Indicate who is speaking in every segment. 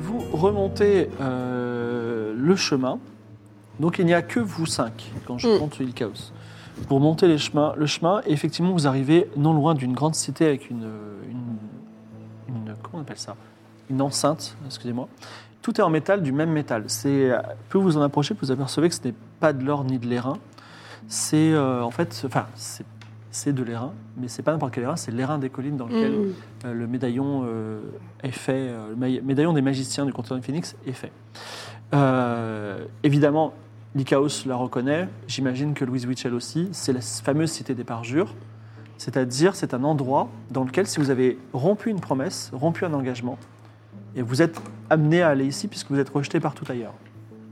Speaker 1: Vous remontez euh, le chemin. Donc il n'y a que vous cinq quand je
Speaker 2: Mm.
Speaker 1: compte le chaos. Vous remontez les chemins, le chemin et effectivement vous arrivez non loin d'une grande cité avec une, une- une- comment on appelle ça Une enceinte, excusez-moi. Tout est en métal, du même métal. C'est euh, plus vous en approchez, plus vous apercevez que ce n'est pas de l'or ni de l'airain. C'est euh, en fait, enfin c'est c'est de l'airain, mais c'est pas n'importe quel airain, c'est l'airain des collines dans lequel
Speaker 2: Mm.
Speaker 1: euh, le médaillon euh, est fait, euh, le maille- médaillon des magiciens du continent de Phoenix est fait. Euh, évidemment, Lycaos la reconnaît, j'imagine que Louise Witchell aussi, c'est la fameuse cité des parjures, c'est-à-dire c'est un endroit dans lequel si vous avez rompu une promesse, rompu un engagement, et vous êtes amené à aller ici puisque vous êtes rejeté partout ailleurs.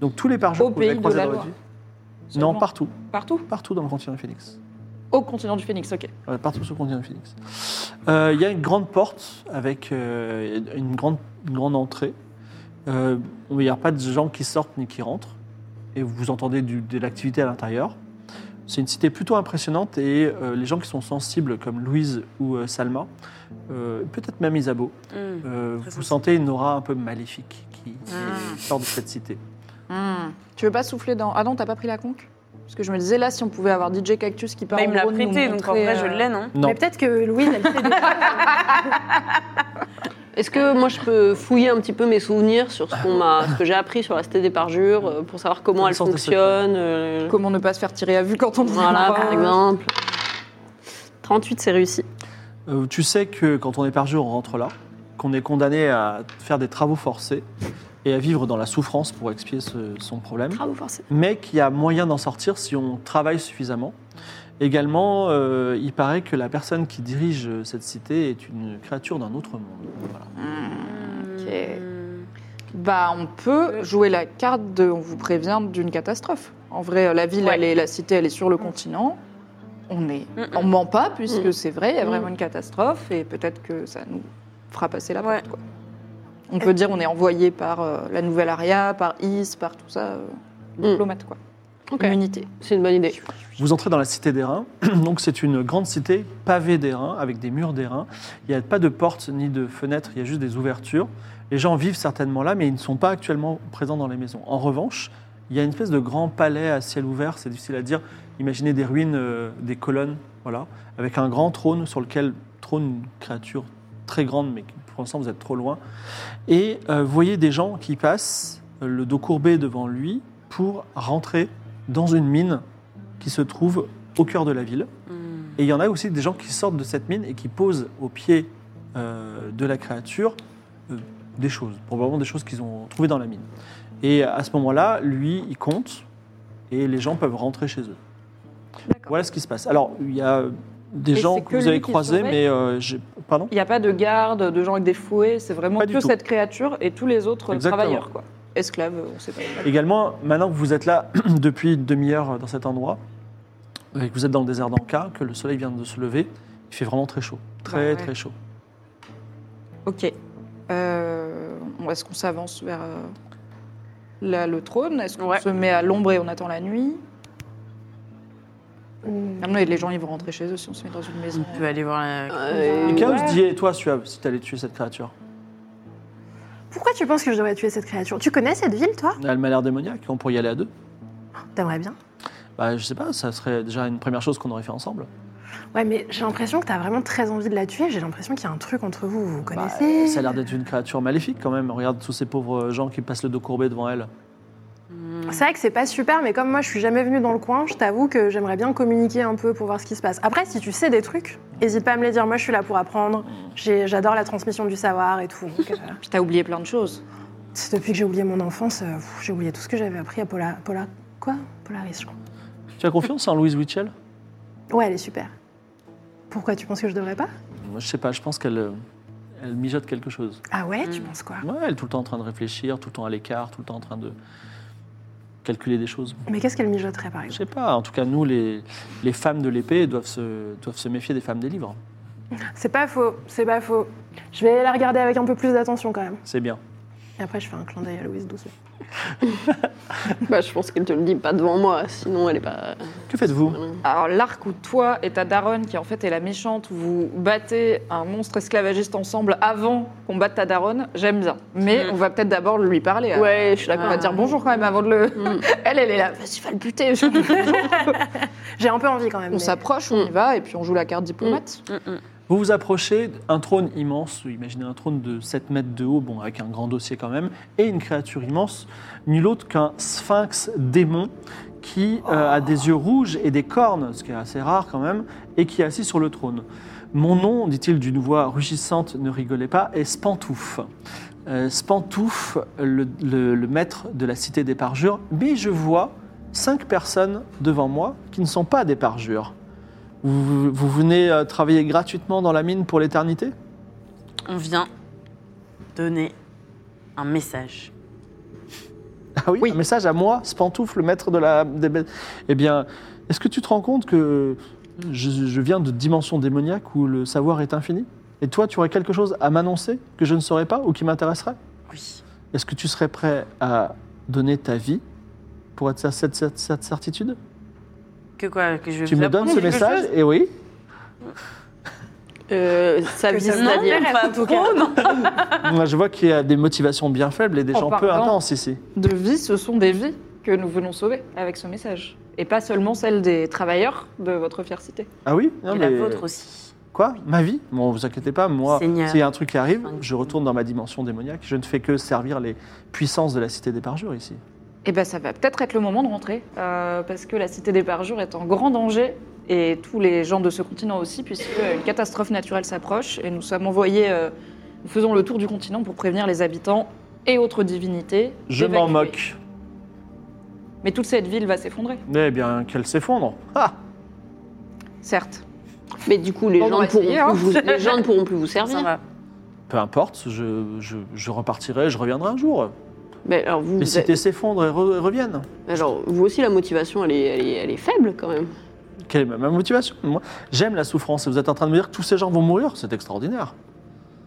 Speaker 1: Donc tous les
Speaker 2: Au
Speaker 1: parjures que vous
Speaker 2: pays
Speaker 1: avez
Speaker 2: de
Speaker 1: croisés
Speaker 2: la
Speaker 1: dans votre
Speaker 2: loi.
Speaker 1: vie,
Speaker 2: Seulement.
Speaker 1: non partout,
Speaker 2: Partout
Speaker 1: partout dans le continent de Phoenix.
Speaker 2: Au continent du Phoenix, ok.
Speaker 1: Euh, partout sur le continent de Phoenix. Euh, Il y a une grande porte avec euh, une, grande, une grande entrée. Euh, Il n'y a pas de gens qui sortent ni qui rentrent. Et vous entendez du- de l'activité à l'intérieur. C'est une cité plutôt impressionnante et euh, les gens qui sont sensibles comme Louise ou euh, Salma, euh, peut-être même Isabeau,
Speaker 3: Bah,
Speaker 1: euh,
Speaker 4: Très
Speaker 1: vous
Speaker 4: sensible.
Speaker 1: sentez une aura un peu maléfique qui, qui
Speaker 4: Ah.
Speaker 1: sort de cette cité.
Speaker 3: Tu veux pas souffler dans. Ah non, t'as pas pris la conque Parce que je me disais là, si on pouvait avoir DJ Cactus qui part
Speaker 4: Bah, il
Speaker 3: en
Speaker 4: me l'a
Speaker 3: gros, nous
Speaker 4: prêté, donc en
Speaker 3: montrer,
Speaker 4: vrai, je
Speaker 3: euh,
Speaker 4: l'ai, non
Speaker 1: Non,
Speaker 5: Mais peut-être que Louise, elle fait des...
Speaker 2: Est-ce que moi je peux fouiller un petit peu mes souvenirs sur ce, qu'on m'a- ce que j'ai appris sur la Cité des parjures euh, pour savoir comment elle
Speaker 1: Connaissance des
Speaker 2: fonctionne euh,
Speaker 3: Comment ne pas se faire tirer à vue quand on
Speaker 2: Voilà,
Speaker 3: voit,
Speaker 2: par
Speaker 3: euh,
Speaker 2: exemple. 38, c'est réussi.
Speaker 1: Euh, tu sais que quand on est par jour, on rentre là, qu'on est condamné à faire des travaux forcés et à vivre dans la souffrance pour expier ce- son problème,
Speaker 2: Bravo, forcément.
Speaker 1: mais qu'il y a moyen d'en sortir si on travaille suffisamment. Également, euh, il paraît que la personne qui dirige euh, cette cité est une créature d'un autre monde. Voilà.
Speaker 3: Bah, on peut jouer la carte de on vous prévient d'une catastrophe. En vrai, euh, la ville,
Speaker 4: Ouais.
Speaker 3: elle est, la cité, elle est sur le continent. On est,
Speaker 4: Mm,
Speaker 3: on ment pas puisque
Speaker 2: Mm.
Speaker 3: c'est vrai, il y a
Speaker 2: Mm.
Speaker 3: vraiment une catastrophe et peut-être que ça nous fera passer la
Speaker 4: Ouais.
Speaker 3: porte. Quoi. On peut dire on est envoyé par euh, la nouvelle aria, par Is, par tout ça, euh, diplomate quoi.
Speaker 2: Ok.
Speaker 3: Immunité.
Speaker 2: C'est une bonne idée.
Speaker 1: Vous entrez dans la cité d'airain, donc c'est une grande cité pavée d'airain, avec des murs d'airain. Il n'y a pas de porte ni de fenêtre, il y a juste des ouvertures. Les gens vivent certainement là, mais ils ne sont pas actuellement présents dans les maisons. En revanche, il y a une espèce de grand palais à ciel ouvert, c'est difficile à dire. Imaginez des ruines, euh, des colonnes, voilà, avec un grand trône sur lequel trône une créature très grande, mais qui, pour l'instant vous êtes trop loin. Et euh, vous voyez des gens qui passent, euh, le dos courbé devant lui, pour rentrer dans une mine qui se trouve au cœur de la ville.
Speaker 4: Euh,
Speaker 1: Et il y en a aussi des gens qui sortent de cette mine et qui posent au pied euh, de la créature euh, des choses, probablement des choses qu'ils ont trouvées dans la mine. Et à ce moment-là, lui, il compte et les gens peuvent rentrer chez eux. Voilà ce qui se passe. Alors, il y a des
Speaker 3: Et
Speaker 1: gens
Speaker 3: c'est
Speaker 1: que
Speaker 3: que
Speaker 1: vous
Speaker 3: lui
Speaker 1: avez
Speaker 3: qui
Speaker 1: croisés,
Speaker 3: surveille
Speaker 1: mais... euh, j'ai- Pardon
Speaker 3: Il n'y a pas de garde, de gens avec des fouets, c'est vraiment
Speaker 1: Pas du
Speaker 3: que
Speaker 1: tout.
Speaker 3: cette créature et tous les autres
Speaker 1: Exactement.
Speaker 3: travailleurs quoi. Esclaves, on sait pas.
Speaker 1: Également, maintenant que vous êtes là depuis une demi-heure dans cet endroit, euh, et que vous êtes dans le désert d'Anka, que le soleil vient de se lever, il fait vraiment très chaud. Très,
Speaker 4: ouais.
Speaker 1: très chaud.
Speaker 3: Ok. Euh, Est-ce qu'on s'avance vers euh, la- le trône Est-ce qu'on
Speaker 4: Ouais.
Speaker 3: se met à l'ombre et on attend la nuit Ah non, et les gens ils vont rentrer chez eux si on se met dans une maison.
Speaker 4: On peut aller voir la...
Speaker 2: Euh,
Speaker 1: Et Chaos
Speaker 2: ouais.
Speaker 1: dit, et toi, Suave, si t'allais tuer cette créature
Speaker 5: Pourquoi tu penses que je devrais tuer cette créature Tu connais cette ville, toi
Speaker 1: Elle m'a l'air démoniaque, on pourrait y aller à deux.
Speaker 5: Ah. T'aimerais bien.
Speaker 1: Bah, je sais pas, ça serait déjà une première chose qu'on aurait fait ensemble.
Speaker 5: Ouais, mais j'ai l'impression que t'as vraiment très envie de la tuer. J'ai l'impression qu'il y a un truc entre vous. Vous vous
Speaker 1: Bah,
Speaker 5: connaissez
Speaker 1: ça a l'air d'être une créature maléfique quand même. Regarde tous ces pauvres gens qui passent le dos courbé devant elle.
Speaker 5: C'est vrai que c'est pas super, mais comme moi je suis jamais venue dans le coin, je t'avoue que j'aimerais bien communiquer un peu pour voir ce qui se passe. Après, si tu sais des trucs, hésite pas à me les dire. Moi je suis là pour apprendre. J'ai- J'adore la transmission du savoir et tout. Donc, euh,
Speaker 3: Puis t'as oublié plein de choses.
Speaker 5: c'est depuis que j'ai oublié mon enfance, euh, pff, j'ai oublié tout ce que j'avais appris à Paula. Paula. Quoi Polaris, je crois.
Speaker 1: Tu as confiance en Louise Witchell
Speaker 5: Ouais, elle est super. Pourquoi tu penses que je devrais pas
Speaker 1: Moi, Je sais pas, je pense qu'elle euh, elle mijote quelque chose.
Speaker 5: Ah ouais, tu penses quoi
Speaker 1: Ouais, elle est tout le temps en train de réfléchir, tout le temps à l'écart, tout le temps en train de calculer des choses.
Speaker 5: Mais qu'est-ce qu'elle mijoterait par
Speaker 1: Je
Speaker 5: exemple
Speaker 1: sais pas, en tout cas, nous, les, les femmes de l'épée doivent se, doivent se méfier des femmes des livres.
Speaker 5: C'est pas faux, c'est pas faux. Je vais la regarder avec un peu plus d'attention quand même.
Speaker 1: C'est bien.
Speaker 5: Et après, je fais un clin d'œil à Louise doucement.
Speaker 2: Bah, je pense qu'elle te le dit pas devant moi, sinon elle est pas.
Speaker 1: Que faites-vous
Speaker 3: Alors l'arc où toi et ta daronne, qui en fait est la méchante, vous battez un monstre esclavagiste ensemble avant qu'on batte ta daronne, j'aime bien.
Speaker 4: Hmm.
Speaker 3: Mais on va peut-être d'abord lui
Speaker 4: Euh,
Speaker 3: parler. alors.
Speaker 2: Ouais, je suis
Speaker 3: On
Speaker 2: d'accord.
Speaker 3: va dire bonjour quand même avant de le...
Speaker 4: Hmm.
Speaker 3: Elle, elle est là, vas-y, va le buter.
Speaker 5: J'ai un peu envie quand même.
Speaker 3: on
Speaker 5: mais-
Speaker 3: s'approche,
Speaker 4: Hmm.
Speaker 3: on y va, et puis on joue la carte diplomate.
Speaker 1: Vous vous approchez, un trône immense, imaginez un trône de 7 mètres de haut, bon, avec un grand dossier quand même, et une créature immense, nul autre qu'un sphinx démon qui euh, a des yeux rouges et des cornes, ce qui est assez rare quand même, et qui est assis sur le trône. Mon nom, dit-il d'une voix rugissante, ne rigolez pas, est Spantouf. Euh, Spantouf, le, le- le maître de la cité des parjures, mais je vois cinq personnes devant moi qui ne sont pas des parjures. Vous, vous- vous venez euh, travailler gratuitement dans la mine pour l'éternité
Speaker 4: On vient donner un message.
Speaker 1: Ah oui, Un message à moi, Spantouf, le maître de la... Des... bêtes. Eh bien, est-ce que tu te rends compte que je, je viens de dimension démoniaque où le savoir est infini Et toi, tu aurais quelque chose à m'annoncer que je ne saurais pas ou qui m'intéresserait
Speaker 4: Oui.
Speaker 1: Est-ce que tu serais prêt à donner ta vie pour être à cette, cette- cette certitude
Speaker 4: Que quoi Que je vais
Speaker 1: Tu
Speaker 4: vous
Speaker 1: me
Speaker 4: apprendre
Speaker 1: donnes ce
Speaker 4: quelque
Speaker 1: message
Speaker 4: chose
Speaker 1: Et oui
Speaker 4: Ah.
Speaker 2: Euh, sa
Speaker 5: Que
Speaker 2: vie,
Speaker 5: ça-
Speaker 4: Non,
Speaker 2: c'est-à-dire.
Speaker 5: Rêve,
Speaker 4: pas
Speaker 5: en tout cas.
Speaker 4: trop, non. Ah,
Speaker 1: Moi, Je vois qu'il y a des motivations bien faibles et des
Speaker 4: Oh,
Speaker 3: En
Speaker 1: gens peu
Speaker 3: parlant.
Speaker 1: intenses ici.
Speaker 3: De vie, ce sont des vies que nous venons sauver avec ce message. Et pas seulement celles des travailleurs de votre fière cité.
Speaker 1: Ah oui Non,
Speaker 4: Et la
Speaker 1: mais-
Speaker 4: vôtre aussi.
Speaker 1: Quoi Ma vie Bon, vous inquiétez pas, moi,
Speaker 4: Seigneur.
Speaker 1: s'il y a un truc qui arrive, je retourne dans ma dimension démoniaque. Je ne fais que servir les puissances de la cité des parjures ici.
Speaker 3: Eh ben, ça va peut-être être le moment de rentrer, euh, parce que la cité des parjures est en grand danger, et tous les gens de ce continent aussi, puisque une catastrophe naturelle s'approche, et nous sommes envoyés, euh, nous faisons le tour du continent pour prévenir les habitants et autres divinités.
Speaker 1: Je m'en
Speaker 3: d'évacuer.
Speaker 1: moque.
Speaker 3: Mais toute cette ville va s'effondrer,
Speaker 1: Eh bien, qu'elle s'effondre. Ah
Speaker 3: certes.
Speaker 2: Mais du coup, les,
Speaker 3: Bon, on
Speaker 2: gens,
Speaker 3: va
Speaker 2: ne pourront
Speaker 3: essayer, hein.
Speaker 2: plus vous- les gens ne pourront plus vous
Speaker 4: Ça
Speaker 2: servir.
Speaker 4: va.
Speaker 1: Peu importe, je, je- je repartirai, je reviendrai un jour.
Speaker 2: Mais alors, vous,
Speaker 1: Les
Speaker 2: vous êtes-
Speaker 1: cités s'effondrent et re- reviennent.
Speaker 2: alors, Bah, vous aussi, la motivation, elle est, elle est- elle est faible quand même.
Speaker 1: Quelle est ma ma motivation Moi, j'aime la souffrance. Et vous êtes en train de me dire que tous ces gens vont mourir C'est extraordinaire.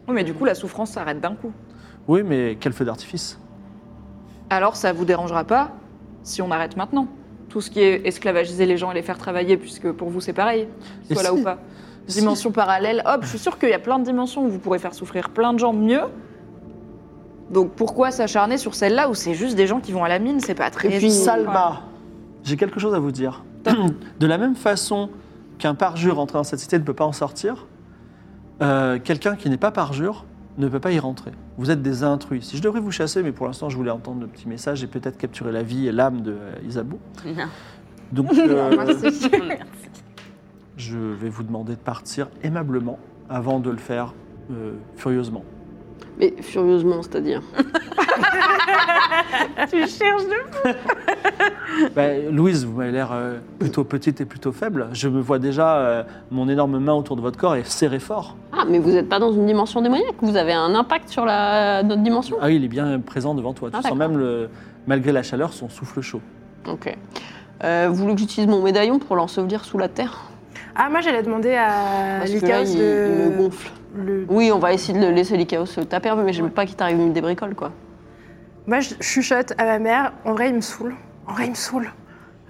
Speaker 3: Oui, mais du coup, la souffrance s'arrête d'un coup.
Speaker 1: Oui, mais quel feu d'artifice.
Speaker 3: Alors, ça vous dérangera pas si on arrête maintenant tout ce qui est esclavagiser les gens et les faire travailler, puisque pour vous c'est pareil,
Speaker 1: Et
Speaker 3: soit là
Speaker 1: si-
Speaker 3: ou pas.
Speaker 1: si-
Speaker 3: Dimension parallèle, hop, je suis sûre qu'il y a plein de dimensions où vous pourrez faire souffrir plein de gens mieux. Donc pourquoi s'acharner sur celle-là où c'est juste des gens qui vont à la mine, c'est pas très...
Speaker 1: Et bah. puis
Speaker 3: Ouais.
Speaker 1: Salma, j'ai quelque chose à vous dire. De la même façon qu'un parjure rentré dans cette cité ne peut pas en sortir, euh, quelqu'un qui n'est pas parjure ne peut pas y rentrer. Vous êtes des intrus. Si je devrais vous chasser, mais pour l'instant je voulais entendre le petit message et peut-être capturer la vie et l'âme de euh, Isabeau.
Speaker 4: Non.
Speaker 1: Donc euh,
Speaker 4: Merci.
Speaker 1: je vais vous demander de partir aimablement avant de le faire euh, furieusement.
Speaker 2: Mais furieusement, c'est-à-dire.
Speaker 4: Tu cherches de
Speaker 1: Ben, Louise, vous avez l'air euh, plutôt petite et plutôt faible. Je me vois déjà euh, mon énorme main autour de votre corps et serrée fort.
Speaker 2: Ah, mais vous n'êtes pas dans une dimension démoniaque. Vous avez un impact sur la... notre dimension.
Speaker 1: Ah oui, il est bien présent devant toi.
Speaker 2: Ah,
Speaker 1: tu sens
Speaker 2: d'accord.
Speaker 1: même, le- malgré la chaleur, son souffle chaud.
Speaker 2: Ok. Euh, vous voulez que j'utilise mon médaillon pour l'ensevelir sous la terre
Speaker 5: Ah, moi j'allais demander à
Speaker 2: Parce que là, il,
Speaker 5: Lycaos
Speaker 2: il me
Speaker 5: Euh, de.
Speaker 2: gonfle.
Speaker 5: le-
Speaker 2: Oui, on va essayer de le laisser les chaos se taper un peu, mais j'aime pas qu'il t'arrive une débricole, quoi.
Speaker 5: Moi je chuchote à ma mère, en vrai il me saoule. En vrai il me saoule.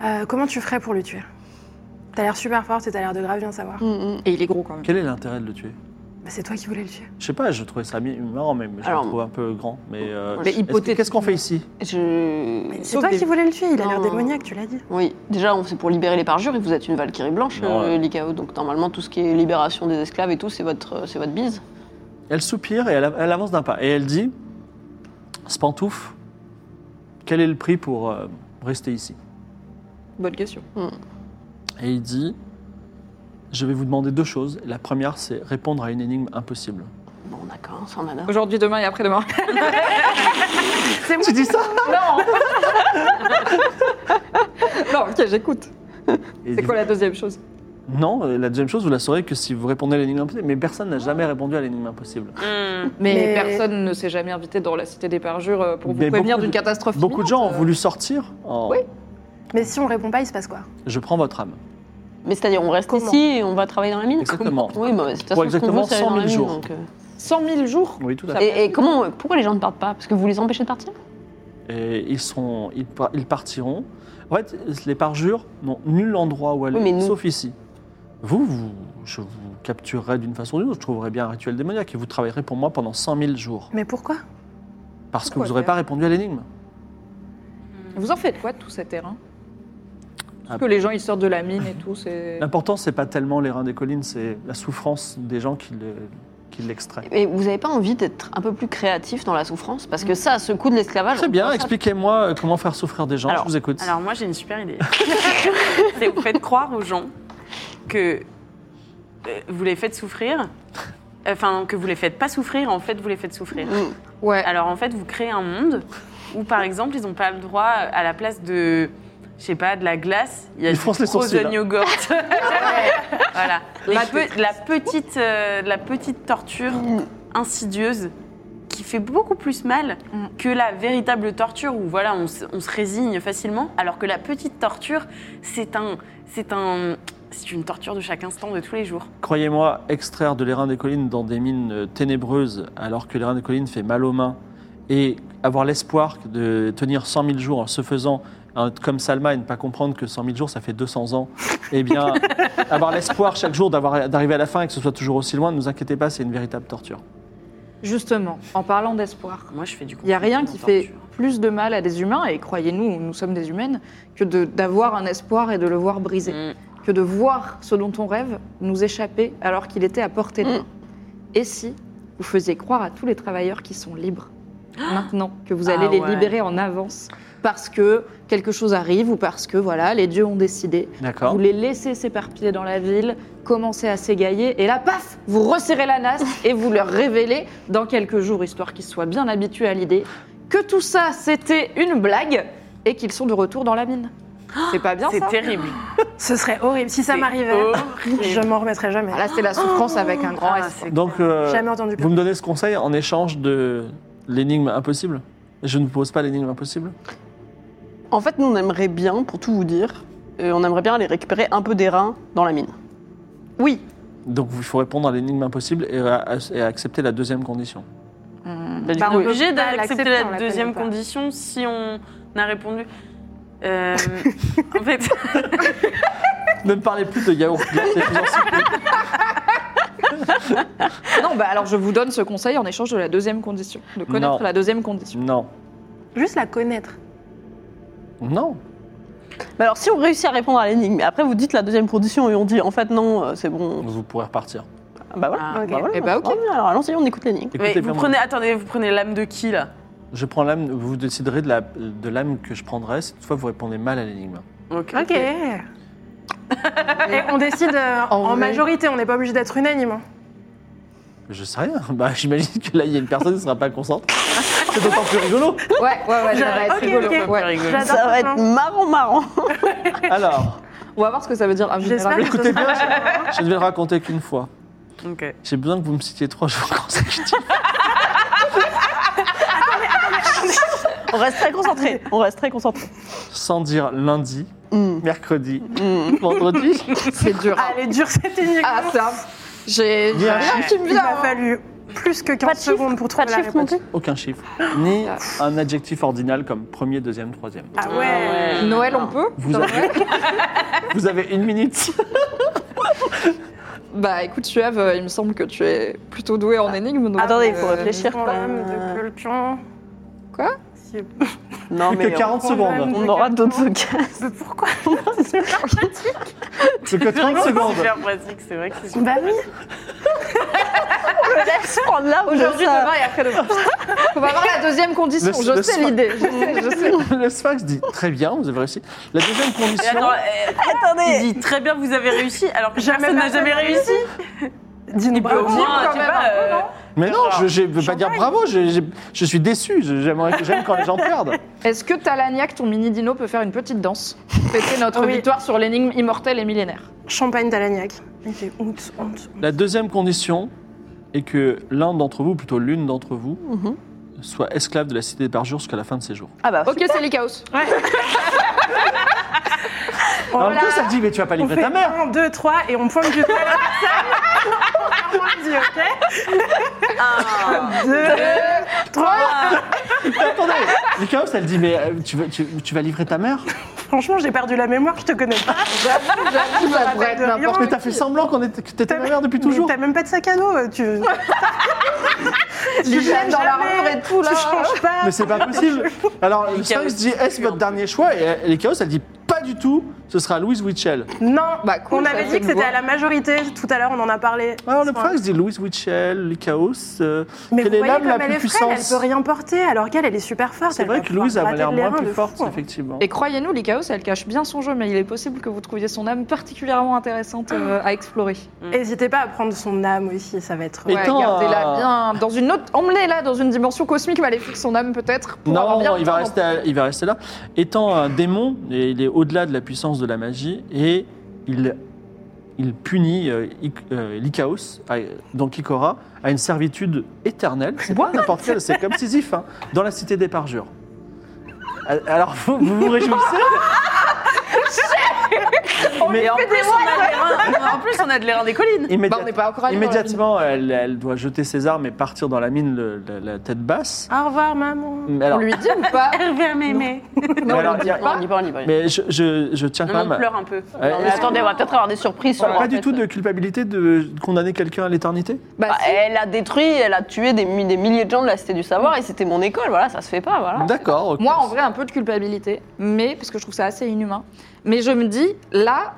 Speaker 5: Euh, comment tu ferais pour le tuer T'as l'air super forte et t'as l'air de grave bien savoir.
Speaker 3: Et il est gros quand même.
Speaker 1: Quel est l'intérêt de le tuer
Speaker 5: Bah, c'est toi qui voulais le tuer.
Speaker 1: Je sais pas, je trouvais ça mi- marrant, mais je
Speaker 2: Alors,
Speaker 1: le trouve un peu grand. Mais, euh,
Speaker 2: Mais
Speaker 1: est-ce que-
Speaker 3: hypothétiquement-
Speaker 1: Qu'est-ce qu'on fait ici
Speaker 2: Je...
Speaker 5: Mais C'est
Speaker 3: sauf
Speaker 5: toi
Speaker 3: des-
Speaker 5: qui voulais le tuer, il a l'air
Speaker 2: Non.
Speaker 5: démoniaque, tu l'as dit.
Speaker 2: Oui, déjà, on- c'est pour libérer les parjures et vous êtes une Valkyrie blanche,
Speaker 1: Non,
Speaker 2: euh,
Speaker 1: ouais.
Speaker 2: Lycao. Donc, normalement, tout ce qui est libération des esclaves et tout, c'est votre, euh, c'est votre bise.
Speaker 1: Elle soupire et elle, elle avance d'un pas. Et elle dit Spantouf, quel est le prix pour euh, rester ici
Speaker 3: Bonne question.
Speaker 1: Et il dit Je vais vous demander deux choses. La première, c'est répondre à une énigme impossible.
Speaker 2: Bon, d'accord, hein, on s'en
Speaker 1: Ah.
Speaker 2: adore.
Speaker 3: Aujourd'hui, demain et après-demain.
Speaker 5: C'est moi.
Speaker 1: Tu dis ça
Speaker 3: Non Non, ok, j'écoute.
Speaker 1: Et
Speaker 3: C'est
Speaker 1: du-
Speaker 3: quoi la deuxième chose
Speaker 1: Non, euh, la deuxième chose, vous la saurez que si vous répondez à l'énigme impossible. Mais personne n'a jamais répondu à l'énigme impossible.
Speaker 3: mais,
Speaker 5: Mais-
Speaker 3: personne ne s'est jamais invité dans la cité des parjures euh, pour vous
Speaker 1: Mais
Speaker 3: prévenir
Speaker 1: beaucoup
Speaker 3: d'une
Speaker 1: de-
Speaker 3: catastrophe.
Speaker 1: Beaucoup de gens ont
Speaker 3: imminente, euh.
Speaker 1: voulu sortir. en-
Speaker 3: Oui.
Speaker 5: Mais si on répond pas, il se passe quoi
Speaker 1: Je prends votre âme.
Speaker 2: Mais c'est-à-dire, on reste
Speaker 5: Comment
Speaker 2: ici et on va travailler dans la mine
Speaker 1: Exactement.
Speaker 2: Oui, bah, de toute
Speaker 1: Pour
Speaker 2: façon, ce qu'on
Speaker 1: exactement
Speaker 2: veut, c'est aller
Speaker 1: 100
Speaker 2: dans la
Speaker 1: 000
Speaker 2: mine,
Speaker 1: jours.
Speaker 2: donc, euh.
Speaker 3: 100 000 jours
Speaker 1: Oui, tout à
Speaker 3: Ça
Speaker 1: fait.
Speaker 3: passe.
Speaker 2: Et, et comment, pourquoi les gens ne partent pas Parce que vous les empêchez de partir
Speaker 1: Et ils, sont, ils, par- ils partiront. En fait, les parjures n'ont nul endroit où aller,
Speaker 2: Oui, mais nous-
Speaker 1: sauf ici. Vous, vous, je vous capturerai d'une façon ou d'une autre. Je trouverai bien un rituel démoniaque et vous travaillerez pour moi pendant 100 000 jours.
Speaker 5: Mais pourquoi
Speaker 1: Parce que
Speaker 3: Pourquoi
Speaker 1: vous n'aurez
Speaker 3: faire
Speaker 1: pas répondu à l'énigme.
Speaker 3: Vous en faites quoi de tout ces terrains Parce
Speaker 1: Ah.
Speaker 3: que les gens ils sortent de la mine et tout, c'est.
Speaker 4: Ah.
Speaker 1: L'important, c'est pas tellement les reins des collines, c'est la souffrance des gens qui le- qui l'extraient.
Speaker 2: Et vous n'avez pas envie d'être un peu plus créatif dans la souffrance Parce que ça, ce coup de l'esclavage.
Speaker 1: Très
Speaker 2: on
Speaker 1: bien,
Speaker 2: pense à-
Speaker 1: expliquez-moi euh, comment faire souffrir des gens,
Speaker 2: Alors-
Speaker 1: je vous écoute.
Speaker 4: Alors moi j'ai une super idée. c'est vous faites croire aux gens que euh, vous les faites souffrir, enfin que vous les faites pas souffrir, en fait vous les faites souffrir.
Speaker 3: Mm. Ouais.
Speaker 4: Alors en fait vous créez un monde où par exemple ils n'ont pas le droit à la place de, je sais pas, de la glace, il y a
Speaker 1: Ils
Speaker 4: du
Speaker 1: froncent les sourcils,
Speaker 4: frozen
Speaker 1: là.
Speaker 4: yogurt. voilà. La, pe- la petite, euh, la petite torture
Speaker 3: Mm.
Speaker 4: insidieuse qui fait beaucoup plus mal
Speaker 3: Mm.
Speaker 4: que la véritable torture où voilà, on, se- on se résigne facilement, alors que la petite torture, c'est un, c'est un, c'est une torture de chaque instant de tous les jours.
Speaker 1: Croyez-moi, extraire de l'airain des collines dans des mines euh, ténébreuses, alors que l'airain des collines fait mal aux mains, et avoir l'espoir de tenir 100 000 jours en se faisant, hein, comme Salma, et ne pas comprendre que 100 000 jours, ça fait 200 ans, eh bien, avoir l'espoir chaque jour d'avoir- d'arriver à la fin et que ce soit toujours aussi loin, ne vous inquiétez pas, c'est une véritable torture.
Speaker 3: Justement, en parlant d'espoir,
Speaker 4: Moi, je fais du.
Speaker 3: il n'y a rien
Speaker 4: contenu
Speaker 3: qui
Speaker 4: en
Speaker 3: fait
Speaker 4: torture.
Speaker 3: plus de mal à des humains, et croyez-nous, nous sommes des humaines, que de- d'avoir un espoir et de le voir brisé.
Speaker 1: Mm.
Speaker 4: Mm.
Speaker 3: que de voir ce dont on rêve nous échapper alors qu'il était à portée
Speaker 4: Mm.
Speaker 3: de main. Et si vous faisiez croire à tous les travailleurs qui sont libres maintenant que vous allez
Speaker 4: Ah
Speaker 3: les
Speaker 4: ouais.
Speaker 3: libérer en avance parce que quelque chose arrive ou parce que voilà les dieux ont décidé.
Speaker 1: D'accord
Speaker 3: Vous les laissez s'éparpiller dans la ville, commencez à s'égailler et là paf, vous resserrez la nasse et vous leur révélez dans quelques jours histoire qu'ils soient bien habitués à l'idée que tout ça c'était une blague et qu'ils sont de retour dans la mine. C'est pas bien ça
Speaker 4: C'est terrible.
Speaker 5: Ce serait horrible. Si ça
Speaker 4: C'est
Speaker 5: m'arrivait,
Speaker 4: horrible.
Speaker 5: je m'en remettrais jamais.
Speaker 3: Ah, Là, c'est la souffrance avec un grand
Speaker 4: Ah,
Speaker 3: S.
Speaker 4: c'est-
Speaker 1: Donc, euh,
Speaker 5: Jamais entendu
Speaker 1: vous
Speaker 5: plus.
Speaker 1: me donnez ce conseil en échange de l'énigme impossible Je ne vous pose pas l'énigme impossible
Speaker 2: En fait, nous, on aimerait bien, pour tout vous dire, euh, on aimerait bien aller récupérer un peu des reins dans la mine.
Speaker 3: Oui,
Speaker 1: Donc, il faut répondre à l'énigme impossible et, à- et à accepter la deuxième condition.
Speaker 2: Bah, du
Speaker 5: Bah,
Speaker 4: On est
Speaker 5: oui.
Speaker 4: obligé
Speaker 5: peut pas
Speaker 4: d'accepter
Speaker 5: l'accepter, on
Speaker 4: la
Speaker 5: la
Speaker 4: deuxième
Speaker 5: connaît pas.
Speaker 4: condition si on a répondu. Euh, en fait,
Speaker 1: Ne me parlez plus de yaourt glacé, je vous en supplie.
Speaker 3: Non, bah alors je vous donne ce conseil en échange de la deuxième condition, de connaître
Speaker 1: Non.
Speaker 3: la deuxième condition.
Speaker 1: Non.
Speaker 5: Juste la connaître.
Speaker 1: Non.
Speaker 2: Mais alors, si on réussit à répondre à l'énigme, mais après, vous dites la deuxième condition et on dit en fait, non, euh, c'est bon.
Speaker 1: Vous pourrez repartir.
Speaker 2: Ah, Bah voilà.
Speaker 4: Ah,
Speaker 5: ok.
Speaker 2: Bah, voilà
Speaker 3: Eh bah, ok.
Speaker 2: Ah, bien, alors, allons-y, on écoute l'énigme.
Speaker 4: mais
Speaker 1: Écoutez bien,
Speaker 4: vous prenez, attendez, vous prenez l'âme de qui là
Speaker 1: Je prends l'âme, vous déciderez de la- de l'âme que je prendrai si toutefois vous répondez mal à l'énigme.
Speaker 5: Ok. Et on décide euh, en,
Speaker 3: vrai.
Speaker 5: majorité, on n'est pas obligé d'être unanime. hein.
Speaker 1: Je sais rien. Bah, j'imagine que là, il y a une personne qui ne sera pas consentante. C'est d'autant plus rigolo.
Speaker 3: Ouais, ouais, ouais, ça va être
Speaker 5: Ok,
Speaker 3: rigolo.
Speaker 5: ok.
Speaker 3: ouais.
Speaker 4: Rigolo.
Speaker 5: J'adore
Speaker 2: Ça va
Speaker 5: ce
Speaker 2: être
Speaker 5: plan.
Speaker 2: marrant, marrant.
Speaker 1: Alors,
Speaker 3: On va voir ce que ça veut dire Ah,
Speaker 5: J'espère
Speaker 3: invulnérable.
Speaker 5: que ce
Speaker 1: écoutez bien,
Speaker 5: sera
Speaker 1: je ne vais le raconter qu'une fois.
Speaker 4: Ok.
Speaker 1: J'ai besoin que vous me citiez trois jours consécutifs.
Speaker 2: On reste très concentrés. On reste très concentrés.
Speaker 1: Sans dire lundi,
Speaker 2: Mm.
Speaker 1: mercredi, vendredi.
Speaker 3: C'est dur.
Speaker 5: Ah, elle est dure cette énigme.
Speaker 3: Ah, ça. J'ai j'ai
Speaker 1: Bien.
Speaker 3: rien qui me
Speaker 5: Il
Speaker 3: vient.
Speaker 5: m'a
Speaker 3: hein.
Speaker 5: fallu plus que 15
Speaker 2: Pas de chiffre,
Speaker 5: secondes pour
Speaker 2: Pas
Speaker 5: trouver
Speaker 2: de
Speaker 5: la
Speaker 2: chiffre non
Speaker 5: réponse.
Speaker 2: plus.
Speaker 1: Aucun chiffre. Ni un adjectif ordinal comme premier, deuxième, troisième.
Speaker 5: Ah ouais.
Speaker 4: Ouais.
Speaker 3: Noël, on peut
Speaker 1: Vous
Speaker 3: Ça va
Speaker 1: avez, vous avez une minute.
Speaker 3: Bah écoute, Suave, euh, il me semble que tu es plutôt doué en énigme. donc,
Speaker 2: Bah, Attendez, il faut
Speaker 3: euh,
Speaker 2: réfléchir.
Speaker 5: Prends l'âme de Colpion.
Speaker 3: Quoi
Speaker 5: Si-
Speaker 2: Non,
Speaker 1: Plus
Speaker 2: mais.
Speaker 1: que 40 secondes.
Speaker 2: On aura d'autres cas.
Speaker 5: Mais pourquoi
Speaker 1: Plus que 30
Speaker 4: C'est
Speaker 1: secondes.
Speaker 4: super pratique, c'est vrai que c'est super
Speaker 5: Bah oui.
Speaker 2: Je le laisse prendre là
Speaker 3: Aujourd'hui, demain et après-demain. On va voir la deuxième condition.
Speaker 1: Le-
Speaker 3: je
Speaker 1: le
Speaker 3: sais
Speaker 1: soir.
Speaker 3: l'idée. Je sais, je sais.
Speaker 1: Le sphinx dit très bien, vous avez réussi. La deuxième
Speaker 4: Et
Speaker 1: condition.
Speaker 4: attends, euh,
Speaker 2: Attendez.
Speaker 4: il dit très bien vous avez réussi alors que
Speaker 5: Jamais
Speaker 4: personne n'a
Speaker 5: personne
Speaker 4: jamais
Speaker 5: n'a
Speaker 4: réussi.
Speaker 5: Dis-nous
Speaker 4: Il peut au
Speaker 5: bravo.
Speaker 4: moins,
Speaker 3: quand
Speaker 4: je sais
Speaker 3: même,
Speaker 4: pas,
Speaker 3: un peu,
Speaker 4: euh,
Speaker 1: Mais non, je- je ne veux pas dire
Speaker 5: champagne.
Speaker 1: bravo, je, je- je suis déçu. Je- J'aimerais j'aime quand les gens perdent.
Speaker 3: Est-ce que Talagnac, ton mini dino, peut faire une petite danse Fêter notre
Speaker 5: Oui.
Speaker 3: victoire sur l'énigme immortelle et millénaire.
Speaker 5: Champagne d'Alagnac. Il fait honte, honte. honte.
Speaker 1: La deuxième condition est que l'un d'entre vous, plutôt l'une d'entre vous, soit esclave de la cité des parjures jusqu'à la fin de ses jours.
Speaker 5: Ah bah,
Speaker 3: Ok, c'est les chaos.
Speaker 5: on
Speaker 1: Alors,
Speaker 5: la-
Speaker 1: le coup, ça te dit, mais tu vas pas
Speaker 5: on
Speaker 1: livrer
Speaker 5: fait
Speaker 1: ta mère.
Speaker 5: 1, 2, 3 et on pointe du doigt la personne. Ferme les yeux, ok 2, 3.
Speaker 1: Attendez, le chaos, elle dit, mais euh, tu, veux- tu- tu vas livrer ta mère
Speaker 5: Franchement, j'ai perdu la mémoire, je te connais pas.
Speaker 3: J'avoue, ça
Speaker 2: bah,
Speaker 3: pourrait
Speaker 5: rappelle
Speaker 3: être
Speaker 5: de rien.
Speaker 3: n'importe
Speaker 1: Mais t'as fait semblant qu'on était, que t'étais ma mère depuis toujours.
Speaker 5: Mais T'as même pas de sac à dos, euh, tu.
Speaker 3: Les chaînes dans l'armure et tout, là.
Speaker 5: Tu changes pas.
Speaker 1: Mais c'est pas possible. Alors, le
Speaker 4: chaos,
Speaker 1: Sphinx dit, est-ce votre dernier choix Et euh, les chaos, elle dit, pas du tout, ce sera Louise Witchell.
Speaker 5: Non,
Speaker 3: Bah, cool,
Speaker 5: on
Speaker 3: ça
Speaker 5: avait
Speaker 3: fait
Speaker 5: dit
Speaker 3: une
Speaker 5: que c'était
Speaker 3: voix.
Speaker 5: à la majorité, tout à l'heure on en a parlé.
Speaker 1: Alors, le
Speaker 5: Enfin,
Speaker 1: Sphinx dit, Louise Witchell, les chaos, euh,
Speaker 5: Mais vous
Speaker 1: quelle est
Speaker 5: voyez
Speaker 1: l'âme
Speaker 5: comme
Speaker 1: la
Speaker 5: elle
Speaker 1: plus
Speaker 5: est frêle, elle
Speaker 1: puissante
Speaker 5: peut rien porter, alors qu'elle, elle est super forte.
Speaker 1: C'est
Speaker 5: elle
Speaker 1: vrai
Speaker 5: va
Speaker 1: que Louise a
Speaker 5: pouvoir
Speaker 1: l'air
Speaker 5: gratter de
Speaker 1: moins
Speaker 5: l'airain
Speaker 1: plus
Speaker 5: de
Speaker 1: forte,
Speaker 5: fou. hein.
Speaker 1: effectivement.
Speaker 3: Et croyez-nous, les chaos, elle cache bien son jeu, mais il est possible que vous trouviez son âme particulièrement intéressante euh, à explorer.
Speaker 5: N'hésitez pas à prendre son âme aussi, ça va être.
Speaker 1: Et- Étant,
Speaker 3: gardez-la
Speaker 1: euh,
Speaker 3: bien dans une autre, emmenez-la dans une dimension cosmique maléfique, son âme peut-être. pour avoir
Speaker 1: Non,
Speaker 3: bien le
Speaker 1: il, va
Speaker 3: temps
Speaker 1: rester à- il va rester là. Étant un démon, et il est au-delà de la puissance de la magie et il, il punit euh, I- euh, Lycaos, à- donc Ikora, à une servitude éternelle. C'est pas n'importe quel, c'est comme Sisyphe, hein, dans la cité des parjures. Al- Alors, vous vous, vous réjouissez Mais
Speaker 4: en, plus, on a de l'airain- en plus, on a de l'airain des collines.
Speaker 3: Bah,
Speaker 1: immédiat-
Speaker 3: on n'est pas encore allé dans la
Speaker 1: immédiatement, elle, elle doit jeter ses armes et partir dans la mine le- la, la tête basse.
Speaker 5: Au revoir, maman.
Speaker 1: Mais alors,
Speaker 3: On lui dit ou pas
Speaker 4: Hervé m'aimer.
Speaker 1: mais alors, il y a-
Speaker 4: Ah, Non, on y va, on y va.
Speaker 1: mais je, je- je tiens quand
Speaker 4: Non,
Speaker 1: même.
Speaker 4: on
Speaker 1: à-
Speaker 4: pleure un peu.
Speaker 1: Ouais,
Speaker 4: Non, mais
Speaker 1: est-ce
Speaker 4: attendez,
Speaker 1: que-
Speaker 4: on va peut-être avoir des surprises. sur
Speaker 1: Pas
Speaker 4: leur
Speaker 1: du
Speaker 4: tête.
Speaker 1: tout de culpabilité de condamner quelqu'un à l'éternité
Speaker 3: Bah,
Speaker 2: Bah, elle a détruit, elle a tué des, mi- des milliers de gens de la Cité du Savoir et c'était mon école, voilà, ça se fait pas, voilà.
Speaker 1: D'accord. ok.
Speaker 3: Moi, en vrai, un peu de culpabilité, mais parce que je trouve ça assez inhumain. Mais je me dis, là,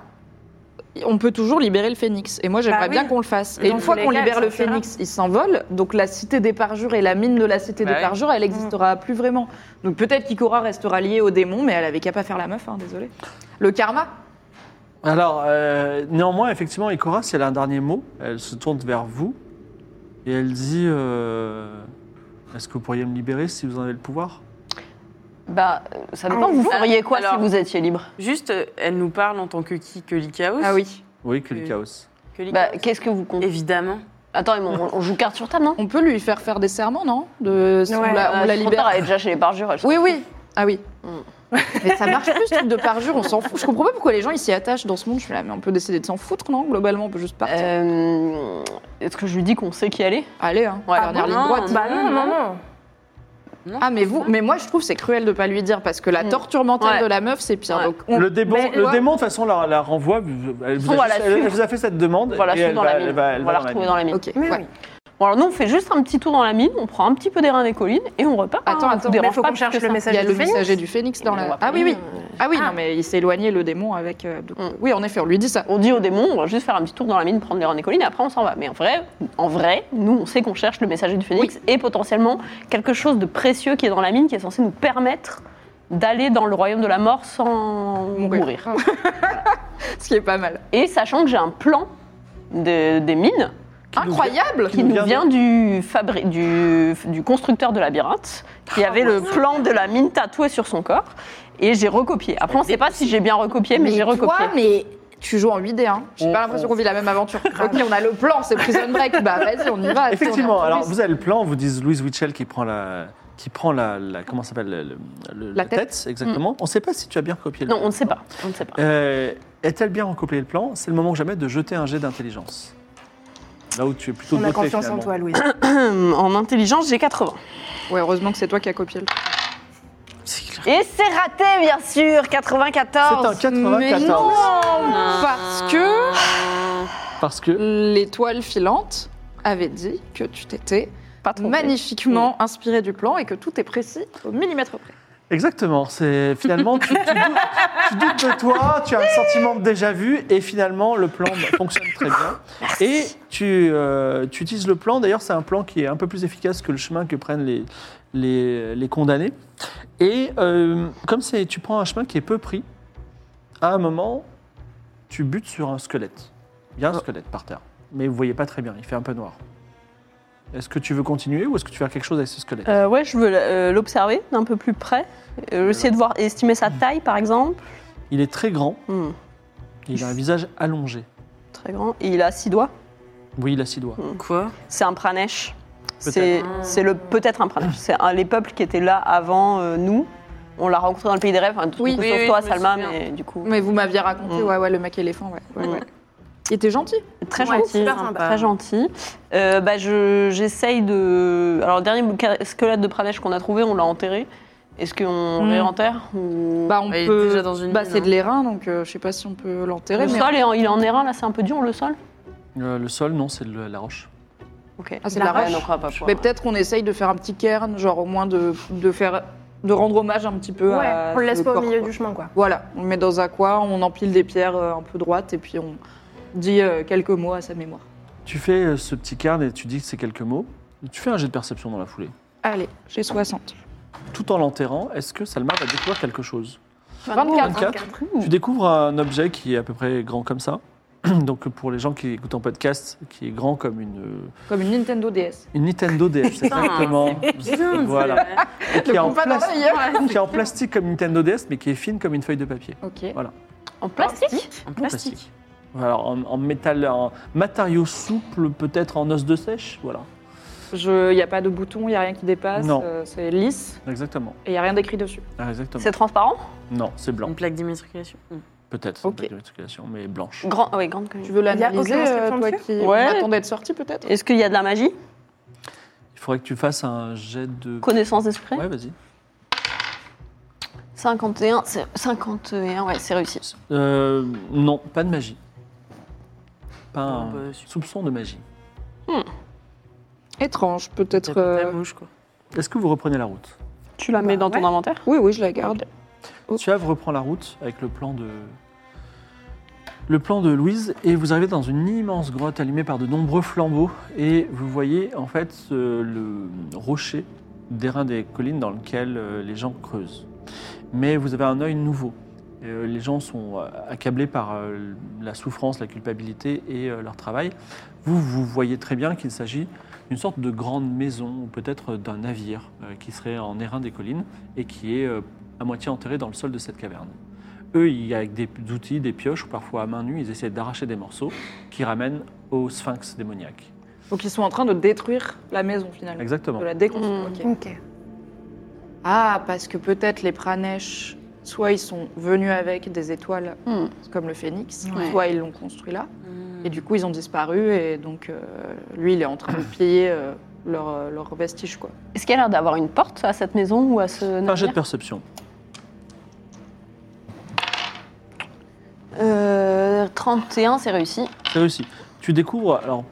Speaker 3: on peut toujours libérer le phénix. Et moi, j'aimerais
Speaker 5: Bah oui.
Speaker 3: bien qu'on le fasse. Et
Speaker 5: Dans
Speaker 3: une fois
Speaker 5: tous les
Speaker 3: qu'on
Speaker 5: cas,
Speaker 3: libère
Speaker 5: elle
Speaker 3: le
Speaker 5: sortira.
Speaker 3: phénix, il s'envole. Donc la cité des parjures et la mine de la cité
Speaker 4: Bah
Speaker 3: des
Speaker 4: oui.
Speaker 3: parjures, elle n'existera plus vraiment. Donc peut-être qu'Ikora restera liée au démon, mais elle avait qu'à pas faire la meuf, hein, désolé. Le karma.
Speaker 1: Alors, euh, néanmoins, effectivement, Ikora, si elle a un dernier mot, elle se tourne vers vous et elle dit euh, Est-ce que vous pourriez me libérer si vous en avez le pouvoir
Speaker 2: Bah, euh, ça dépend, vous
Speaker 4: Ah,
Speaker 2: feriez quoi
Speaker 4: alors-
Speaker 2: si vous étiez libre
Speaker 4: Juste, euh, elle nous parle en tant que qui Que l'Icaos
Speaker 3: Ah oui.
Speaker 1: Oui, que le
Speaker 4: Oui.
Speaker 1: chaos.
Speaker 4: Que
Speaker 2: Bah,
Speaker 4: l'Icaos
Speaker 2: qu'est-ce que vous comptez
Speaker 4: Évidemment.
Speaker 2: Attends, mais on, on joue carte sur table, non
Speaker 3: On peut lui faire faire des serments, non De si
Speaker 5: Ouais,
Speaker 3: on la, on
Speaker 2: Euh,
Speaker 3: Ah, la
Speaker 2: c'est trop tard,
Speaker 3: libère.
Speaker 2: Elle est déjà chez les parjures, elle se-
Speaker 3: Oui, oui. Ah oui.
Speaker 2: Mm.
Speaker 3: Mais ça marche plus, ce truc de parjure, on s'en fout. Je comprends pas pourquoi les gens ils s'y attachent dans ce monde. Je suis là, mais on peut décider de s'en foutre, non Globalement, on peut juste partir.
Speaker 2: Euh, Est-ce que je lui dis qu'on sait qui elle est
Speaker 3: Allez, hein,
Speaker 2: Ouais,
Speaker 3: dernière
Speaker 4: bah
Speaker 3: ligne
Speaker 4: non,
Speaker 3: droite.
Speaker 5: Bah non, non, non.
Speaker 3: Ah, mais vous, mais moi je trouve que c'est cruel de pas lui dire parce que la
Speaker 2: Mm.
Speaker 3: torture mentale
Speaker 2: Ouais.
Speaker 3: de la meuf c'est pire.
Speaker 2: Ouais.
Speaker 3: Donc on-
Speaker 1: Le, démon,
Speaker 3: Mais-
Speaker 1: le
Speaker 3: Ouais.
Speaker 1: démon, de toute façon, la, la renvoie. vous- Elle vous,
Speaker 2: On
Speaker 1: a,
Speaker 2: va
Speaker 1: juste-
Speaker 2: la
Speaker 1: elle- elle
Speaker 2: suivre.
Speaker 1: vous a fait cette demande.
Speaker 2: On va la
Speaker 1: et
Speaker 2: suivre
Speaker 1: elle
Speaker 2: dans
Speaker 1: va,
Speaker 2: la mine.
Speaker 1: elle va- elle
Speaker 2: on
Speaker 1: va
Speaker 2: va la
Speaker 1: dans la
Speaker 2: retrouver
Speaker 1: mine.
Speaker 2: dans la mine.
Speaker 3: Ok.
Speaker 5: Mais
Speaker 3: ouais.
Speaker 5: oui.
Speaker 2: Bon, alors nous, on fait juste un petit tour dans la mine, on prend un petit peu des reins des collines et on repart.
Speaker 3: Attends,
Speaker 2: hein, on
Speaker 3: attends,
Speaker 2: se dérange
Speaker 5: mais faut
Speaker 2: pas
Speaker 5: qu'on cherche
Speaker 2: plus que
Speaker 5: le
Speaker 2: ça.
Speaker 3: Il y a le
Speaker 5: du phénix
Speaker 3: messager du phénix dans
Speaker 2: On
Speaker 3: la.
Speaker 2: va
Speaker 3: Ah oui, oui.
Speaker 2: pas- Mm.
Speaker 3: Ah oui, non, mais il s'est éloigné le démon avec. euh, donc, euh, Oui, en effet, on lui dit ça.
Speaker 2: On dit au démon, on va juste faire un petit tour dans la mine, prendre les reins des collines, et après on s'en va. Mais en vrai, en vrai, nous on sait qu'on cherche le messager du phénix et potentiellement quelque chose de précieux qui est dans la mine qui est censé nous permettre d'aller dans le royaume de la mort sans mourir.
Speaker 3: Ce qui est pas mal.
Speaker 2: Et sachant que j'ai un plan de- des mines
Speaker 1: Qui nous
Speaker 3: Incroyable
Speaker 2: qui, nous vient, du, fabri- du, du constructeur de labyrinthe qui avait le plan de la mine tatoué sur son corps et j'ai recopié. Après on sait pas si j'ai bien recopié Eh, mais, j'ai recopié.
Speaker 3: toi, mais tu joues en 8D, hein. J'ai
Speaker 1: On-
Speaker 3: pas l'impression qu'on vit la même aventure. ok, on a le plan, c'est Prison Break. Bah vas-y, on y va.
Speaker 1: Effectivement,
Speaker 3: on est en
Speaker 1: alors
Speaker 3: touriste.
Speaker 1: vous avez le plan, vous disent Louise Witchell qui prend la. Qui prend la, la- comment ça s'appelle le- le- le-
Speaker 3: La tête.
Speaker 1: exactement. On ne sait pas si tu as bien copié le
Speaker 2: Non on ne sait pas. On ne sait pas.
Speaker 1: Euh, Est-elle bien recopié le plan C'est le moment jamais de jeter un jet d'intelligence. Là où tu es plutôt
Speaker 5: On a
Speaker 1: doté,
Speaker 5: confiance en
Speaker 1: finalement.
Speaker 5: toi, Louise.
Speaker 2: en intelligence j'ai 80.
Speaker 3: Ouais, heureusement que c'est toi qui as copié le.
Speaker 2: Et c'est raté, bien sûr, 94.
Speaker 1: C'est un 94.
Speaker 3: Oh, Mais non, Oh, parce que
Speaker 1: Parce que
Speaker 3: l'étoile filante avait dit que tu t'étais
Speaker 2: Pas Mm. trop.
Speaker 3: magnifiquement inspiré du plan et que tout est précis au millimètre près.
Speaker 1: Exactement, c'est finalement tu, tu doutes, tu doutes de toi, tu as un sentiment de déjà vu et finalement le plan fonctionne très bien. Et tu, euh, tu utilises le plan, d'ailleurs c'est un plan qui est un peu plus efficace que le chemin que prennent les, les, les condamnés. Et euh, comme c'est, tu prends un chemin qui est peu pris, à un moment tu butes sur un squelette. Il y a un squelette par terre, mais vous voyez pas très bien, il fait un peu noir. Est-ce que tu veux continuer ou est-ce que tu veux faire quelque chose avec ce squelette
Speaker 2: Euh, ouais, je veux euh, l'observer d'un peu plus près. Euh, essayer de voir, estimer sa taille, par exemple.
Speaker 1: Il est très grand,
Speaker 2: Hmm,
Speaker 1: il a un visage allongé.
Speaker 2: très grand. Et il a six doigts.
Speaker 1: Oui, il a six doigts.
Speaker 4: Quoi
Speaker 2: C'est un pranesh. C'est c'est le peut-être un pranesh. C'est un- les peuples qui étaient là avant euh, nous. On l'a rencontré dans le pays des rêves. Enfin, tout,
Speaker 3: Oui.
Speaker 2: tout
Speaker 3: Oui,
Speaker 2: sauf
Speaker 3: oui,
Speaker 2: toi,
Speaker 3: je me
Speaker 2: Salma,
Speaker 3: souviens.
Speaker 2: mais du coup.
Speaker 3: Mais vous m'aviez raconté,
Speaker 2: Mm.
Speaker 3: ouais, ouais, le mec éléphant, ouais. ouais,
Speaker 2: Mm.
Speaker 3: ouais. Il était gentil.
Speaker 2: Très
Speaker 5: Ouais,
Speaker 2: gentil.
Speaker 5: super sympa.
Speaker 2: Très gentil. Euh, bah, je- J'essaye de. Alors, le dernier bouca- squelette de pranesh qu'on a trouvé, on l'a enterré. Est-ce qu'on
Speaker 3: Hmm.
Speaker 2: réenterre ou...
Speaker 3: Bah, on
Speaker 4: Bah, il est
Speaker 3: peut.
Speaker 4: déjà dans une
Speaker 3: bah,
Speaker 4: mine,
Speaker 3: c'est
Speaker 4: hein.
Speaker 3: de l'airain, donc euh, je sais pas si on peut l'enterrer.
Speaker 2: Le
Speaker 3: mais-
Speaker 2: sol, est en- il en est un, là, c'est un peu dur, le sol
Speaker 1: Euh, le sol, non, c'est le- la roche.
Speaker 2: Ok.
Speaker 3: Ah, c'est de la
Speaker 5: La
Speaker 3: roche.
Speaker 2: Ouais, donc on va pas pouvoir-
Speaker 3: Mais peut-être qu'on essaye de faire un petit cairn, genre au moins de, de faire, de rendre hommage un petit peu
Speaker 5: Ouais,
Speaker 3: à.
Speaker 5: on le
Speaker 3: ce
Speaker 5: laisse pas au
Speaker 3: Euh, corps,
Speaker 5: milieu
Speaker 3: quoi.
Speaker 5: du chemin, quoi.
Speaker 3: Voilà, on le met dans un coin, on empile des pierres euh, un peu droites et puis on dit euh, quelques mots à sa mémoire.
Speaker 1: Tu fais euh, ce petit carnet et tu dis ces quelques mots. Tu fais un jet de perception dans la foulée.
Speaker 3: Allez, j'ai 60.
Speaker 1: Tout en l'enterrant, est-ce que Salma va découvrir quelque chose
Speaker 3: 24.
Speaker 1: 24. Tu découvres un objet qui est à peu près grand comme ça. Donc pour les gens qui écoutent en podcast, qui est grand comme une,
Speaker 3: Comme une Nintendo DS.
Speaker 1: une Nintendo DS, exactement. voilà. Et qui est, en plas- qui est en plastique comme une Nintendo DS, mais qui est fine comme une feuille de papier.
Speaker 3: Ok.
Speaker 2: En plastique
Speaker 4: En
Speaker 1: plastique. Alors en, en métal, en matériau souple, peut-être en os de sèche, voilà.
Speaker 3: Il n'y a pas de bouton, il n'y a rien qui dépasse.
Speaker 1: Non.
Speaker 3: euh, c'est lisse
Speaker 1: Exactement.
Speaker 3: et il n'y a rien d'écrit dessus.
Speaker 1: Ah, exactement.
Speaker 2: C'est transparent
Speaker 1: Non, c'est blanc,
Speaker 4: Une plaque d'immatriculation.
Speaker 2: Hum.
Speaker 1: peut-être.
Speaker 3: Ok.
Speaker 1: c'est une matriculation, Mais blanche.
Speaker 2: Grand, ah ouais, grande comme-
Speaker 3: Tu veux l'analyser,
Speaker 5: aucune
Speaker 3: euh,
Speaker 5: inscription
Speaker 3: toi
Speaker 5: dessus
Speaker 3: qui
Speaker 2: Ouais.
Speaker 3: on attendait de sortie peut-être
Speaker 2: Est-ce qu'il y a de la magie
Speaker 1: Il faudrait que tu fasses un jet de.
Speaker 2: Connaissance d'esprit
Speaker 1: Ouais, vas-y.
Speaker 2: 51, c'est 51, ouais, c'est réussi.
Speaker 1: Euh, non, pas de magie. Pas
Speaker 4: Ah,
Speaker 1: un
Speaker 4: bah, super.
Speaker 1: soupçon de magie.
Speaker 3: Étrange,
Speaker 4: T'as
Speaker 3: peut-être.
Speaker 4: pas
Speaker 3: euh,
Speaker 4: ta mouche, quoi.
Speaker 1: Est-ce que vous reprenez la route
Speaker 2: Tu la mets dans ton inventaire
Speaker 3: Oui, oui, je la garde. Oh.
Speaker 1: Suave reprend la route avec le plan de. Le plan de Louise, et vous arrivez dans une immense grotte allumée par de nombreux flambeaux, et vous voyez en fait euh, le rocher d'airain des collines dans lequel euh, les gens creusent. Mais vous avez un œil nouveau. Euh, les gens sont euh, accablés par euh, la souffrance, la culpabilité et euh, leur travail. Vous, vous voyez très bien qu'il s'agit d'une sorte de grande maison, ou peut-être d'un navire, euh, qui serait en airain des collines et qui est euh, à moitié enterré dans le sol de cette caverne. Eux, ils- avec des outils, des pioches ou parfois à main nue, ils essaient d'arracher des morceaux qui ramènent au sphinx démoniaque.
Speaker 3: Donc ils sont en train de détruire la maison finalement.
Speaker 1: Exactement.
Speaker 3: De la déconstruire. ok.
Speaker 5: Ok.
Speaker 3: Ah, parce que peut-être les pranèches, soit ils sont venus avec des étoiles
Speaker 2: Hmm.
Speaker 3: comme le phénix,
Speaker 2: Ouais.
Speaker 3: soit ils l'ont construit là. Et du coup, ils ont disparu et donc euh, lui, il est en train de piller euh, leurs leur vestiges quoi.
Speaker 2: Est-ce qu'il y a l'air d'avoir une porte à cette maison ou à ce
Speaker 1: Un jet
Speaker 2: navire
Speaker 1: de perception.
Speaker 2: Euh, 31, c'est réussi.
Speaker 1: C'est réussi. Tu découvres. Alors,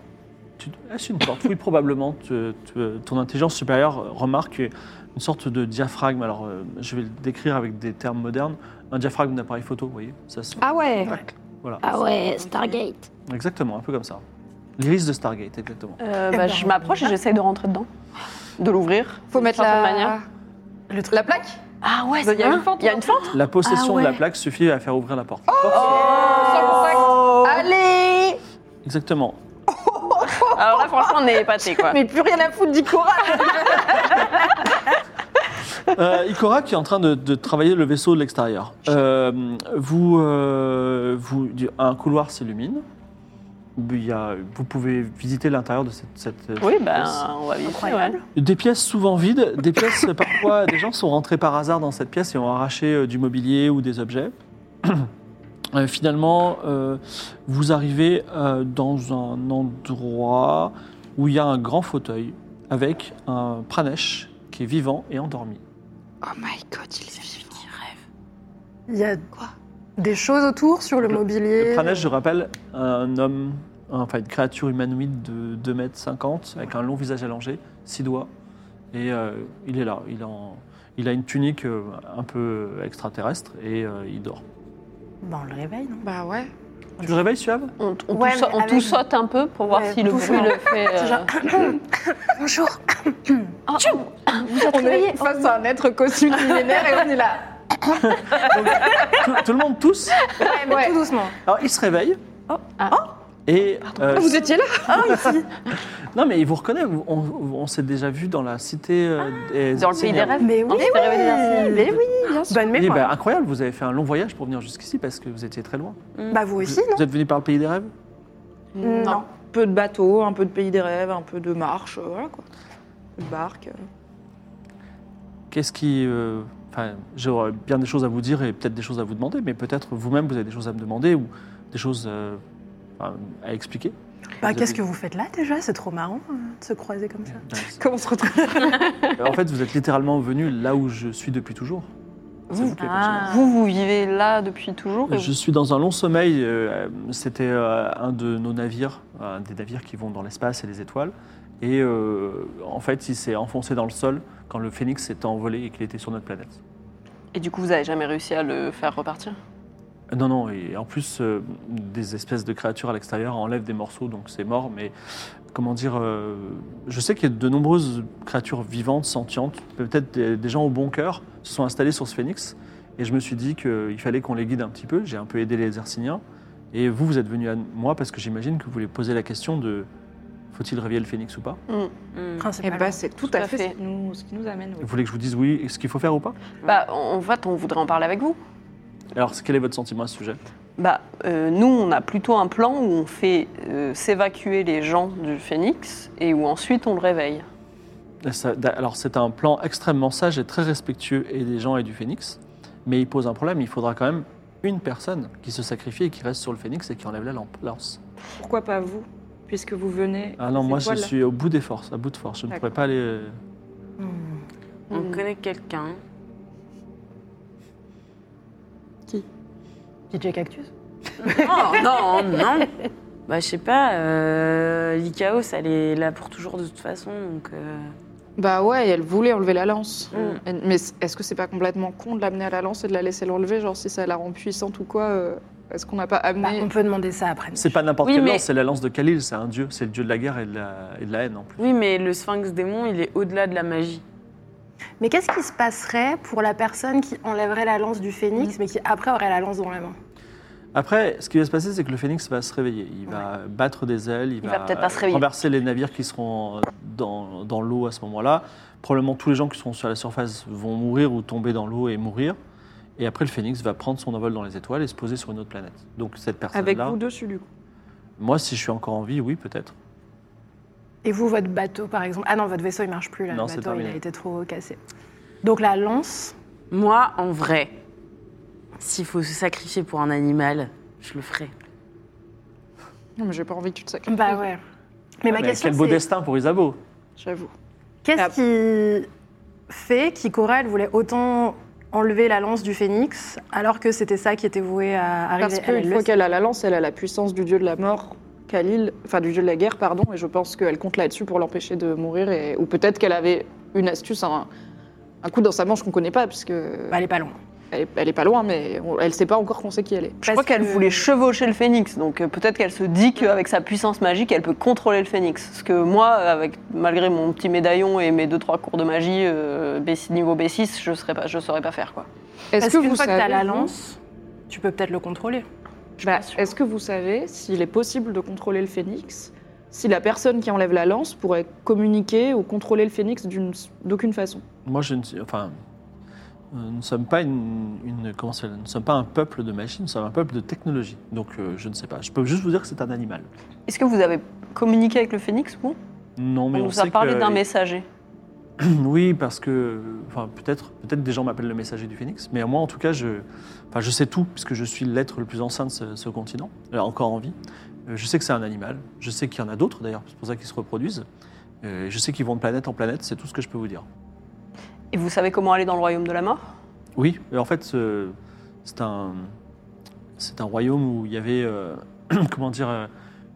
Speaker 1: tu- est-ce une porte Oui, probablement. Tu- tu- ton intelligence supérieure remarque une sorte de diaphragme. Alors, euh, je vais le décrire avec des termes modernes. Un diaphragme d'appareil photo, vous voyez ça se-
Speaker 3: Ah ouais.
Speaker 1: Voilà.
Speaker 6: Ah ouais, Stargate.
Speaker 1: Exactement, un peu comme ça. L'iris de Stargate, exactement.
Speaker 2: Euh, bah, je m'approche et j'essaye de rentrer dedans, de l'ouvrir.
Speaker 3: Faut
Speaker 2: d'une
Speaker 3: mettre la
Speaker 2: certaine manière.
Speaker 3: la plaque.
Speaker 2: Ah ouais, c'est
Speaker 3: Il y a
Speaker 2: vrai.
Speaker 3: une fente,
Speaker 2: Il y a une fente.
Speaker 1: La possession
Speaker 2: Ah ouais.
Speaker 1: de la plaque suffit à faire ouvrir la porte.
Speaker 2: Oh.
Speaker 3: Allez.
Speaker 1: Exactement.
Speaker 2: Alors là, franchement, on est épaté quoi.
Speaker 3: Mais plus rien à foutre d'Ikora.
Speaker 1: Euh, Ikora qui est en train de, de travailler le vaisseau de l'extérieur. Euh, vous, euh, vous, un couloir s'illumine. Il y a- vous pouvez visiter l'intérieur de cette, cette-
Speaker 2: Oui,
Speaker 1: cette
Speaker 2: ben,
Speaker 1: pièce.
Speaker 2: on va vivre.
Speaker 5: Incroyable.
Speaker 1: Des pièces souvent vides, des pièces parfois des gens sont rentrés par hasard dans cette pièce et ont arraché euh, du mobilier ou des objets. Euh, Finalement, euh, vous arrivez euh, dans un endroit où il y a un grand fauteuil avec un pranesh qui est vivant et endormi.
Speaker 3: Oh my god, il est vivant.
Speaker 5: Il y a des choses autour sur le,
Speaker 1: Le-
Speaker 5: mobilier.
Speaker 1: Le Pranesh, je rappelle, un homme, enfin une créature humanoïde de 2 mètres 50, avec un long visage allongé, six doigts. Et euh, il est là. Il, est en- il a une tunique euh, un peu extraterrestre et euh, il dort.
Speaker 5: Bah, on le réveille, non
Speaker 3: Bah ouais.
Speaker 1: Tu le réveilles, Suave
Speaker 2: On, on
Speaker 5: Ouais,
Speaker 2: tout, sa-
Speaker 5: mais
Speaker 2: on
Speaker 5: avec-
Speaker 2: tout saute un peu pour voir
Speaker 5: Ouais,
Speaker 2: si le
Speaker 5: tout
Speaker 2: bruit
Speaker 5: saute.
Speaker 2: le fait. euh,
Speaker 5: C'est genre, Bonjour.
Speaker 2: Ah, vous êtes
Speaker 3: On
Speaker 2: réveillés.
Speaker 3: est face à un être cosmique millénaire et on est là.
Speaker 1: tout, tout le monde tous
Speaker 5: Ouais, mais
Speaker 3: Ouais.
Speaker 5: tout doucement.
Speaker 2: Oh, ah.
Speaker 1: Alors il se réveille. Et euh,
Speaker 3: Vous étiez là
Speaker 1: non, mais il vous reconnaît. On, on s'est déjà vu dans la cité euh, des
Speaker 2: Ah, Dans le pays des
Speaker 1: Seigneurs.
Speaker 2: rêves.
Speaker 5: Mais oui,
Speaker 2: Non, c'était rêvé des Arcades.
Speaker 5: mais oui, bonne
Speaker 1: Il dit,
Speaker 5: mémoire.
Speaker 1: bah, incroyable, vous avez fait un long voyage pour venir jusqu'ici parce que vous étiez très loin.
Speaker 5: Bah vous aussi,
Speaker 1: Vous êtes venu par le pays des rêves
Speaker 5: non Non.
Speaker 3: Bah, Peu de bateaux, un peu de pays des rêves, un peu de marche, euh, voilà quoi. Peu de barque. euh.
Speaker 1: Qu'est-ce qui. euh, Enfin, j'aurais bien des choses à vous dire et peut-être des choses à vous demander, mais peut-être vous-même vous avez des choses à me demander ou des choses euh, enfin, à expliquer.
Speaker 5: Bah
Speaker 1: avez-
Speaker 5: qu'est-ce que vous faites là déjà C'est trop marrant euh, de se croiser comme ça.
Speaker 3: Comment on se retrouve
Speaker 1: en fait, vous êtes littéralement venu là où je suis depuis toujours. Ça vous plaît comme ça
Speaker 3: Ah.
Speaker 2: Vous, vous vivez là depuis toujours et
Speaker 1: Je suis dans un long sommeil. euh, C'était euh, un de nos navires, un des navires qui vont dans l'espace et les étoiles. Et euh, en fait, il s'est enfoncé dans le sol quand le phénix s'est envolé et qu'il était sur notre planète.
Speaker 2: vous- et du coup, vous avez jamais réussi à le faire repartir
Speaker 1: Euh, Non, non, et en plus, euh, des espèces de créatures à l'extérieur enlèvent des morceaux, donc c'est mort. Mais comment dire euh, Je sais qu'il y a de nombreuses créatures vivantes, sentientes, peut-être des, des gens au bon cœur, se sont installés sur ce phénix. Et je me suis dit qu'il fallait qu'on les guide un petit peu. J'ai un peu aidé les Ersiniens. Et vous, vous êtes venu à moi parce que j'imagine que vous voulez poser la question de faut-il réveiller le phénix ou pas
Speaker 2: Mm.
Speaker 4: Hum.
Speaker 3: Eh
Speaker 5: Principalement.
Speaker 3: ben, c'est tout,
Speaker 2: à
Speaker 3: à fait,
Speaker 2: fait.
Speaker 3: Ce, qui nous, ce qui nous amène. oui.
Speaker 1: Vous voulez que je vous dise oui, ce qu'il faut faire ou pas
Speaker 2: Bah, en fait, on voudrait en parler avec vous.
Speaker 1: Alors, quel est votre sentiment à ce sujet
Speaker 2: Bah, euh, nous, on a plutôt un plan où on fait euh, s'évacuer les gens du phénix et où ensuite on le réveille.
Speaker 1: Ça- d'a- alors c'est un plan extrêmement sage et très respectueux et des gens et du phénix, mais il pose un problème, il faudra quand même une personne qui se sacrifie et qui reste sur le phénix et qui enlève la lampe- lance.
Speaker 3: Pourquoi pas vous Puisque vous venez.
Speaker 1: Ah non,
Speaker 3: des
Speaker 1: moi
Speaker 3: étoiles.
Speaker 1: je suis au bout des forces, à bout de force, je ne
Speaker 3: D'accord.
Speaker 1: pourrais pas aller... euh,
Speaker 5: Hmm.
Speaker 4: On
Speaker 2: Mm.
Speaker 4: connaît quelqu'un.
Speaker 5: DJ Cactus
Speaker 4: Non, Oh, non, non. Bah, je sais pas, euh, l'Icaos, elle est là pour toujours de toute façon, donc... euh,
Speaker 3: Bah ouais, elle voulait enlever la lance.
Speaker 4: Mm.
Speaker 3: Elle- Mais c- est-ce que c'est pas complètement con de l'amener à la lance et de la laisser l'enlever Genre, si ça la rend puissante ou quoi euh, Est-ce qu'on n'a pas
Speaker 5: Bah,
Speaker 3: amené.
Speaker 5: on peut demander ça après.
Speaker 1: C'est pas n'importe
Speaker 4: Oui,
Speaker 1: quelle
Speaker 4: mais-
Speaker 1: lance, c'est la lance de Khalil, c'est un dieu, c'est le dieu de la guerre et de la, et de la haine en plus.
Speaker 4: Oui, mais le sphinx démon, il est au-delà de la magie.
Speaker 5: Mais qu'est-ce qui se passerait pour la personne qui enlèverait la lance du phénix, mais qui après aurait la lance dans la main
Speaker 1: Après, ce qui va se passer, c'est que le phénix va se réveiller, il va battre des ailes, il,
Speaker 2: Il va peut-être pas se réveiller.
Speaker 1: renverser les navires qui seront euh, dans, dans l'eau à ce moment-là. Probablement tous les gens qui seront sur la surface vont mourir ou tomber dans l'eau et mourir. Et après, le phénix va prendre son envol dans les étoiles et se poser sur une autre planète. Donc cette
Speaker 3: Avec
Speaker 1: personne-là,
Speaker 3: vous dessus, du coup.
Speaker 1: moi, si je suis encore en vie, oui, peut-être.
Speaker 5: Et vous, votre bateau, par exemple Ah non, votre vaisseau, il marche plus, là.
Speaker 1: Non, c'est
Speaker 5: le bateau, il a
Speaker 1: terminé.
Speaker 5: été trop cassé. Donc la lance,
Speaker 4: Moi, en vrai, s'il faut se sacrifier pour un animal, je le ferai.
Speaker 3: Non, mais j'ai pas envie que tu te sacrifies.
Speaker 5: bah ouais. Mais ma
Speaker 1: Mais
Speaker 5: question,
Speaker 1: quel beau
Speaker 5: c'est
Speaker 1: destin pour Isabeau
Speaker 3: J'avoue.
Speaker 5: qu'est-ce qui fait qu'Icoral voulait autant enlever la lance du phénix, alors que c'était ça qui était voué à E arriver
Speaker 3: Parce
Speaker 5: Elle, elle
Speaker 3: qu'une
Speaker 5: le
Speaker 3: fois
Speaker 5: sait.
Speaker 3: qu'elle a la lance, elle a la puissance du dieu de la mort, Khalil, enfin du dieu de la guerre, pardon, et je pense qu'elle compte là-dessus pour l'empêcher de mourir, et, ou peut-être qu'elle avait une astuce, un, un coup dans sa manche qu'on connaît pas, puisque
Speaker 5: Bah, elle est pas loin.
Speaker 3: elle, est, elle est pas loin, mais on- elle sait pas encore qu'on sait qui elle est.
Speaker 2: Je crois
Speaker 5: Parce
Speaker 2: qu'elle
Speaker 5: que-
Speaker 2: voulait chevaucher le phénix, donc euh, peut-être qu'elle se dit qu'avec sa puissance magique, elle peut contrôler le phénix. Parce que moi, avec, malgré mon petit médaillon et mes 2-3 cours de magie euh, B6 niveau B6, je serais pas, je saurais pas faire quoi.
Speaker 3: Est-ce
Speaker 5: Parce
Speaker 3: que
Speaker 5: qu'une
Speaker 3: vous
Speaker 5: fois que
Speaker 3: savez,
Speaker 5: t'as la
Speaker 3: vous,
Speaker 5: lance, tu peux peut-être le contrôler.
Speaker 3: bah, est-ce que vous savez s'il est possible de contrôler le phénix si la personne qui enlève la lance pourrait communiquer ou contrôler le phénix d'une- d'aucune façon.
Speaker 1: Moi, je ne suis... Enfin, euh, nous ne sommes pas une... une- comment ça s'appelle Nous ne sommes pas un peuple de machines, nous sommes un peuple de technologie. Donc, euh, je ne sais pas. Je peux juste vous dire que c'est un animal.
Speaker 2: Est-ce que vous avez communiqué avec le phénix vous
Speaker 1: Non, mais
Speaker 2: On
Speaker 1: on,
Speaker 2: nous
Speaker 1: sait
Speaker 2: a parlé
Speaker 1: que-
Speaker 2: d'un messager.
Speaker 1: Oui, parce que enfin, peut-être peut-être des gens m'appellent le messager du phénix, mais moi en tout cas, je, enfin, je sais tout, puisque je suis l'être le plus ancien de ce, ce continent, euh, encore en vie. Euh, Je sais que c'est un animal, je sais qu'il y en a d'autres d'ailleurs, c'est pour ça qu'ils se reproduisent. Euh, je sais qu'ils vont de planète en planète, c'est tout ce que je peux vous dire.
Speaker 2: Et vous savez comment aller dans le royaume de la mort
Speaker 1: Oui, euh, en fait, euh, c'est un, c'est un royaume où il y avait, euh, comment dire, euh,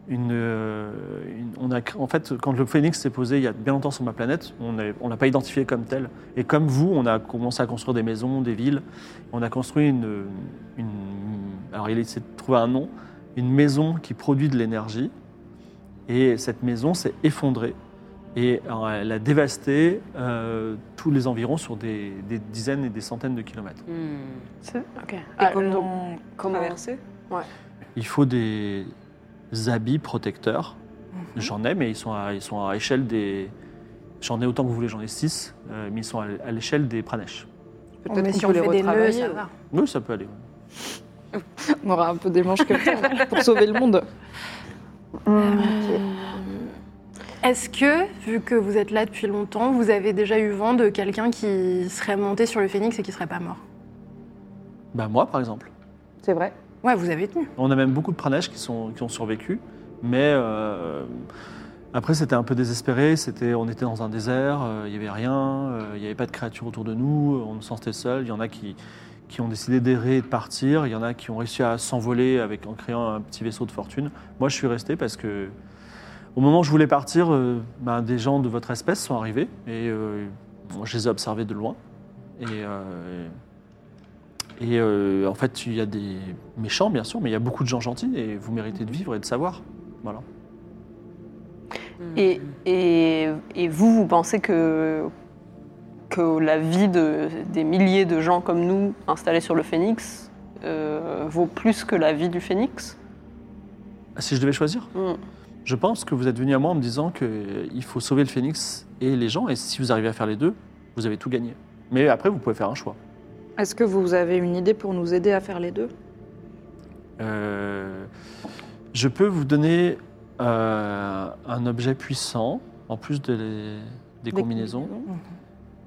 Speaker 1: une, euh, une- on a, cré- en fait, quand le phénix s'est posé il y a bien longtemps sur ma planète, on ne on l'a pas identifié comme tel. Et comme vous, on a commencé à construire des maisons, des villes. On a construit une, une alors il essaie de trouver un nom, une maison qui produit de l'énergie. Et cette maison s'est effondrée. Et alors, elle a dévasté euh, tous les environs sur des, des dizaines et des centaines de kilomètres.
Speaker 2: Ok.
Speaker 5: Ah,
Speaker 3: Et comment
Speaker 5: euh, bah,
Speaker 2: comment-
Speaker 3: traverser
Speaker 1: Il faut des, habits protecteurs. J'en ai, mais ils sont à, ils sont à échelle des. J'en ai autant que vous voulez, j'en ai 6, mais ils sont à, à l'échelle des Pranesh.
Speaker 5: Peut-être qu'on peut les retravailler.
Speaker 1: Oui, ça peut aller.
Speaker 3: On aura un peu des manches comme ça pour sauver le monde.
Speaker 5: Ah,
Speaker 3: Hum,
Speaker 5: Est-ce que, vu que vous êtes là depuis longtemps, vous avez déjà eu vent de quelqu'un qui serait monté sur le phénix et qui serait pas mort
Speaker 1: Ben, moi, par exemple.
Speaker 3: C'est vrai.
Speaker 5: Ouais, vous avez tenu.
Speaker 1: On a même beaucoup de Pranesh qui, sont, qui ont survécu, mais euh, après, c'était un peu désespéré. C'était, on était dans un désert, euh, il n'y avait rien, euh, il n'y avait pas de créatures autour de nous, on nous sentait seuls. Il y en a qui, qui ont décidé d'errer et de partir, il y en a qui ont réussi à s'envoler avec, en créant un petit vaisseau de fortune. Moi, je suis resté parce que. Au moment où je voulais partir, euh, ben, des gens de votre espèce sont arrivés et euh, bon, je les ai observés de loin. Et, euh, et euh, en fait, il y a des méchants, bien sûr, mais il y a beaucoup de gens gentils et vous méritez de vivre et de savoir. Voilà.
Speaker 2: Et, et, et vous, vous pensez que, que la vie de, des milliers de gens comme nous installés sur le phénix euh, vaut plus que la vie du phénix
Speaker 1: Ah, Si je devais choisir,
Speaker 2: Mm.
Speaker 1: je pense que vous êtes venu à moi en me disant qu'il faut sauver le phénix et les gens, et si vous arrivez à faire les deux, vous avez tout gagné. Mais après, vous pouvez faire un choix.
Speaker 3: Est-ce que vous avez une idée pour nous aider à faire les deux
Speaker 1: Euh, je peux vous donner euh, un objet puissant, en plus de les- des, combinaisons.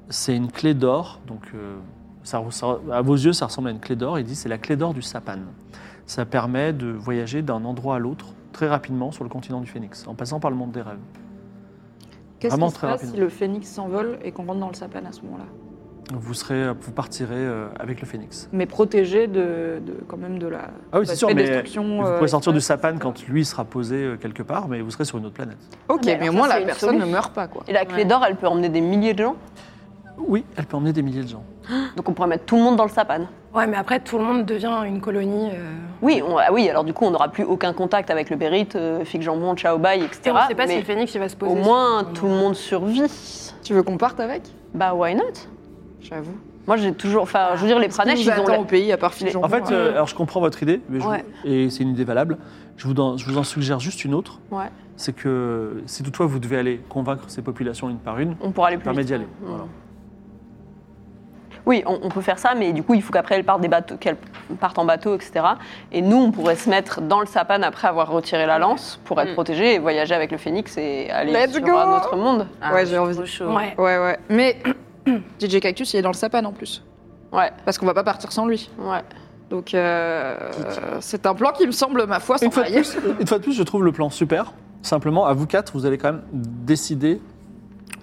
Speaker 1: C'est une clé d'or, donc euh, ça, re- ça- à vos yeux, ça ressemble à une clé d'or. Il dit c'est la clé d'or du Sapan. Ça permet de voyager d'un endroit à l'autre très rapidement sur le continent du Phénix, en passant par le monde des rêves.
Speaker 3: Qu'est-ce
Speaker 1: Vraiment
Speaker 3: qui se
Speaker 1: très
Speaker 3: passe
Speaker 1: rapidement.
Speaker 3: si le phénix s'envole et qu'on rentre dans le sapin à ce moment-là
Speaker 1: Vous, serez, vous partirez euh, avec le Phénix.
Speaker 3: Mais protégé de, de- quand même de la.
Speaker 1: Ah oui, c'est
Speaker 3: l'aspect
Speaker 1: sûr, mais
Speaker 3: Bah, destruction,
Speaker 1: vous
Speaker 3: euh,
Speaker 1: pourrez sortir du
Speaker 3: espace,
Speaker 1: Sapan
Speaker 3: etc.
Speaker 1: quand lui sera posé euh, quelque part, mais vous serez sur une autre planète.
Speaker 3: Ok, mais,
Speaker 2: Mais Ah bah alors
Speaker 3: au
Speaker 2: ça,
Speaker 3: moins
Speaker 2: c'est
Speaker 3: la
Speaker 2: une
Speaker 3: personne
Speaker 2: solution.
Speaker 3: ne meurt pas, quoi.
Speaker 2: Et la clé d'or, elle peut emmener des milliers de gens.
Speaker 1: Oui, elle peut emmener des milliers de gens.
Speaker 2: Donc on pourrait mettre tout le monde dans le sapane.
Speaker 5: Ouais, mais après, tout le monde devient une colonie. euh,
Speaker 2: Oui, on- ah oui alors du coup, on n'aura plus aucun contact avec le Bérite, euh, Fig Jambon, Chao Bai, etc.
Speaker 5: Et on ne sait pas
Speaker 2: mais
Speaker 5: si le phénix il va se poser.
Speaker 2: au
Speaker 5: sur-
Speaker 2: moins, tout le monde survit.
Speaker 3: Tu veux qu'on parte avec
Speaker 2: Bah, why not
Speaker 3: J'avoue.
Speaker 2: Moi, j'ai toujours. Enfin, Euh, je veux dire, les Pranesh,
Speaker 3: Qu'est-ce qui
Speaker 2: ils
Speaker 3: nous
Speaker 2: ont.
Speaker 3: attend au
Speaker 2: la-
Speaker 3: pays à part
Speaker 2: les-
Speaker 3: Fidjan
Speaker 1: En fait, euh, alors je comprends votre idée, mais je vous-
Speaker 2: Ouais.
Speaker 1: et c'est une idée valable. Je vous, en, je vous en suggère juste une autre.
Speaker 2: Ouais.
Speaker 1: C'est que si toutefois vous devez aller convaincre ces populations une par une,
Speaker 2: On pourra aller plus
Speaker 1: permet
Speaker 2: vite.
Speaker 1: d'y aller. Voilà.
Speaker 2: Oui, on, on peut faire ça, mais du coup, il faut qu'après elle parte, des bateaux, qu'elle parte en bateau, etc. Et nous, on pourrait se mettre dans le sapane après avoir retiré la lance pour être
Speaker 4: Mm.
Speaker 2: protégé et voyager avec le phénix et aller
Speaker 3: Let's
Speaker 2: sur
Speaker 3: go
Speaker 2: un autre monde.
Speaker 3: Ouais, j'ai envie.
Speaker 4: Trop chaud.
Speaker 2: hein.
Speaker 5: Ouais.
Speaker 3: Ouais, ouais. Mais DJ Cactus, il est dans le sapin en plus.
Speaker 2: Ouais,
Speaker 3: Parce qu'on va pas partir sans lui.
Speaker 2: ouais.
Speaker 3: Donc, euh, c'est un plan qui me semble, ma foi, sans
Speaker 1: Une fois, de
Speaker 3: faille.
Speaker 1: plus, une fois de plus, je trouve le plan super. Simplement, à vous quatre, vous allez quand même décider.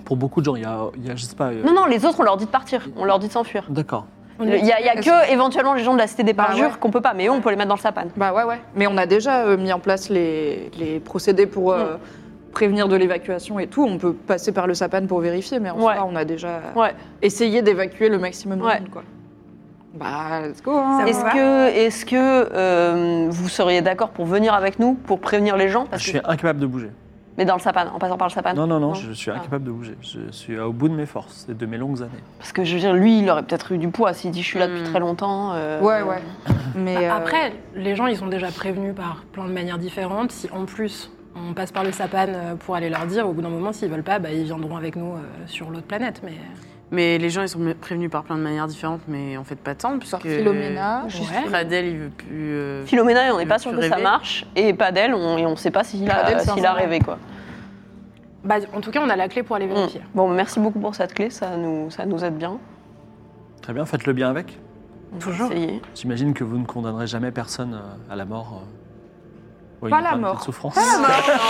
Speaker 1: Pour beaucoup de gens, il y a, il y a, je sais pas. euh,
Speaker 2: Non, non, les autres, on leur dit de partir, on leur dit de s'enfuir.
Speaker 1: D'accord.
Speaker 2: Il n'y a, il y a que éventuellement les gens de la cité des
Speaker 3: Bah
Speaker 2: parjures
Speaker 3: ouais.
Speaker 2: qu'on peut pas, mais eux, on peut les mettre dans le sapane.
Speaker 3: Bah ouais, ouais. Mais on a déjà euh, mis en place les, les procédés pour euh,
Speaker 2: Mm.
Speaker 3: prévenir de l'évacuation et tout. On peut passer par le sapin pour vérifier, mais en
Speaker 2: Ouais.
Speaker 3: soi, on a déjà
Speaker 2: Ouais.
Speaker 3: essayé d'évacuer le maximum
Speaker 2: Ouais.
Speaker 3: de monde, quoi. Bah, let's go, hein.
Speaker 5: Ça
Speaker 2: Est-ce
Speaker 5: vous va
Speaker 2: que, est-ce que euh, vous seriez d'accord pour venir avec nous pour prévenir les gens Parce
Speaker 1: Je
Speaker 2: que-
Speaker 1: suis incapable de bouger.
Speaker 2: Mais dans le sapane, en passant par le
Speaker 3: Ah,
Speaker 2: sapane.
Speaker 1: Non, non, non, je suis incapable de bouger. Je suis au bout de mes forces et de mes longues années.
Speaker 2: Parce que je veux dire, lui, il aurait peut-être eu du poids s'il dit je suis là depuis
Speaker 4: Mm.
Speaker 2: très longtemps. euh,
Speaker 3: Ouais, ouais. Mais
Speaker 1: Bah,
Speaker 3: euh,
Speaker 5: Bah, Après, les gens, ils sont déjà prévenus par plein de manières différentes. Si en plus, on passe par le sapane euh, pour aller leur dire, au bout d'un moment, s'ils veulent pas, bah, ils viendront avec nous euh, sur l'autre planète. Mais euh,
Speaker 4: Mais les gens, ils sont prévenus par plein de manières différentes, mais en fait, pas tant, puisque...
Speaker 3: par Philomena,
Speaker 5: Ouais.
Speaker 3: juste-
Speaker 4: Pradel, il veut plus... euh,
Speaker 2: Philomena, on n'est
Speaker 4: Le
Speaker 2: pas sûr que
Speaker 4: plus
Speaker 2: ça
Speaker 4: rêvé.
Speaker 2: marche, et pas d'elle, on, et on ne sait pas s'il
Speaker 3: Pas
Speaker 2: a,
Speaker 3: d'elle, c'est un
Speaker 2: s'il a
Speaker 3: sommeil.
Speaker 2: rêvé. quoi.
Speaker 5: bah, en tout cas, on a la clé pour aller
Speaker 2: Mm.
Speaker 5: vérifier.
Speaker 2: Bon, merci beaucoup pour cette clé, ça nous, ça nous aide bien.
Speaker 1: Très bien, faites le bien avec.
Speaker 2: On va
Speaker 5: Toujours.
Speaker 2: essayer.
Speaker 1: J'imagine que vous ne condamnerez jamais personne euh, à la mort. euh, ou à
Speaker 3: Pas
Speaker 1: une
Speaker 3: la
Speaker 1: éternité
Speaker 3: mort.
Speaker 1: de Souffrance.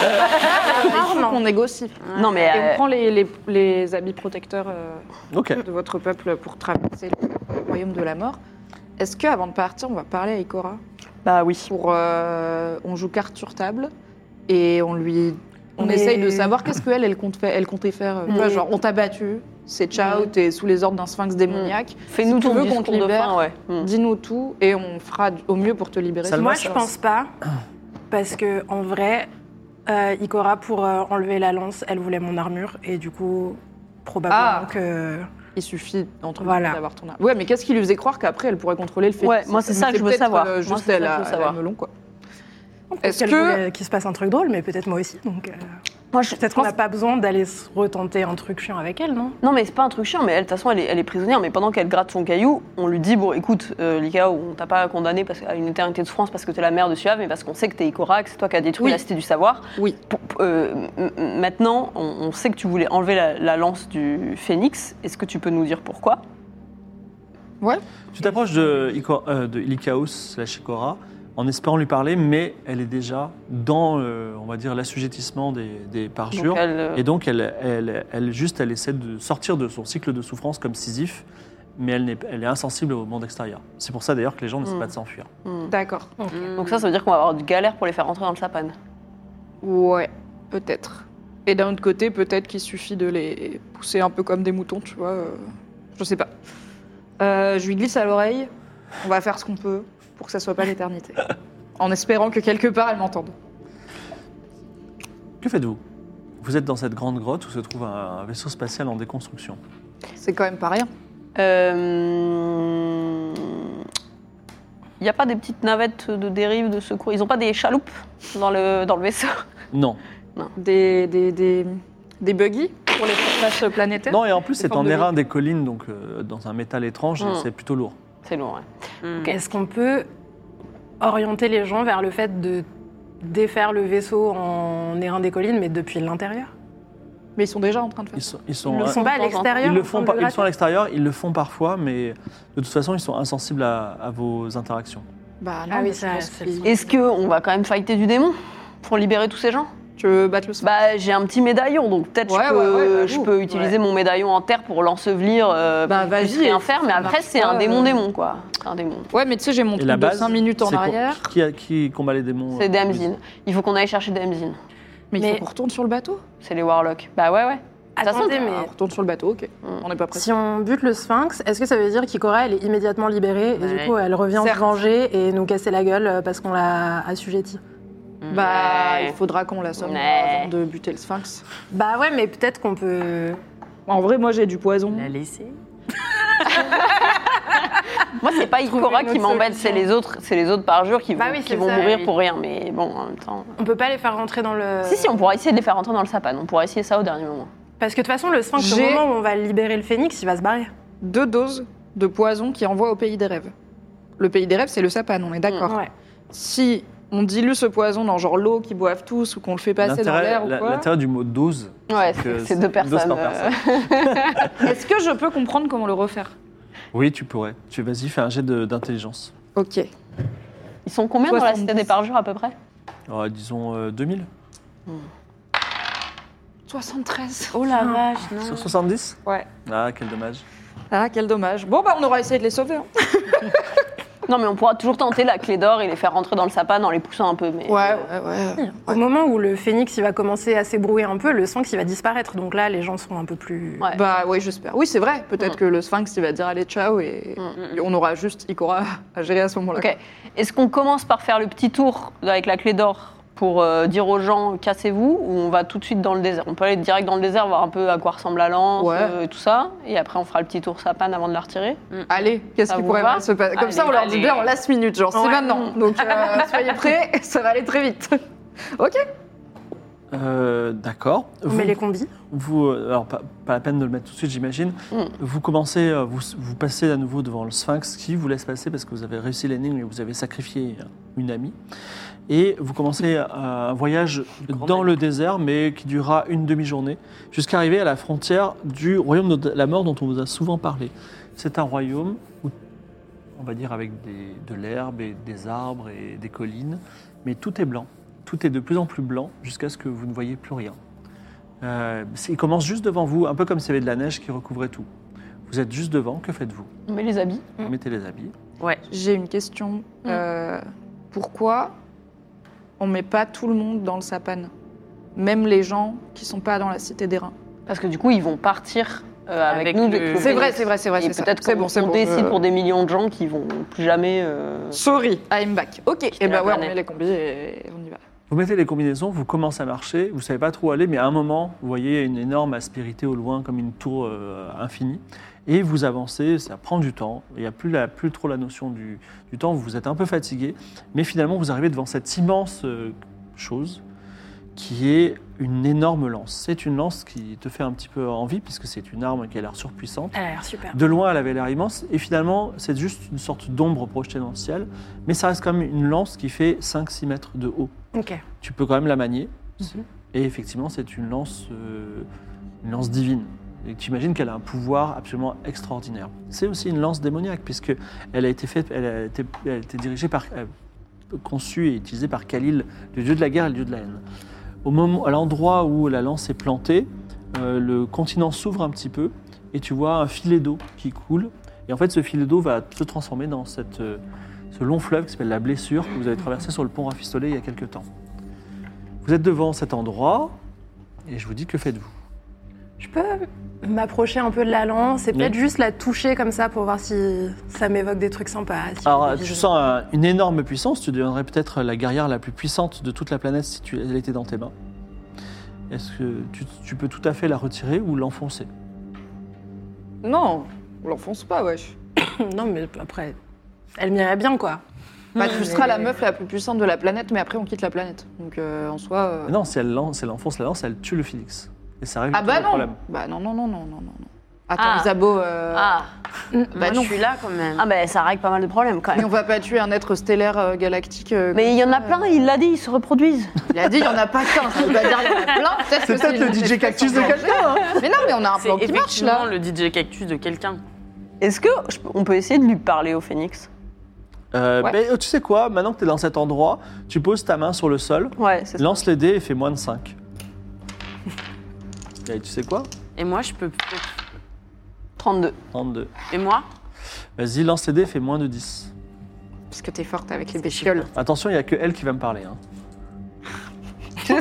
Speaker 3: il faut qu'on négocie.
Speaker 2: Non, mais.
Speaker 3: Et
Speaker 2: euh,
Speaker 3: on prend les, les- les habits protecteurs euh,
Speaker 1: Ok.
Speaker 3: de votre peuple pour traverser le royaume de la mort. Est-ce que avant de partir, on va parler à Ikora
Speaker 2: Bah oui.
Speaker 3: pour, euh, On joue carte sur table et on lui. On
Speaker 5: Mais-
Speaker 3: essaye de savoir qu'est-ce qu'elle elle compte faire- elle comptait faire. euh, tu vois,
Speaker 2: Mais-
Speaker 3: genre, on t'a battu, c'est ciao, t'es sous les ordres d'un sphinx démoniaque.
Speaker 2: Fais-nous
Speaker 3: Si tu
Speaker 2: ton
Speaker 3: veux qu'on te
Speaker 2: discours de
Speaker 3: libère,
Speaker 2: fin, ouais. Mm.
Speaker 3: Dis-nous tout et on fera du- au mieux pour te libérer.
Speaker 1: Ça le
Speaker 5: Moi,
Speaker 1: va,
Speaker 5: je pense pas, parce que en vrai, euh, Ikora, pour euh, enlever la lance, elle voulait mon armure, et du coup, probablement
Speaker 3: Ah.
Speaker 5: que.
Speaker 3: Il suffit entre
Speaker 5: Voilà.
Speaker 3: guillemets, d'avoir ton arme. Ouais, mais qu'est-ce qui lui faisait croire qu'après elle pourrait contrôler le fait
Speaker 2: Ouais, moi, c'est ça que je veux
Speaker 3: peut-être,
Speaker 2: savoir.
Speaker 3: euh,
Speaker 2: Moi,
Speaker 3: juste
Speaker 2: c'est ça
Speaker 3: elle
Speaker 2: que je
Speaker 3: a,
Speaker 2: veux
Speaker 3: elle a
Speaker 2: savoir.
Speaker 3: le melon quoi. Est-ce
Speaker 5: Qu'elle
Speaker 3: que.
Speaker 5: voulait qu'il se passe un truc drôle, mais peut-être moi aussi. Donc euh,
Speaker 2: Moi, je
Speaker 5: peut-être qu'on n'a pas besoin d'aller se retenter un truc chiant avec elle, non
Speaker 2: Non, mais c'est pas un truc chiant, mais elle, de toute façon, elle est, elle est prisonnière. Mais pendant qu'elle gratte son caillou, on lui dit Bon, écoute, euh, Likao, on t'a pas condamné parce, à une éternité de France parce que t'es la mère de Suave, mais parce qu'on sait que t'es Ikora, que c'est toi qui as détruit
Speaker 3: Oui.
Speaker 2: la cité du savoir.
Speaker 3: Oui.
Speaker 2: P- p- euh, m- m- maintenant, on, on sait que tu voulais enlever la, la lance du phénix. Est-ce que tu peux nous dire pourquoi
Speaker 1: Tu t'approches de, Ico- euh, de Ilikaos slash Ikora en espérant lui parler, mais elle est déjà dans, euh, on va dire, l'assujettissement des, des parjures.
Speaker 2: Donc, elle, euh,
Speaker 1: Et donc, elle, elle, elle- juste, elle essaie de sortir de son cycle de souffrance comme Sisyphe, mais elle, n'est- elle est insensible au monde extérieur. C'est pour ça d'ailleurs que les gens n'essaient
Speaker 2: Mm.
Speaker 1: pas de s'enfuir.
Speaker 3: D'accord.
Speaker 4: hmm,
Speaker 2: Donc, ça, ça veut dire qu'on va avoir du galère pour les faire rentrer dans le sapin.
Speaker 3: Ouais, peut-être. Et d'un autre côté, peut-être qu'il suffit de les pousser un peu comme des moutons, tu vois. euh, Je sais pas. Euh, je lui glisse à l'oreille. On va faire ce qu'on peut pour que ça soit pas l'éternité. en espérant que quelque part elle m'entende.
Speaker 1: Que faites-vous Vous êtes dans cette grande grotte où se trouve un, un vaisseau spatial en déconstruction.
Speaker 3: C'est quand même pas rien.
Speaker 2: Euh, Il n'y a pas des petites navettes de dérive, de secours Ils n'ont pas des chaloupes dans le, dans le vaisseau
Speaker 1: Non.
Speaker 3: Des, des, des, des buggy pour les surfaces planétaires.
Speaker 1: Non, et en plus, c'est en
Speaker 3: formes de
Speaker 1: airain des collines, donc euh, dans un métal étrange, et
Speaker 2: Mm.
Speaker 1: c'est plutôt lourd.
Speaker 2: C'est lourd, ouais.
Speaker 5: Est-ce qu'on peut orienter les gens vers le fait de défaire le vaisseau en airain des collines, mais depuis l'intérieur
Speaker 3: Mais ils sont déjà en train de faire
Speaker 1: Ils
Speaker 3: ça.
Speaker 1: sont, ils sont,
Speaker 5: Ils ne
Speaker 1: euh,
Speaker 5: sont pas à
Speaker 2: Ils le
Speaker 5: l'extérieur
Speaker 1: Ils le
Speaker 5: en
Speaker 1: font,
Speaker 5: train de
Speaker 1: par-
Speaker 5: le
Speaker 1: ils sont à
Speaker 5: gratter
Speaker 1: l'extérieur, ils le font parfois, mais de toute façon, ils sont insensibles à, à vos interactions.
Speaker 3: Bah non,
Speaker 5: Ah oui,
Speaker 3: mais je
Speaker 5: ça,
Speaker 3: pense
Speaker 5: c'est
Speaker 3: qu'ils-
Speaker 5: le
Speaker 2: Est-ce qu'on va quand même fighter du démon pour libérer tous ces gens
Speaker 3: Tu veux battre le sang
Speaker 2: Bah, j'ai un petit médaillon, donc peut-être
Speaker 3: Ouais,
Speaker 2: je, peux,
Speaker 3: ouais, ouais, j'avoue.
Speaker 2: je peux utiliser mon médaillon en terre pour l'ensevelir. euh,
Speaker 3: Bah,
Speaker 2: pour qu'il puisse
Speaker 3: vas-y,
Speaker 2: rien
Speaker 3: si
Speaker 2: faire,
Speaker 3: ça
Speaker 2: mais après,
Speaker 3: marche
Speaker 2: c'est un
Speaker 3: pas, euh,
Speaker 2: démon-démon, quoi. C'est un démon.
Speaker 3: Ouais, mais tu sais, j'ai mon
Speaker 1: Et
Speaker 3: truc
Speaker 1: la
Speaker 3: de
Speaker 1: base,
Speaker 3: 5 minutes en
Speaker 1: c'est quoi
Speaker 3: arrière.
Speaker 1: Qui, a- qui combat les démons
Speaker 2: C'est
Speaker 1: euh,
Speaker 2: des Hamzin. Il faut qu'on aille chercher des Hamzin.
Speaker 3: Mais il
Speaker 5: Mais-
Speaker 3: faut qu'on retourne sur le bateau.
Speaker 2: C'est les Warlocks. Bah ouais, ouais.
Speaker 5: Attendez, mais
Speaker 3: Ah, on retourne sur le bateau, ok. On n'est pas pressé.
Speaker 5: si on bute le sphinx, est-ce que ça veut dire qu'Ikora, elle est immédiatement libérée et du
Speaker 4: Ouais.
Speaker 5: coup, elle revient se
Speaker 3: Certes.
Speaker 5: venger et nous casser la gueule euh, parce qu'on l'a assujettie
Speaker 3: Bah, il faudra qu'on la somme
Speaker 2: Ouais.
Speaker 3: avant de buter le sphinx.
Speaker 5: Bah ouais, mais peut-être qu'on peut...
Speaker 3: En vrai, moi j'ai du poison.
Speaker 4: La laisser.
Speaker 2: Moi, c'est pas Ikora
Speaker 5: une
Speaker 2: qui
Speaker 5: autre
Speaker 2: m'embête,
Speaker 5: solution.
Speaker 2: c'est les autres, c'est les autres par jour qui vont,
Speaker 5: Bah oui,
Speaker 2: qui
Speaker 5: c'est
Speaker 2: vont
Speaker 5: ça,
Speaker 2: mourir
Speaker 5: oui.
Speaker 2: pour rien. Mais bon, en même temps. euh.
Speaker 5: On peut pas les faire rentrer dans le...
Speaker 2: Si, si, on pourra essayer de les faire entrer dans le sapin. On pourra essayer ça au dernier moment.
Speaker 5: Parce que de toute façon, le sphinx, au
Speaker 3: J'ai-
Speaker 5: moment où on va libérer le phénix, il va se barrer.
Speaker 3: Deux doses de poison qui envoie au pays des rêves. Le pays des rêves, c'est le sapane, on est d'accord.
Speaker 5: Ouais.
Speaker 3: Si on dilue ce poison dans genre l'eau qu'ils boivent tous ou qu'on le fait passer dans
Speaker 1: L'intérêt
Speaker 3: l'air ou
Speaker 1: la-
Speaker 3: quoi,
Speaker 1: l'intérêt du mot dose.
Speaker 2: Ouais,
Speaker 1: que
Speaker 2: c'est- c'est deux
Speaker 1: une dose
Speaker 2: personnes.
Speaker 1: par
Speaker 2: euh,
Speaker 1: personne.
Speaker 3: est-ce que je peux comprendre comment le refaire
Speaker 1: Oui, tu pourrais. Tu vas-y, fais un jet de- d'intelligence.
Speaker 3: Ok.
Speaker 2: Ils sont combien dans la cité
Speaker 3: 70.
Speaker 2: des parjures à peu près
Speaker 1: Alors, disons euh, 2000
Speaker 3: 73.
Speaker 4: Oh la vache, non.
Speaker 1: sur 70
Speaker 3: Ouais.
Speaker 1: Ah, quel dommage.
Speaker 3: Ah, quel dommage. Bon, bah on aura essayé de les sauver. hein.
Speaker 2: Non, mais on pourra toujours tenter la clé d'or et les faire rentrer dans le sapin en les poussant un peu. Mais
Speaker 3: Ouais, ouais, ouais.
Speaker 5: Au moment où le phénix il va commencer à s'ébrouer un peu, le sphinx il va disparaître. Donc là, les gens seront un peu plus.
Speaker 2: Ouais. Mm.
Speaker 3: Bah oui, j'espère. Oui, c'est vrai. Peut-être que le sphinx, il va dire allez, ciao, et et on aura juste Ikora à gérer à ce moment-là.
Speaker 2: Ok. Hmm. Est-ce qu'on commence par faire le petit tour avec la clé d'or pour euh, dire aux gens cassez-vous ou on va tout de suite dans le désert On peut aller direct dans le désert voir un peu à quoi ressemble la lance
Speaker 3: Ouais.
Speaker 2: euh, et tout ça et après on fera le petit tour sapin avant de la retirer.
Speaker 3: Allez, qu'est-ce
Speaker 2: Ça
Speaker 3: qui
Speaker 2: vous
Speaker 3: pourrait
Speaker 2: va
Speaker 3: mal se passer Comme ça, on
Speaker 2: Allez,
Speaker 3: leur dit
Speaker 2: allez.
Speaker 3: bien en last minute, genre c'est
Speaker 5: Ouais.
Speaker 3: maintenant. Donc euh, soyez prêts, ça va aller très vite. Ok.
Speaker 1: Euh, D'accord.
Speaker 5: On
Speaker 1: Vous-
Speaker 5: met les combis.
Speaker 1: vous, euh, alors pas, pas la peine de le mettre tout de suite, j'imagine.
Speaker 2: Mm.
Speaker 1: Vous commencez, euh, vous, vous passez à nouveau devant le Sphinx qui vous laisse passer parce que vous avez réussi l'énigme et vous avez sacrifié euh, une amie. Et vous commencez euh, un voyage dans le désert, mais qui durera une demi-journée, jusqu'à arriver à la frontière du royaume de la mort dont on vous a souvent parlé. C'est un royaume où, on va dire, avec des- de l'herbe et des arbres et des collines, mais tout est blanc. Tout est de plus en plus blanc jusqu'à ce que vous ne voyez plus rien. Euh, c'est- il commence juste devant vous, un peu comme s'il y avait de la neige qui recouvrait tout. Vous êtes juste devant, que faites-vous
Speaker 2: On met les habits.
Speaker 1: Vous Mettez les habits.
Speaker 3: J'ai une
Speaker 2: Mm.
Speaker 3: question. Euh, pourquoi on met pas tout le monde dans le sapane Même les gens qui sont pas dans la cité des reins.
Speaker 2: Parce que du coup ils vont partir euh, avec,
Speaker 4: Avec
Speaker 2: nous.
Speaker 4: le-
Speaker 2: dès que le
Speaker 3: C'est vrai,
Speaker 2: phénix-
Speaker 3: c'est vrai, c'est vrai.
Speaker 2: Et
Speaker 3: c'est ça.
Speaker 2: peut-être
Speaker 3: c'est
Speaker 2: qu'on
Speaker 3: bon, c'est
Speaker 2: on
Speaker 3: bon.
Speaker 2: décide
Speaker 3: Euh,
Speaker 2: pour des millions de gens qui vont plus jamais. euh,
Speaker 3: Sorry, I'm back. Ok, et
Speaker 2: la
Speaker 3: bah ouais, on
Speaker 2: planète.
Speaker 3: met les combis et on y va.
Speaker 1: Vous mettez les combinaisons, vous commencez à marcher, vous savez pas trop où aller, mais à un moment, vous voyez une énorme aspérité au loin, comme une tour euh, infinie, et vous avancez, ça prend du temps, il n'y a plus, la, plus trop la notion du, du temps, vous êtes un peu fatigué, mais finalement, vous arrivez devant cette immense euh, chose qui est une énorme lance. C'est une lance qui te fait un petit peu envie, puisque c'est une arme qui a l'air surpuissante.
Speaker 4: Elle a l'air super.
Speaker 1: De loin, elle avait l'air immense, et finalement, c'est juste une sorte d'ombre projetée dans le ciel, mais ça reste quand même une lance qui fait 5-6 mètres de haut.
Speaker 4: Ok.
Speaker 1: Tu peux quand même la manier, et effectivement, c'est une lance, euh, une lance divine. Et tu imagines qu'elle a un pouvoir absolument extraordinaire. C'est aussi une lance démoniaque, puisque elle a été, faite, elle a été, elle a été dirigée par, euh, conçue et utilisée par Khalil, le dieu de la guerre et le dieu de la haine. Au moment, à l'endroit où la lance est plantée, euh, le continent s'ouvre un petit peu et tu vois un filet d'eau qui coule. Et en fait, ce filet d'eau va se transformer dans cette, euh, ce long fleuve qui s'appelle la blessure que vous avez traversé sur le pont rafistolé il y a quelques temps. Vous êtes devant cet endroit et je vous dis que faites-vous
Speaker 5: Je peux m'approcher un peu de la lance et peut-être
Speaker 1: Oui.
Speaker 5: juste la toucher comme ça pour voir si ça m'évoque des trucs sympas. si
Speaker 1: Alors,
Speaker 5: j'ai des
Speaker 1: tu
Speaker 5: idées.
Speaker 1: sens un- une énorme puissance. Tu deviendrais peut-être la guerrière la plus puissante de toute la planète si tu, elle était dans tes mains. Est-ce que tu, tu peux tout à fait la retirer ou l'enfoncer
Speaker 3: Non, on l'enfonce pas, wesh.
Speaker 5: Non, mais après, elle m'irait bien, quoi.
Speaker 3: Bah,
Speaker 2: Ah,
Speaker 3: tu seras la meuf la plus puissante de la planète, mais après on quitte la planète. Donc euh, en soi. euh,
Speaker 1: Mais Non, si elle, l'en- si elle enfonce la lance, elle tue le phoenix. Et ça règle
Speaker 3: Ah
Speaker 1: tout
Speaker 3: bah
Speaker 1: le
Speaker 3: non
Speaker 1: problème.
Speaker 3: Bah non, non, non, non, non, non. non. Attends,
Speaker 2: Ah.
Speaker 3: Isabeau, euh,
Speaker 2: Ah,
Speaker 4: Bah, je suis là quand même.
Speaker 2: ah ben ça règle pas mal de problèmes quand
Speaker 3: mais
Speaker 2: même.
Speaker 3: on va pas tuer un être stellaire euh, galactique. euh,
Speaker 2: Mais il y en a plein, il l'a dit, ils se reproduisent.
Speaker 3: Il a dit, il y en a pas qu'un. Ça veut pas dire, il y en a plein. Peut-être que c'est une espèce en danger.
Speaker 2: hein.
Speaker 3: Mais non, mais on a un
Speaker 4: C'est
Speaker 3: plan qui marche
Speaker 4: effectivement
Speaker 3: là.
Speaker 4: le DJ Cactus de quelqu'un.
Speaker 2: Est-ce que je peux- on peut essayer de lui parler au phénix
Speaker 1: Euh,
Speaker 3: Ouais.
Speaker 1: mais, euh, tu sais quoi Maintenant que tu es dans cet endroit, tu poses ta main sur le sol,
Speaker 2: Ouais, c'est ça.
Speaker 1: lance les dés et fais moins de 5. Et tu sais quoi
Speaker 4: Et moi, je peux. peut-être-
Speaker 2: 32.
Speaker 1: 32.
Speaker 4: Et moi
Speaker 1: Vas-y, lance les dés et fais moins de 10.
Speaker 3: Parce que t'es forte avec les bestioles.
Speaker 1: Attention, il n'y a que elle qui va me parler. hein.
Speaker 3: Tu vas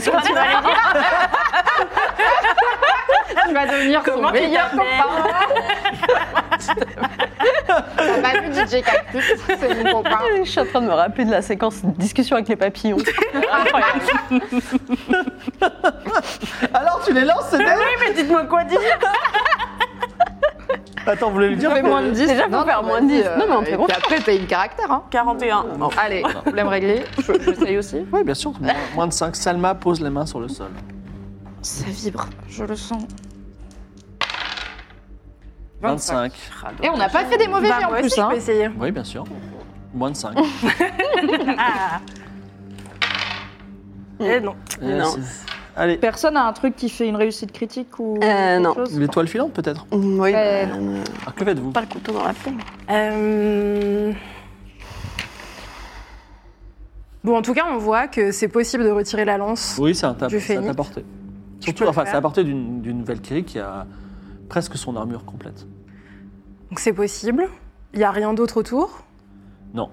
Speaker 3: devenir son meilleur copain. Ça va vu DJ Cactus, c'est mon copain.
Speaker 2: Ah, Je suis en train de me rappeler de la séquence discussion avec les papillons. Incroyable.
Speaker 1: Alors tu les lances ces dés
Speaker 4: Mais dites-moi quoi dire
Speaker 1: Attends, vous voulez lui dire
Speaker 3: Fais
Speaker 1: que-
Speaker 3: moins de 10.
Speaker 2: Déjà, faut faire moins de 10. Non, mais on fait
Speaker 3: euh, et
Speaker 2: gros.
Speaker 3: puis après, paye le caractère. Hein.
Speaker 4: 41. Oh.
Speaker 3: Allez, problème réglé. Je, je l'essaye aussi.
Speaker 1: Oui, bien sûr, moins- moins de 5. Salma pose les mains sur le sol.
Speaker 3: Ça vibre, je le sens.
Speaker 1: 25.
Speaker 3: Et on n'a pas fait des mauvais
Speaker 5: Bah,
Speaker 3: jets en
Speaker 5: moi aussi,
Speaker 3: plus.
Speaker 5: je
Speaker 3: Hein.
Speaker 5: peux essayer.
Speaker 1: Oui, bien sûr. Moins de 5.
Speaker 5: Eh non.
Speaker 2: Non.
Speaker 1: Euh, Allez,
Speaker 3: Personne a un truc qui fait une réussite critique ou
Speaker 2: Euh,
Speaker 3: quelque
Speaker 2: non.
Speaker 3: chose
Speaker 1: l'étoile filante peut-être
Speaker 2: Oui,
Speaker 3: Euh,
Speaker 2: bah,
Speaker 1: Alors, Que faites-vous
Speaker 2: pas le couteau dans la plaie.
Speaker 5: Euh, Bon, en tout cas, on voit que c'est possible de retirer la lance.
Speaker 1: Oui, c'est un
Speaker 5: Du
Speaker 1: tapis, c'est à
Speaker 5: phénix.
Speaker 1: ta portée.
Speaker 5: peux
Speaker 1: Surtout,
Speaker 5: le
Speaker 1: enfin,
Speaker 5: faire.
Speaker 1: c'est à portée d'une d'une Valkyrie qui a presque son armure complète.
Speaker 5: Donc c'est possible. Il n'y a rien d'autre autour.
Speaker 1: Non.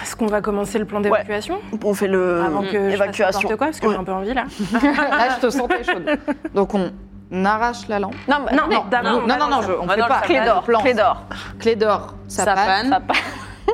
Speaker 5: Est-ce qu'on va commencer le plan d'évacuation
Speaker 2: On fait le.
Speaker 5: avant que je fasse
Speaker 2: évacuation.
Speaker 5: n'importe quoi Parce que
Speaker 2: Ouais.
Speaker 5: j'ai un peu envie là.
Speaker 3: Là, je te sentais chaude. Donc, on arrache la lampe.
Speaker 2: Non, mais-
Speaker 5: Non, mais
Speaker 3: Non,
Speaker 5: d'abord.
Speaker 3: non, non, je- on
Speaker 4: va
Speaker 3: fait
Speaker 4: dans le
Speaker 3: pas.
Speaker 2: Clé d'or,
Speaker 3: Plan.
Speaker 2: clé d'or.
Speaker 3: Clé d'or, ça, panne.
Speaker 2: Ça panne.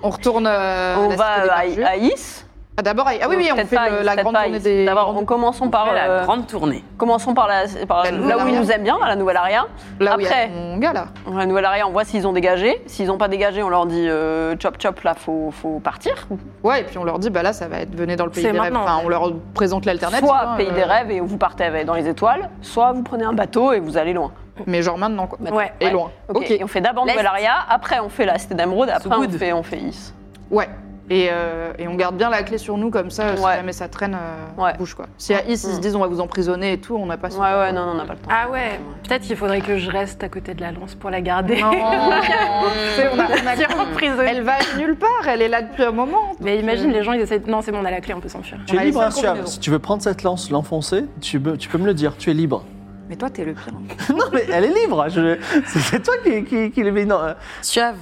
Speaker 3: On retourne. euh,
Speaker 2: On
Speaker 3: la cité
Speaker 2: va euh,
Speaker 3: des
Speaker 2: à,
Speaker 3: Vertus.
Speaker 2: à Is.
Speaker 3: Ah, d'abord, à- ah oui, oui, on
Speaker 2: Peut-être
Speaker 3: fait
Speaker 2: pas
Speaker 3: le-
Speaker 2: Is,
Speaker 3: la
Speaker 2: peut-être
Speaker 3: grande
Speaker 2: pas
Speaker 3: tournée
Speaker 2: Is.
Speaker 3: des.
Speaker 2: D'abord,
Speaker 3: grandes-
Speaker 2: on commençons par,
Speaker 4: Après,
Speaker 2: euh,
Speaker 4: la grande tournée.
Speaker 2: commençons par, la, par
Speaker 3: La
Speaker 2: là où
Speaker 3: Nouvelle-Aria.
Speaker 2: ils nous aiment bien, à la nouvelle aria.
Speaker 3: Là où il y a
Speaker 2: Après.
Speaker 3: mon gars, là.
Speaker 2: La nouvelle aria, on voit s'ils ont dégagé. S'ils n'ont pas dégagé, on leur dit euh, chop chop, là, faut, faut partir.
Speaker 3: Ouais, et puis on leur dit, bah là, ça va être venez dans le pays
Speaker 5: C'est
Speaker 3: des rêves.
Speaker 5: maintenant,
Speaker 3: Enfin,
Speaker 5: en fait.
Speaker 3: on leur présente l'alternative.
Speaker 2: soit
Speaker 3: hein,
Speaker 2: pays
Speaker 3: euh,
Speaker 2: des rêves et vous partez avec- dans les étoiles, soit vous prenez un bateau et vous allez loin.
Speaker 3: Mais genre maintenant, quoi.
Speaker 5: Ouais.
Speaker 3: Et
Speaker 2: Ouais.
Speaker 3: loin.
Speaker 2: Ok. Et on fait d'abord
Speaker 4: L'Est.
Speaker 2: Nouvelle-Aria, après on fait la Cité d'Emeraude, après on
Speaker 4: good.
Speaker 2: fait, on fait Is.
Speaker 3: Ouais. Et, euh, et on garde bien la clé sur nous, comme ça, si
Speaker 2: Ouais.
Speaker 3: jamais ça traîne, euh,
Speaker 2: Ouais.
Speaker 3: on bouge quoi. S'il y a Is, ils se
Speaker 2: Mm.
Speaker 3: disent on va vous emprisonner et tout, on n'a pas
Speaker 2: Ouais, ouais, non, non, on n'a pas le temps.
Speaker 5: Ah ouais, peut-être qu'il faudrait que je reste à côté de la lance pour la garder.
Speaker 3: Non, Tu sais, on a- on a-
Speaker 5: Tiens, emprisonnée.
Speaker 3: Elle va nulle part, elle est là depuis un moment.
Speaker 5: Mais imagine, les gens, ils essaient. de- Non, c'est bon, on a la clé, on peut s'enfuir.
Speaker 1: Tu es
Speaker 3: a les
Speaker 1: libre,
Speaker 3: cinq
Speaker 1: hein, Suave.
Speaker 3: combinaisons.
Speaker 1: Si tu veux prendre cette lance, l'enfoncer, tu, me- tu peux me le dire. Tu es libre.
Speaker 3: Mais toi, t'es le pire.
Speaker 1: non, mais elle est libre. je- C'est c'est toi qui, qui, qui l'es- mais non, euh,
Speaker 4: Suave.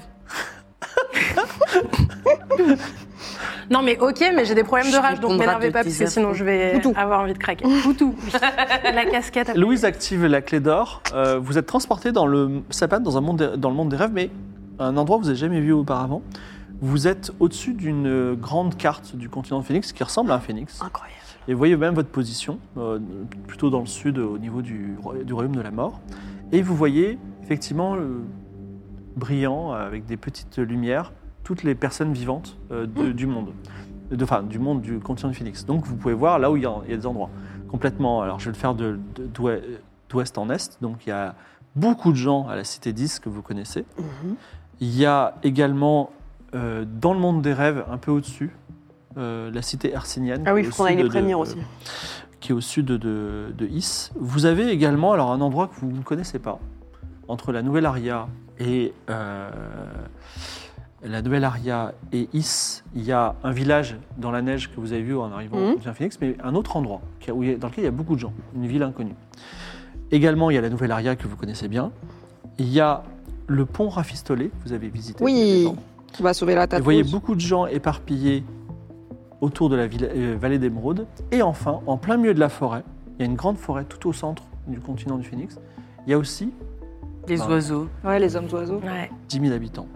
Speaker 5: Non, mais ok, mais j'ai des problèmes de
Speaker 4: Je
Speaker 5: rage, donc
Speaker 4: répondrai
Speaker 5: m'énervez
Speaker 4: de
Speaker 5: pas,
Speaker 4: tes
Speaker 5: parce que sinon
Speaker 4: infos.
Speaker 5: je vais
Speaker 3: Poutou.
Speaker 5: avoir envie de craquer. Poutou. la casquette. après.
Speaker 1: Louise active la clé d'or. Euh, vous êtes transporté dans le sapin, dans, un monde des- dans le monde des rêves, mais un endroit que vous n'avez jamais vu auparavant. Vous êtes au-dessus d'une euh, grande carte du continent de Phoenix qui ressemble à un phénix.
Speaker 2: Incroyable.
Speaker 1: Et vous voyez même votre position, euh, plutôt dans le sud, euh, au niveau du, roi- du royaume de la mort. Et vous voyez effectivement euh, brillant, euh, avec des petites lumières, toutes les personnes vivantes euh, de- du monde. De- Enfin, du monde du continent de Phoenix. Donc vous pouvez voir là où il y, a il y a des endroits. Complètement, alors je vais le faire de- de- d'ouest euh, d'ouest en est. Donc il y a beaucoup de gens à la Cité 10 que vous connaissez.
Speaker 2: Mhm.
Speaker 1: Il y a également, euh, dans le monde des rêves, un peu au-dessus, euh, la Cité hercinienne.
Speaker 2: Ah oui,
Speaker 1: au
Speaker 2: il faut qu'on
Speaker 1: sud
Speaker 2: aille les
Speaker 1: de-
Speaker 2: prévenir
Speaker 1: de-
Speaker 2: aussi.
Speaker 1: qui est au sud de, de Is. Vous avez également alors un endroit que vous ne connaissez pas, entre la Nouvelle Aria et euh, la Nouvelle Aria et Is. Il y a un village dans la neige que vous avez vu en arrivant
Speaker 2: Mhm.
Speaker 1: au Continent Phoenix, mais un autre endroit qui- où il y a- dans lequel il y a beaucoup de gens, une ville inconnue. Également, il y a la Nouvelle Aria que vous connaissez bien. Il y a le pont rafistolé que vous avez visité.
Speaker 3: Oui, on va sauver la
Speaker 1: Et
Speaker 3: tête.
Speaker 1: Vous voyez beaucoup de gens éparpillés autour de la ville- euh, vallée d'Émeraude. Et enfin, en plein milieu de la forêt, il y a une grande forêt tout au centre du continent du Phoenix. Il y a aussi
Speaker 4: Les
Speaker 1: Ah.
Speaker 4: oiseaux.
Speaker 3: Ouais, les hommes oiseaux.
Speaker 1: 10 000 habitants.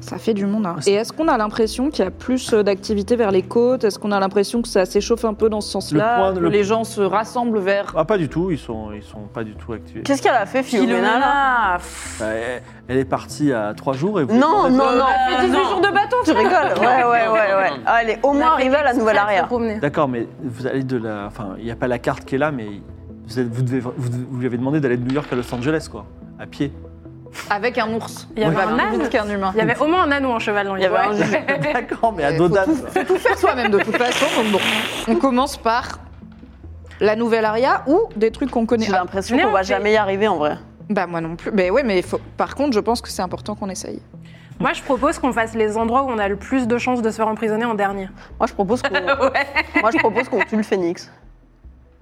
Speaker 3: Ça fait du monde. hein. Et est-ce qu'on a l'impression qu'il y a plus euh, d'activité vers les côtes Est-ce qu'on a l'impression que ça s'échauffe un peu dans ce
Speaker 1: point
Speaker 3: sens-là
Speaker 1: de-
Speaker 3: Que
Speaker 1: le-
Speaker 3: les gens se rassemblent vers.
Speaker 1: Ah, pas du tout, ils sont, ils sont pas du tout activés.
Speaker 2: Qu'est-ce qu'elle a fait, Philomena là
Speaker 4: Philomena
Speaker 1: Bah, elle- Elle est partie à 3 jours et vous.
Speaker 2: Non, non, non.
Speaker 4: Elle fait 18 jours
Speaker 2: de bateau, tu rigoles. Ouais, ouais, ouais, ouais. Allez, au moins arriver à la nouvelle arrière.
Speaker 1: D'accord, mais vous allez de la. Enfin, il n'y a pas la carte qui est là, mais vous, êtes- vous, devez, vous, vous lui avez demandé d'aller de New York à Los Angeles, quoi. À pied.
Speaker 3: Avec un ours.
Speaker 5: Il y avait
Speaker 3: va
Speaker 5: un
Speaker 3: plus
Speaker 5: âne.
Speaker 3: vite qu'un humain.
Speaker 5: Il y avait au moins un âne ou un cheval dans
Speaker 2: Il y avait
Speaker 5: l'histoire.
Speaker 2: un jeu.
Speaker 1: D'accord, mais à
Speaker 3: Eh,
Speaker 1: dos
Speaker 3: faut
Speaker 1: d'âne,
Speaker 3: tout- faut tout faire soi-même de toute façon. Donc bon, on commence par la nouvelle aria ou des trucs qu'on connaît.
Speaker 2: J'ai
Speaker 3: Ah,
Speaker 2: l'impression qu'on va jamais y arriver en vrai.
Speaker 3: bah moi non plus. Mais ouais, mais faut- par contre, je pense que c'est important qu'on essaye.
Speaker 5: Moi, je propose qu'on fasse les endroits où on a le plus de chances de se faire emprisonner en dernier.
Speaker 2: Moi, je propose qu'on Moi, je propose qu'on tue le phénix.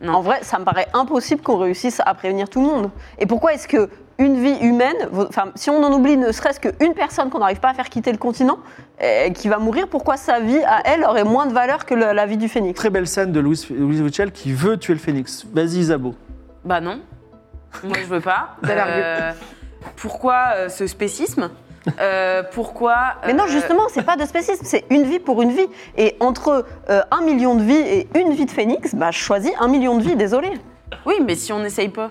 Speaker 4: Non.
Speaker 2: En vrai, ça me paraît impossible qu'on réussisse à prévenir tout le monde. Et pourquoi est-ce que une vie humaine, vaut- enfin, si on en oublie ne serait-ce qu'une personne qu'on n'arrive pas à faire quitter le continent, euh, qui va mourir, pourquoi sa vie à elle aurait moins de valeur que le- la vie du phénix
Speaker 1: très belle scène de Louise, Louise Mitchell qui veut tuer le phénix. Vas-y, Isabeau.
Speaker 4: Bah non. Moi, je veux pas.
Speaker 3: Bel argument.
Speaker 4: Euh, pourquoi euh, ce spécisme Euh, Pourquoi.
Speaker 2: Mais non,
Speaker 4: euh,
Speaker 2: justement, c'est pas de spécisme, c'est une vie pour une vie. Et entre euh, un million de vies et une vie de phénix, bah, je choisis un million de vies, désolé.
Speaker 4: Oui, mais si on n'essaye pas.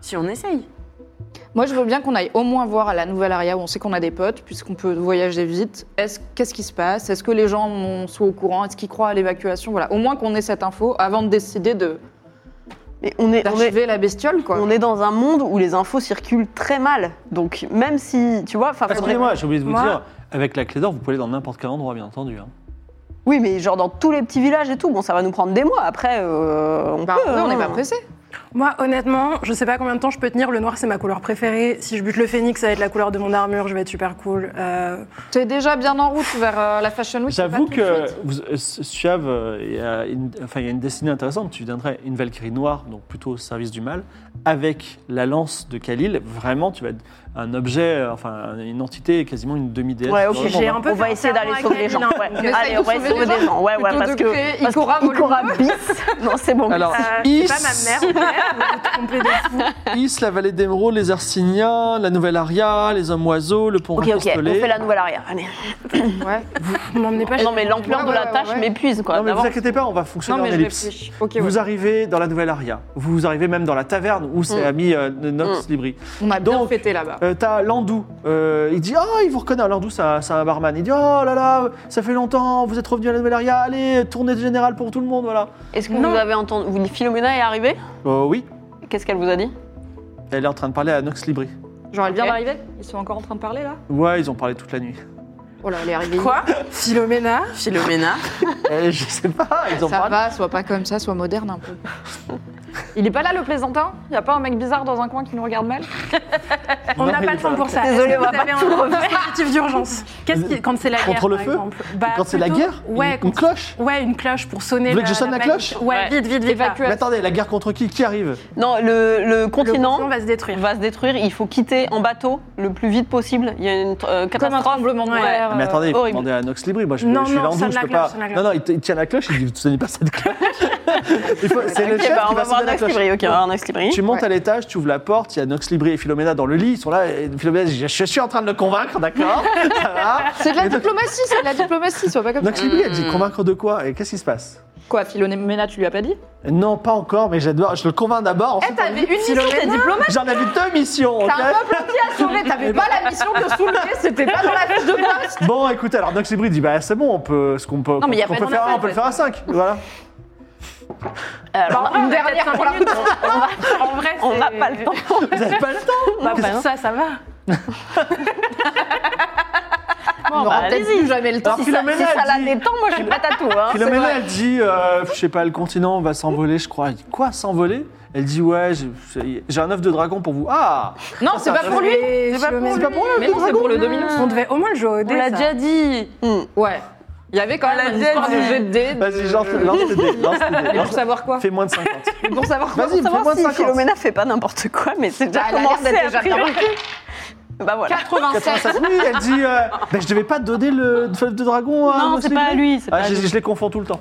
Speaker 4: si on essaye.
Speaker 3: Moi, je veux bien qu'on aille au moins voir à la nouvelle aria où on sait qu'on a des potes, puisqu'on peut voyager vite. Est-ce qu'est-ce qui se passe Est-ce que les gens ont- sont au courant Est-ce qu'ils croient à l'évacuation Voilà, au moins qu'on ait cette info avant de décider de
Speaker 2: Mais on est, on est-
Speaker 3: d'achever la bestiole, quoi.
Speaker 2: On est dans un monde où les infos circulent très mal. Donc, même si, tu vois, enfin, faudrait-
Speaker 1: Excusez-moi, j'ai oublié de vous
Speaker 5: Moi-
Speaker 1: dire, avec la clé d'or, vous pouvez aller dans n'importe quel endroit, bien entendu. hein.
Speaker 2: Oui, mais genre dans tous les petits villages et tout, bon, ça va nous prendre des mois. Après, euh, on
Speaker 3: Bah,
Speaker 2: peut.
Speaker 3: ouais, on
Speaker 2: hein.
Speaker 3: n'est pas pressé.
Speaker 5: Moi, honnêtement, je sais pas combien de temps je peux tenir. Le noir, c'est ma couleur préférée. Si je bute le phénix, ça va être la couleur de mon armure. Je vais être super cool. Euh,
Speaker 3: T'es déjà bien en route vers euh, la Fashion Week.
Speaker 1: J'avoue
Speaker 3: c'est pas tout de
Speaker 1: que
Speaker 3: suite.
Speaker 1: vous- euh, Suave, euh, il y, a une- enfin, il y a une destinée intéressante. Tu deviendrais une Valkyrie noire, donc plutôt au service du mal, avec la lance de Khalil. Vraiment, tu vas être un objet, euh, enfin une entité, quasiment une demi-déesse.
Speaker 2: Ouais, ok,
Speaker 1: Vraiment,
Speaker 5: j'ai
Speaker 1: hein.
Speaker 5: un peu
Speaker 2: on va
Speaker 5: fait
Speaker 2: essayer d'aller
Speaker 5: serment à
Speaker 2: sauver les gens.
Speaker 5: Khalil, hein.
Speaker 2: ouais.
Speaker 5: On
Speaker 3: essaye
Speaker 2: Allez,
Speaker 3: de
Speaker 2: on va
Speaker 3: sauver
Speaker 2: essayer de
Speaker 3: des
Speaker 2: sauver des
Speaker 3: gens
Speaker 2: gens. Ouais, ouais,
Speaker 3: plutôt
Speaker 2: parce
Speaker 3: de
Speaker 2: que.
Speaker 3: créer
Speaker 2: Parce
Speaker 3: Ikora
Speaker 2: que
Speaker 3: volume
Speaker 2: Ikora bis. Non, c'est bon. Ah,
Speaker 1: Alors,
Speaker 5: euh,
Speaker 1: Is,
Speaker 5: c'est pas ma mère, en fait. Vous vous trompez de fou.
Speaker 1: Is, la vallée d'Emeraude, les Arsiniens, la Nouvelle Aria, les Hommes Oiseaux, le pont
Speaker 2: Ok, ok, on
Speaker 1: rafistolé.
Speaker 2: fait la nouvelle arrière. Allez.
Speaker 3: Ouais.
Speaker 5: Vous m'emmenez pas
Speaker 2: Non, mais l'ampleur
Speaker 3: Ouais,
Speaker 2: de
Speaker 3: ouais,
Speaker 2: la
Speaker 3: ouais,
Speaker 2: tâche
Speaker 3: ouais.
Speaker 2: m'épuise, quoi.
Speaker 1: Non, mais vous
Speaker 2: D'abord-
Speaker 1: inquiétez pas, on va
Speaker 3: Non,
Speaker 1: fonctionner
Speaker 3: mais
Speaker 1: en
Speaker 3: je
Speaker 1: ellipse.
Speaker 3: réfléchis. Ok, ouais.
Speaker 1: Vous arrivez dans la Nouvelle Aria. Vous arrivez même dans la taverne où s'est
Speaker 2: Mm.
Speaker 1: ami euh, Nox Libri.
Speaker 3: On a bien
Speaker 1: Donc-
Speaker 3: fêté là-bas.
Speaker 1: Euh, T'as Landou, Euh, il dit Ah, il vous reconnaît. Landou, c'est un c'est un barman. Il dit Oh là là, ça fait longtemps, vous êtes revenu à la Nouvelle Aria, allez, tournée de générale pour tout le monde, voilà.
Speaker 2: Est-ce que vous avez entendu. Vous, Philomena est arrivée
Speaker 1: Euh, oui,
Speaker 2: Qu'est-ce qu'elle vous a dit
Speaker 1: elle est en train de parler à Nox Libri.
Speaker 3: Genre, elle vient
Speaker 2: Ok.
Speaker 3: d'arriver Ils sont encore en train de parler là
Speaker 1: Ouais, ils ont parlé toute la nuit.
Speaker 3: Oh là, elle est arrivée.
Speaker 4: Quoi
Speaker 5: Philomena.
Speaker 4: Philomena.
Speaker 1: Euh, je sais pas, ils ont
Speaker 3: Ça
Speaker 1: parlé.
Speaker 3: va, sois pas comme ça, sois moderne un peu. Il est pas là le plaisantin Y a pas un mec bizarre dans un coin qui nous regarde mal
Speaker 5: On
Speaker 1: Non,
Speaker 5: n'a
Speaker 1: il
Speaker 5: pas
Speaker 1: est
Speaker 5: le temps pour ça.
Speaker 2: Désolée,
Speaker 5: Est-ce que
Speaker 2: on va
Speaker 5: vous avez un dispositif d'urgence. Qu'est-ce qui- quand c'est la guerre
Speaker 1: Contre le
Speaker 5: par
Speaker 1: feu
Speaker 5: exemple Bah,
Speaker 1: Quand c'est la
Speaker 5: plutôt-
Speaker 1: guerre Une-
Speaker 5: Ouais,
Speaker 1: Une
Speaker 5: contre-
Speaker 1: cloche
Speaker 5: ouais, une cloche pour sonner.
Speaker 1: Vous voulez que
Speaker 5: la-
Speaker 1: je sonne la
Speaker 5: manif-
Speaker 1: cloche
Speaker 5: Ouais, vite, vite, vite. là.
Speaker 1: Mais
Speaker 3: Évacuation.
Speaker 1: attendez, la guerre contre qui Qui arrive
Speaker 2: Non, le, le
Speaker 5: Le continent
Speaker 2: continent
Speaker 5: va se détruire.
Speaker 2: va se détruire. Il faut quitter en bateau le plus vite possible. Il y a une euh,
Speaker 3: Comme un
Speaker 2: catastrophe.
Speaker 3: tremblement de
Speaker 5: Ouais.
Speaker 3: terre.
Speaker 1: Mais
Speaker 3: euh,
Speaker 1: attendez, il faut
Speaker 2: horrible.
Speaker 1: demander à Nox Libri. Moi, je,
Speaker 5: Non,
Speaker 1: je suis
Speaker 5: non,
Speaker 1: Landou,
Speaker 5: sonne
Speaker 1: je
Speaker 5: la
Speaker 1: peux
Speaker 5: cloche,
Speaker 1: pas.
Speaker 5: sonne la
Speaker 1: Non, non, il, t- il tient la cloche, il dit Vous sonnez pas cette cloche. Il faut- c'est le
Speaker 2: Ok,
Speaker 1: chef
Speaker 2: bah,
Speaker 1: qui
Speaker 2: on va
Speaker 1: va
Speaker 2: voir
Speaker 1: sonner la
Speaker 2: Nox Libri, ok, on va voir Nox Libri.
Speaker 1: Tu montes à l'étage, tu ouvres la porte, il y a Nox Libri et Philomena dans le lit, ils sont là, et Philomena dit, je, je suis en train de le convaincre, d'accord Ça va
Speaker 3: C'est de la
Speaker 1: Mais donc-
Speaker 3: diplomatie, c'est de la diplomatie, sois pas comme ça.
Speaker 1: Nox Libri, elle
Speaker 3: Hmm.
Speaker 1: dit, convaincre de quoi Et qu'est-ce qui se passe
Speaker 3: Quoi, Philomena, tu lui as pas dit
Speaker 1: Non, pas encore, mais j'adore, je le convainc d'abord, ensuite,
Speaker 3: Eh, T'avais une mission, t'es diplomate
Speaker 1: j'en avais deux missions, ok Eh ben.
Speaker 3: T'as un peuple entier à sauver, t'avais pas la mission de soulever, c'était pas dans la fiche de poste
Speaker 1: Bon, écoute, alors Nox Libri dit, bah c'est bon, on peut, ce qu'on peut,
Speaker 3: mais y a
Speaker 1: qu'on
Speaker 3: pas
Speaker 1: peut
Speaker 3: de
Speaker 1: faire,
Speaker 3: nom,
Speaker 1: un, on peut le faire à 5, voilà.
Speaker 3: Bah,
Speaker 2: Alors,
Speaker 3: Une dernière pour la
Speaker 4: En vrai,
Speaker 2: on
Speaker 4: c'est-
Speaker 2: n'a pas le temps.
Speaker 1: Vous n'avez pas le temps
Speaker 4: Bah,
Speaker 2: Qu'est-ce-
Speaker 4: pour ça, ça va.
Speaker 3: On
Speaker 2: bah,
Speaker 3: n'aura peut-être
Speaker 2: allez-y.
Speaker 3: plus jamais le temps.
Speaker 1: Alors, Philomena,
Speaker 2: si ça
Speaker 1: elle
Speaker 2: la
Speaker 1: dit-
Speaker 2: détend, moi je suis prête à tout. Hein.
Speaker 1: Philomena, elle dit, euh, je sais pas, le continent va s'envoler, je crois. Elle dit, quoi, s'envoler Elle dit, ouais, j'ai- j'ai un œuf de dragon pour vous. Ah
Speaker 3: Non, c'est pas pour lui
Speaker 5: C'est pas
Speaker 3: C'est pas pour lui Mais non, c'est pour le dominus.
Speaker 5: On devait au moins le jouer au dé. ça.
Speaker 3: dit Ouais. Il y avait quand même une
Speaker 4: déjà
Speaker 3: histoire de
Speaker 4: dit.
Speaker 3: jet de dés.
Speaker 1: Vas-y, lance lance les dés, lance les dés,
Speaker 3: Mais
Speaker 1: lance-
Speaker 3: pour savoir quoi
Speaker 1: Fais moins de 50.
Speaker 3: Mais Pour savoir quoi
Speaker 1: Vas-y,
Speaker 2: Pour savoir
Speaker 1: fais-moi
Speaker 2: si
Speaker 1: 50.
Speaker 2: Philomena fait pas n'importe quoi, mais c'est déjà
Speaker 1: Ah,
Speaker 3: Bah, elle a l'air
Speaker 2: commencé
Speaker 3: d'être
Speaker 2: à
Speaker 3: déjà
Speaker 2: priori. Bah voilà.
Speaker 3: 87
Speaker 1: Oui, elle dit, euh, ben, je devais pas donner le feu de dragon hein, à
Speaker 2: Non,
Speaker 1: Mox
Speaker 2: c'est pas à
Speaker 1: Libri
Speaker 2: lui. c'est pas
Speaker 1: Ah,
Speaker 2: à
Speaker 1: je,
Speaker 2: lui.
Speaker 1: je les confonds tout le temps.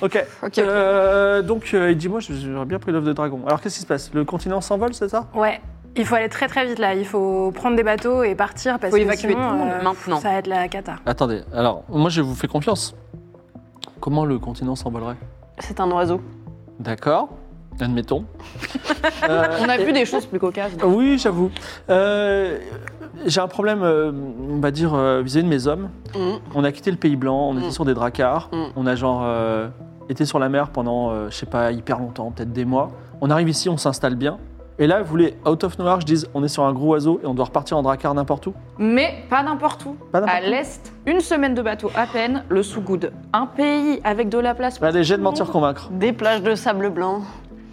Speaker 1: Ok.
Speaker 3: Ok.
Speaker 1: Euh, donc, euh, il dit, moi, j'aurais bien pris l'œuf de dragon. Alors, qu'est-ce qui se passe Le continent s'envole, c'est ça
Speaker 5: Ouais. Il faut aller très très vite là. Il faut prendre des bateaux et partir parce
Speaker 3: Faut
Speaker 5: que
Speaker 3: évacuer
Speaker 5: sinon, euh,
Speaker 3: tout le monde maintenant.
Speaker 5: ça va être la cata.
Speaker 1: Attendez, alors, moi, je vous fais confiance. Comment le continent s'envolerait
Speaker 2: C'est un oiseau.
Speaker 1: D'accord, admettons. Euh,
Speaker 3: On a vu des choses plus cocasses.
Speaker 1: oui, j'avoue. Euh, J'ai un problème, euh, on va dire, euh, vis-à-vis de mes hommes.
Speaker 3: Mm.
Speaker 2: Mhm.
Speaker 1: On a quitté le Pays Blanc, on était
Speaker 2: Mm.
Speaker 1: sur des dracars,
Speaker 2: Mm.
Speaker 1: on a genre euh, été sur la mer pendant, euh, je sais pas, hyper longtemps, peut-être des mois. On arrive ici, on s'installe bien. Et là, vous voulez, out of nowhere, je dise, on est sur un gros oiseau et on doit repartir en dracar n'importe où
Speaker 3: Mais pas n'importe où.
Speaker 1: Pas
Speaker 3: À
Speaker 1: n'importe où.
Speaker 3: l'est, une semaine de bateau à peine, le Sougoud. Un pays avec de la place. pour
Speaker 1: Allez, j'ai Bah, de
Speaker 3: tout le
Speaker 1: mentir
Speaker 3: monde.
Speaker 1: convaincre.
Speaker 2: Des plages de sable blanc.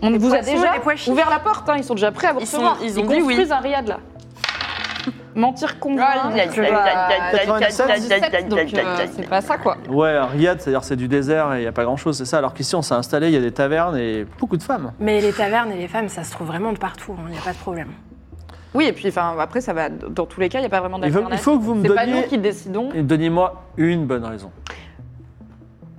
Speaker 3: On vous a
Speaker 5: poissons,
Speaker 3: déjà
Speaker 5: les pois chiches.
Speaker 3: ouvert la porte, hein, ils sont déjà prêts à vous
Speaker 4: Ils sont-
Speaker 3: recevoir.
Speaker 4: ils
Speaker 3: Ils
Speaker 4: ont dit oui.
Speaker 3: construisent un riad là. Mentir
Speaker 5: Ah,
Speaker 3: convaincre.
Speaker 2: Aïe, aïe, aïe, aïe, aïe, aïe, aïe, aïe, aïe, aïe, aïe, aïe,
Speaker 3: 97, donc
Speaker 2: aïe, aïe,
Speaker 3: euh,
Speaker 2: aïe.
Speaker 3: c'est pas ça quoi.
Speaker 1: Ouais, un Riyad, c'est-à-dire c'est du désert et il n'y a pas grand-chose, c'est ça. Alors qu'ici, on s'est installé, il y a des tavernes et beaucoup de femmes.
Speaker 5: Mais les tavernes et les femmes, ça se trouve vraiment de partout. Il n'y a pas de problème.
Speaker 3: Oui, et puis enfin, après, ça va. Dans tous les cas, il n'y a pas vraiment
Speaker 1: Il faut, il
Speaker 3: d'alternative.
Speaker 1: faut que vous me
Speaker 3: C'est pas nous
Speaker 1: donniez...
Speaker 3: qui décidons.
Speaker 1: et Donnez-moi une bonne raison.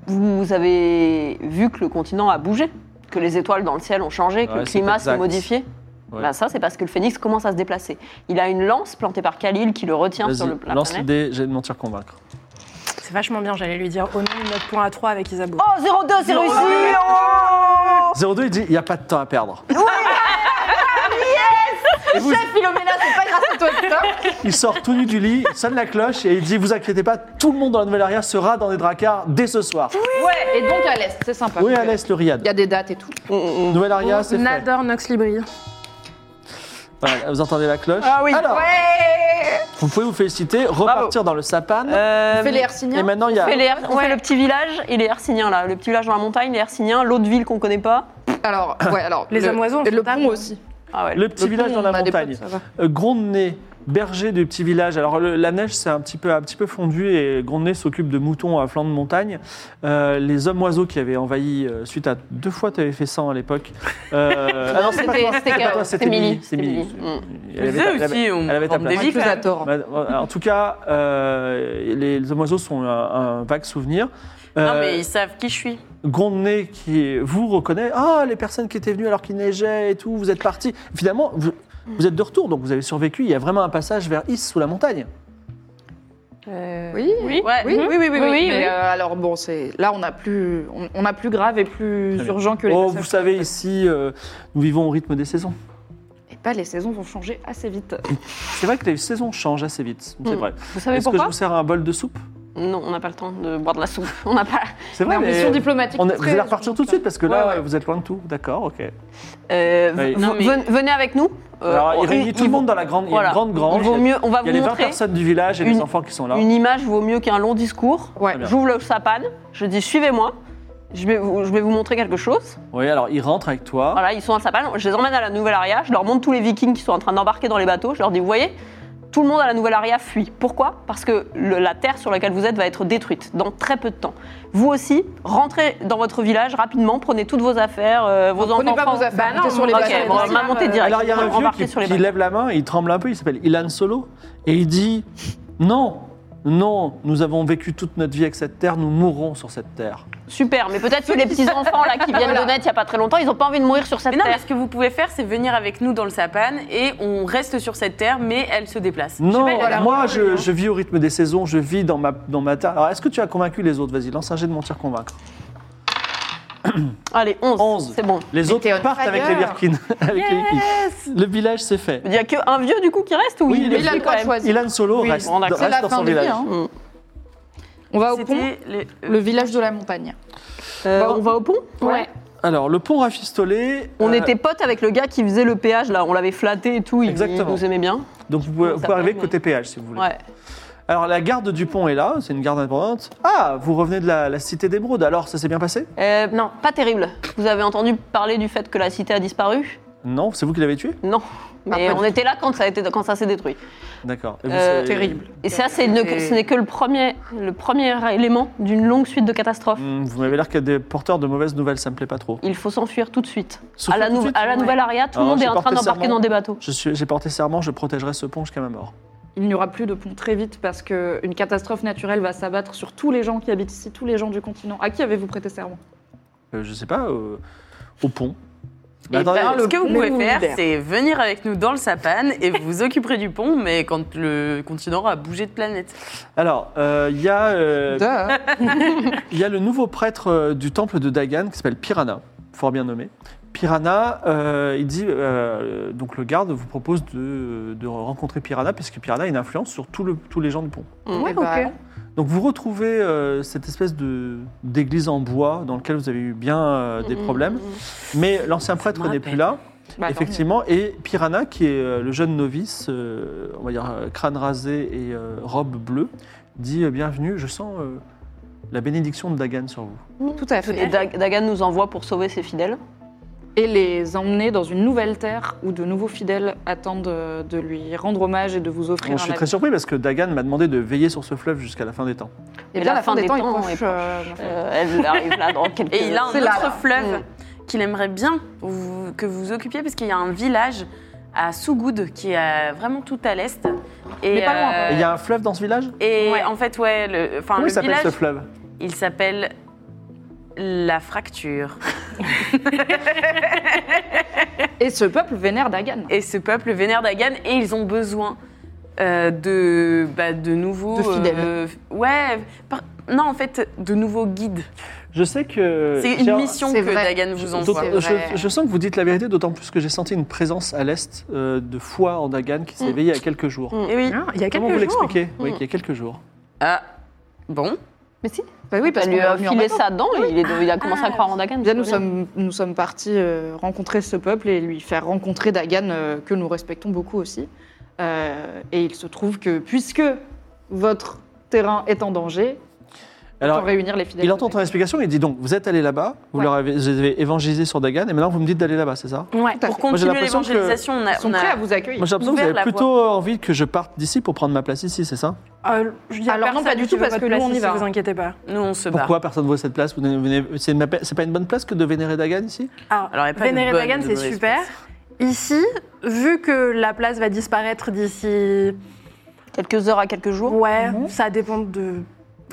Speaker 2: Vous avez vu que le continent a bougé, que les étoiles dans le ciel ont changé, que
Speaker 1: Ouais,
Speaker 2: le
Speaker 1: c'est
Speaker 2: climat
Speaker 1: exact.
Speaker 2: s'est modifié
Speaker 1: Ouais.
Speaker 2: Bah, ça, c'est parce que le phénix commence à se déplacer. Il a une lance plantée par Khalil qui le retient sur le
Speaker 1: Vas-y,
Speaker 2: la
Speaker 1: lance le
Speaker 2: planète.
Speaker 1: dé, j'ai de mentir convaincre.
Speaker 5: C'est vachement bien. J'allais lui dire au nom de notre point à 3 avec Isabeau.
Speaker 2: Oh, 02, c'est réussi oh
Speaker 1: 02, il dit, il n'y a pas de temps à perdre. Et vous-
Speaker 3: Philomena, Ah, c'est pas grâce à toi, stop.
Speaker 1: il sort tout nu du lit, il sonne la cloche et il dit, vous inquiétez pas, tout le monde dans la nouvelle aria sera dans des dracars dès ce soir.
Speaker 3: Ouais, et donc à l'est, c'est sympa.
Speaker 1: Oui, à l'est, le
Speaker 3: Il y
Speaker 1: Riyad.
Speaker 3: a des dates et tout.
Speaker 1: Nouvelle aria, c'est
Speaker 5: On
Speaker 1: fait.
Speaker 5: adore Nox Libri.
Speaker 1: Voilà, vous entendez la cloche
Speaker 2: Ah oui
Speaker 1: Alors, vous pouvez vous féliciter, repartir dans le sapane.
Speaker 2: Euh,
Speaker 3: On fait les
Speaker 1: et
Speaker 3: Herciniens.
Speaker 1: maintenant, il y
Speaker 2: on
Speaker 1: a...
Speaker 2: fait les- on fait le petit village et les Herciniens, là. Le petit village dans la montagne, les Herciniens, l'autre ville qu'on connaît pas.
Speaker 3: Alors, ouais, alors.
Speaker 5: Les
Speaker 3: le-
Speaker 5: hommes oiseaux, on
Speaker 3: Et le
Speaker 5: s'en tape.
Speaker 3: pont aussi.
Speaker 2: Ah ouais.
Speaker 1: Le petit
Speaker 3: Le
Speaker 1: village
Speaker 3: pont,
Speaker 1: dans la
Speaker 3: on a des
Speaker 1: montagne.
Speaker 3: potes, ça va.
Speaker 1: Euh, Grondenay, berger du petit village. Alors le- la neige c'est un petit peu un petit peu fondu et Grondenay s'occupe de moutons à flanc de montagne. Euh, les hommes oiseaux qui avaient envahi euh, suite à deux fois tu avais fait ça à l'époque. Euh, ah non c'est pas
Speaker 2: C'était-
Speaker 1: toi,
Speaker 2: c'était
Speaker 1: c'est pas
Speaker 2: Caro,
Speaker 1: toi,
Speaker 2: c'était
Speaker 1: c'était Millie.
Speaker 2: Millie,
Speaker 1: c'est Millie.
Speaker 2: c'était Millie.
Speaker 1: Elle avait ta- elle avait-
Speaker 4: on
Speaker 1: elle avait ta
Speaker 4: forme des
Speaker 1: place.
Speaker 4: vies,
Speaker 3: Plus
Speaker 4: quand
Speaker 3: à
Speaker 4: même.
Speaker 3: tort.
Speaker 1: Bah, euh, En tout cas, euh, les, les hommes oiseaux sont un, un vague souvenir. Euh,
Speaker 4: Non, mais ils savent qui je suis.
Speaker 1: Gondé qui vous reconnaît, ah les personnes qui étaient venues alors qu'il neigeait et tout, vous êtes partis. Finalement, vous, vous êtes de retour, donc vous avez survécu. Il y a vraiment un passage vers Is sous la montagne.
Speaker 3: Oui.
Speaker 2: Oui.
Speaker 4: Ouais.
Speaker 3: Oui, oui, oui, oui, oui.
Speaker 2: Oui, oui,
Speaker 3: Mais,
Speaker 2: oui.
Speaker 3: euh, alors bon, c'est là on a plus, on, on a plus grave et plus
Speaker 1: Très bien.
Speaker 3: urgent que les.
Speaker 1: oh,
Speaker 3: passages.
Speaker 1: vous savez, ici, euh, nous vivons au rythme des saisons.
Speaker 3: Et pas les saisons vont changer assez vite.
Speaker 1: C'est vrai que les saisons changent assez vite, c'est
Speaker 2: Mm.
Speaker 1: vrai.
Speaker 2: Vous savez
Speaker 1: Est-ce que je
Speaker 2: pourquoi
Speaker 1: vous sers un bol de soupe
Speaker 2: Non, on n'a pas le temps de boire de la soupe. On n'a pas.
Speaker 1: C'est vrai,
Speaker 3: Mais en
Speaker 1: mais
Speaker 3: mission diplomatique.
Speaker 1: on est-
Speaker 3: très
Speaker 1: vous allez repartir tout de suite parce que là,
Speaker 3: Ouais, ouais.
Speaker 1: vous êtes loin de tout. D'accord, ok.
Speaker 2: Euh,
Speaker 1: Oui.
Speaker 2: v-
Speaker 4: Non, mais-
Speaker 2: ven- Venez avec nous. Euh,
Speaker 1: Alors, il
Speaker 2: on-
Speaker 1: réunit
Speaker 2: il-
Speaker 1: tout le
Speaker 2: il-
Speaker 1: monde dans la grande, il y a
Speaker 2: voilà.
Speaker 1: une grande grange.
Speaker 2: Il vaut mieux, on va
Speaker 1: il y a
Speaker 2: vous
Speaker 1: les 20
Speaker 2: montrer.
Speaker 1: personnes du village et les
Speaker 2: une-
Speaker 1: enfants qui sont là.
Speaker 2: Une image vaut mieux qu'un long discours.
Speaker 3: Ouais.
Speaker 1: Très bien.
Speaker 2: J'ouvre le sapin, je dis suivez-moi, je vais, vous, je vais vous montrer quelque chose.
Speaker 1: Oui, alors ils rentrent avec toi.
Speaker 2: Voilà, ils sont dans le sapin, je les emmène à la Nouvelle Aria, je leur montre tous les vikings qui sont en train d'embarquer dans les bateaux, je leur dis vous voyez, tout le monde à la Nouvelle Aria fuit. Pourquoi Parce que le- la terre sur laquelle vous êtes va être détruite dans très peu de temps. Vous aussi, rentrez dans votre village rapidement, prenez toutes vos affaires, euh, vos enfants.
Speaker 3: Prenez pas vos
Speaker 2: prends-
Speaker 3: affaires.
Speaker 5: Bah non,
Speaker 3: mettez sur les
Speaker 5: ok,
Speaker 3: bateaux.
Speaker 2: Ok, bon, on va monter direct.
Speaker 1: Alors il y a un vieux
Speaker 2: Embarquer
Speaker 1: qui,
Speaker 2: sur les
Speaker 1: qui
Speaker 2: bateaux.
Speaker 1: lève la main et il tremble un peu, il s'appelle Ilan Solo, et il dit Non, Non, nous avons vécu toute notre vie avec cette terre, nous mourrons sur cette terre.
Speaker 2: Super, mais peut-être que les petits-enfants là qui viennent de naître il n'y a pas très longtemps, ils n'ont pas envie de mourir sur cette
Speaker 4: Mais non, mais
Speaker 2: terre.
Speaker 4: ce que vous pouvez faire, c'est venir avec nous dans le sapane et on reste sur cette terre, mais elle se déplace.
Speaker 1: Non,
Speaker 3: il a l'air
Speaker 1: moi
Speaker 3: heureux,
Speaker 1: je, je vis au rythme des saisons, je vis dans ma, dans ma terre. Alors est-ce que tu as convaincu les autres Vas-y, lance un jet de mentir convaincre.
Speaker 2: Allez, 11.
Speaker 1: 11.
Speaker 2: C'est bon.
Speaker 1: Les
Speaker 3: Mais
Speaker 1: autres
Speaker 3: t'es on
Speaker 1: partent
Speaker 3: fire.
Speaker 1: avec les Birkin. avec les hippies. Le village c'est fait.
Speaker 2: Il n'y a qu'un vieux du coup qui reste ou
Speaker 1: Oui, il
Speaker 2: il
Speaker 1: est
Speaker 2: est
Speaker 1: vieux.
Speaker 2: pris quand même
Speaker 1: Ilan Solo
Speaker 3: Oui,
Speaker 1: reste,
Speaker 2: bon, d'accord.
Speaker 1: reste
Speaker 3: C'est la
Speaker 1: dans
Speaker 3: fin
Speaker 1: son
Speaker 3: de vie,
Speaker 1: village.
Speaker 3: hein.
Speaker 2: Mm.
Speaker 3: On va au pont,
Speaker 4: C'était les- euh,
Speaker 3: le village de la montagne.
Speaker 2: Euh, on va au pont
Speaker 3: Ouais.
Speaker 1: Alors le pont rafistolé.
Speaker 2: On
Speaker 1: euh,
Speaker 2: était potes avec le gars qui faisait le péage là, on l'avait flatté et tout, il, il
Speaker 1: Exactement.
Speaker 2: nous aimait bien.
Speaker 1: Donc vous pouvez,
Speaker 2: Ça
Speaker 1: vous pouvez arriver
Speaker 2: permet.
Speaker 1: côté péage si vous voulez.
Speaker 2: Ouais.
Speaker 1: Alors la garde du pont est là, c'est une garde indépendante. Ah, vous revenez de la, la cité d'émeraude, alors ça s'est bien passé
Speaker 2: Euh, non, pas terrible. Vous avez entendu parler du fait que la cité a disparu
Speaker 1: Non, c'est vous qui l'avez tué
Speaker 2: Non. Mais
Speaker 4: Bah,
Speaker 3: Ah,
Speaker 2: on était là quand ça, a été- quand ça s'est détruit.
Speaker 1: D'accord. Et vous,
Speaker 2: Euh,
Speaker 1: c'est-
Speaker 3: Terrible.
Speaker 2: Et ça, c'est ne-
Speaker 4: Et-
Speaker 2: ce n'est que le premier, le premier élément d'une longue suite de catastrophes.
Speaker 1: Hmm, Vous m'avez l'air qu'il y a des porteurs de mauvaises nouvelles, ça me plaît pas trop.
Speaker 2: Il faut s'enfuir tout de suite.
Speaker 1: S'enfuir
Speaker 2: à la,
Speaker 1: tout de
Speaker 2: nou-
Speaker 1: suite
Speaker 2: à la nouvelle aria, tout le
Speaker 1: Alors,
Speaker 2: monde
Speaker 1: j'ai
Speaker 2: est en train
Speaker 1: porté
Speaker 2: d'embarquer
Speaker 1: serment.
Speaker 2: dans des bateaux.
Speaker 1: Je suis- J'ai porté serment, je protégerai ce pont jusqu'à ma mort.
Speaker 3: Il n'y aura plus de pont très vite parce qu'une catastrophe naturelle va s'abattre sur tous les gens qui habitent ici, tous les gens du continent. À qui avez-vous prêté serment
Speaker 1: Euh, je sais pas, euh, au pont. Mais
Speaker 4: eh
Speaker 1: attendez,
Speaker 2: bah,
Speaker 4: ben,
Speaker 3: le
Speaker 4: ce que vous
Speaker 3: pont
Speaker 4: pouvez
Speaker 3: nous
Speaker 4: faire,
Speaker 3: libère.
Speaker 4: c'est venir avec nous dans le sapane et vous vous occuperez du pont, mais quand le continent aura bougé de planète.
Speaker 1: alors, euh, il y, a, euh,
Speaker 3: Duh.
Speaker 1: il y a le nouveau prêtre euh, du temple de Dagan qui s'appelle Piranha, fort bien nommé. Piranha, euh, il dit, euh, donc le garde vous propose de, de rencontrer Piranha, puisque Piranha a une influence sur tout le- tous les gens du pont.
Speaker 3: Eh ben,
Speaker 1: Donc vous retrouvez euh, cette espèce de d'église en bois dans laquelle vous avez eu bien euh,
Speaker 4: Mm,
Speaker 1: des problèmes, mais l'ancien prêtre
Speaker 4: me
Speaker 1: n'est
Speaker 4: rappelle.
Speaker 1: plus là.
Speaker 3: bah, tant mieux.
Speaker 1: Effectivement, et Piranha, qui est euh, le jeune novice, euh, on va dire euh, crâne rasé et euh, robe bleue, dit euh, Bienvenue, je sens euh, la bénédiction de Dagan sur vous.
Speaker 3: Tout à
Speaker 2: Et
Speaker 3: fait.
Speaker 2: Dag- Dagan nous envoie pour sauver ses fidèles.
Speaker 3: Et les emmener dans une nouvelle terre où de nouveaux fidèles attendent euh, de lui rendre hommage et de vous offrir
Speaker 1: Bon, Oh,
Speaker 3: un
Speaker 1: je suis
Speaker 3: avis.
Speaker 1: très surpris parce que Dagan m'a demandé de veiller sur ce fleuve jusqu'à la fin des temps.
Speaker 3: Et
Speaker 2: Mais
Speaker 3: bien, la fin des temps, il proche,
Speaker 2: est
Speaker 3: euh, ma foi.
Speaker 2: Euh, elle arrive là dans quelques
Speaker 4: Et il a un
Speaker 3: C'est
Speaker 4: autre
Speaker 3: là, là.
Speaker 4: fleuve qu'il aimerait bien vous- que vous vous occupiez, parce qu'il y a un village à Sougoud qui est euh, vraiment tout à l'est. Et,
Speaker 3: Mais pas loin,
Speaker 4: euh,
Speaker 1: Et Il y a un fleuve dans ce village
Speaker 4: et en fait, ouais, le, enfin,
Speaker 1: Comment
Speaker 4: le
Speaker 1: il s'appelle
Speaker 4: village,
Speaker 1: ce fleuve
Speaker 4: il s'appelle La Fracture.
Speaker 3: Et ce peuple vénère Dagan.
Speaker 4: Et ce peuple vénère Dagan et ils ont besoin euh, de, bah, de nouveaux.
Speaker 3: De fidèles.
Speaker 4: euh, ouais. par- non, en fait, de nouveaux guides.
Speaker 1: Je sais que.
Speaker 4: C'est une
Speaker 1: j'ai-
Speaker 4: mission que
Speaker 3: c'est vrai.
Speaker 4: Dagan vous envoie.
Speaker 1: D'autant-
Speaker 3: C'est vrai.
Speaker 1: Je, je sens Euh, que vous dites la vérité, d'autant plus que j'ai senti une présence à l'est euh, de foi en Dagan qui s'est éveillée il y a quelques jours.
Speaker 4: Et oui.
Speaker 5: Ah, Il y a
Speaker 1: Comment vous
Speaker 5: quelques jours.
Speaker 1: l'expliquez Oui, il y a quelques jours.
Speaker 4: Ah, bon.
Speaker 2: Mais si,
Speaker 3: Bah oui, parce
Speaker 2: elle lui euh,
Speaker 3: qu'on est
Speaker 2: a
Speaker 3: revenu en
Speaker 2: filé
Speaker 3: vacances.
Speaker 2: ça dedans et il, est- il a commencé à croire en Dagan.
Speaker 3: Bien, nous
Speaker 2: c'est bien.
Speaker 3: sommes, nous sommes partis euh, rencontrer ce peuple et lui faire rencontrer Dagan, euh, que nous respectons beaucoup aussi. Euh, et il se trouve que, puisque votre terrain est en danger,
Speaker 1: Alors,
Speaker 3: pour réunir les fidèles.
Speaker 1: il entend ton explication, il dit donc, vous êtes allé là-bas, vous
Speaker 3: Ouais.
Speaker 1: leur avez, vous avez évangélisé sur Dagan, et maintenant vous me dites d'aller là-bas, c'est ça
Speaker 4: Ouais,
Speaker 3: Tout à fait.
Speaker 4: pour
Speaker 1: Moi, j'ai
Speaker 4: continuer
Speaker 1: l'impression que-
Speaker 4: l'évangélisation, on a.
Speaker 3: Ils sont
Speaker 4: on a-
Speaker 3: prêts à vous accueillir.
Speaker 1: Moi j'ai l'impression que
Speaker 4: Ouvert
Speaker 1: vous avez
Speaker 4: la Bah.
Speaker 1: plutôt envie que je parte d'ici pour prendre ma place ici, c'est ça
Speaker 5: Euh, je- il y a
Speaker 3: Alors non,
Speaker 5: personne
Speaker 3: pas du
Speaker 5: qui
Speaker 3: tout,
Speaker 5: veut
Speaker 3: parce
Speaker 5: votre
Speaker 3: que nous,
Speaker 5: place
Speaker 3: on y
Speaker 5: ici,
Speaker 3: va.
Speaker 5: Vous inquiétez pas.
Speaker 4: Nous, on se barre.
Speaker 1: Pourquoi personne ne voit cette place Vous venez- venez- C'est une- c'est pas une bonne place que de vénérer Dagan ici
Speaker 5: Alors,
Speaker 4: Alors, il y a pas de
Speaker 5: Vénérer
Speaker 4: bonne,
Speaker 5: Dagan,
Speaker 4: de
Speaker 5: c'est
Speaker 4: mauvaise
Speaker 5: super.
Speaker 4: place.
Speaker 5: Ici, vu que la place va disparaître d'ici.
Speaker 2: Quelques heures à quelques jours.
Speaker 5: Ouais,
Speaker 3: Mm-hmm.
Speaker 5: ça dépend de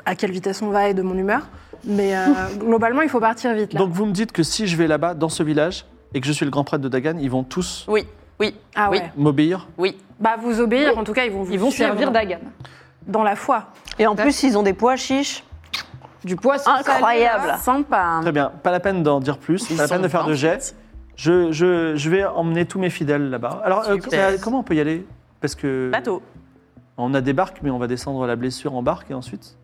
Speaker 5: à quelle vitesse on va et de mon humeur. Mais euh, globalement, il faut partir vite. Là.
Speaker 1: Donc vous me dites que si je vais là-bas, dans ce village, et que je suis le grand prêtre de Dagan, ils vont tous
Speaker 4: Oui, oui,
Speaker 5: ah
Speaker 4: oui.
Speaker 5: ouais.
Speaker 1: m'obéir
Speaker 4: oui.
Speaker 5: Bah, vous obéir, en tout cas, ils vont vous
Speaker 3: Ils vont
Speaker 5: suivre
Speaker 3: servir
Speaker 5: dans,
Speaker 3: Dagan.
Speaker 5: dans la foi.
Speaker 2: Et en plus, ils ont des pois chiches.
Speaker 3: Du poids
Speaker 2: Incroyable.
Speaker 4: Sympa.
Speaker 1: Très bien, pas la peine d'en dire plus,
Speaker 4: Ils
Speaker 1: pas la peine
Speaker 4: sont
Speaker 1: de faire de
Speaker 4: gentils.
Speaker 1: jets. Je, je- je vais emmener tous mes fidèles là-bas. Alors euh,
Speaker 4: Super. Bah,
Speaker 1: mais, euh, comment on peut y aller Parce que
Speaker 4: Bateau.
Speaker 1: on a des barques, mais on va descendre à la blessure en barque et ensuite.
Speaker 2: Ah.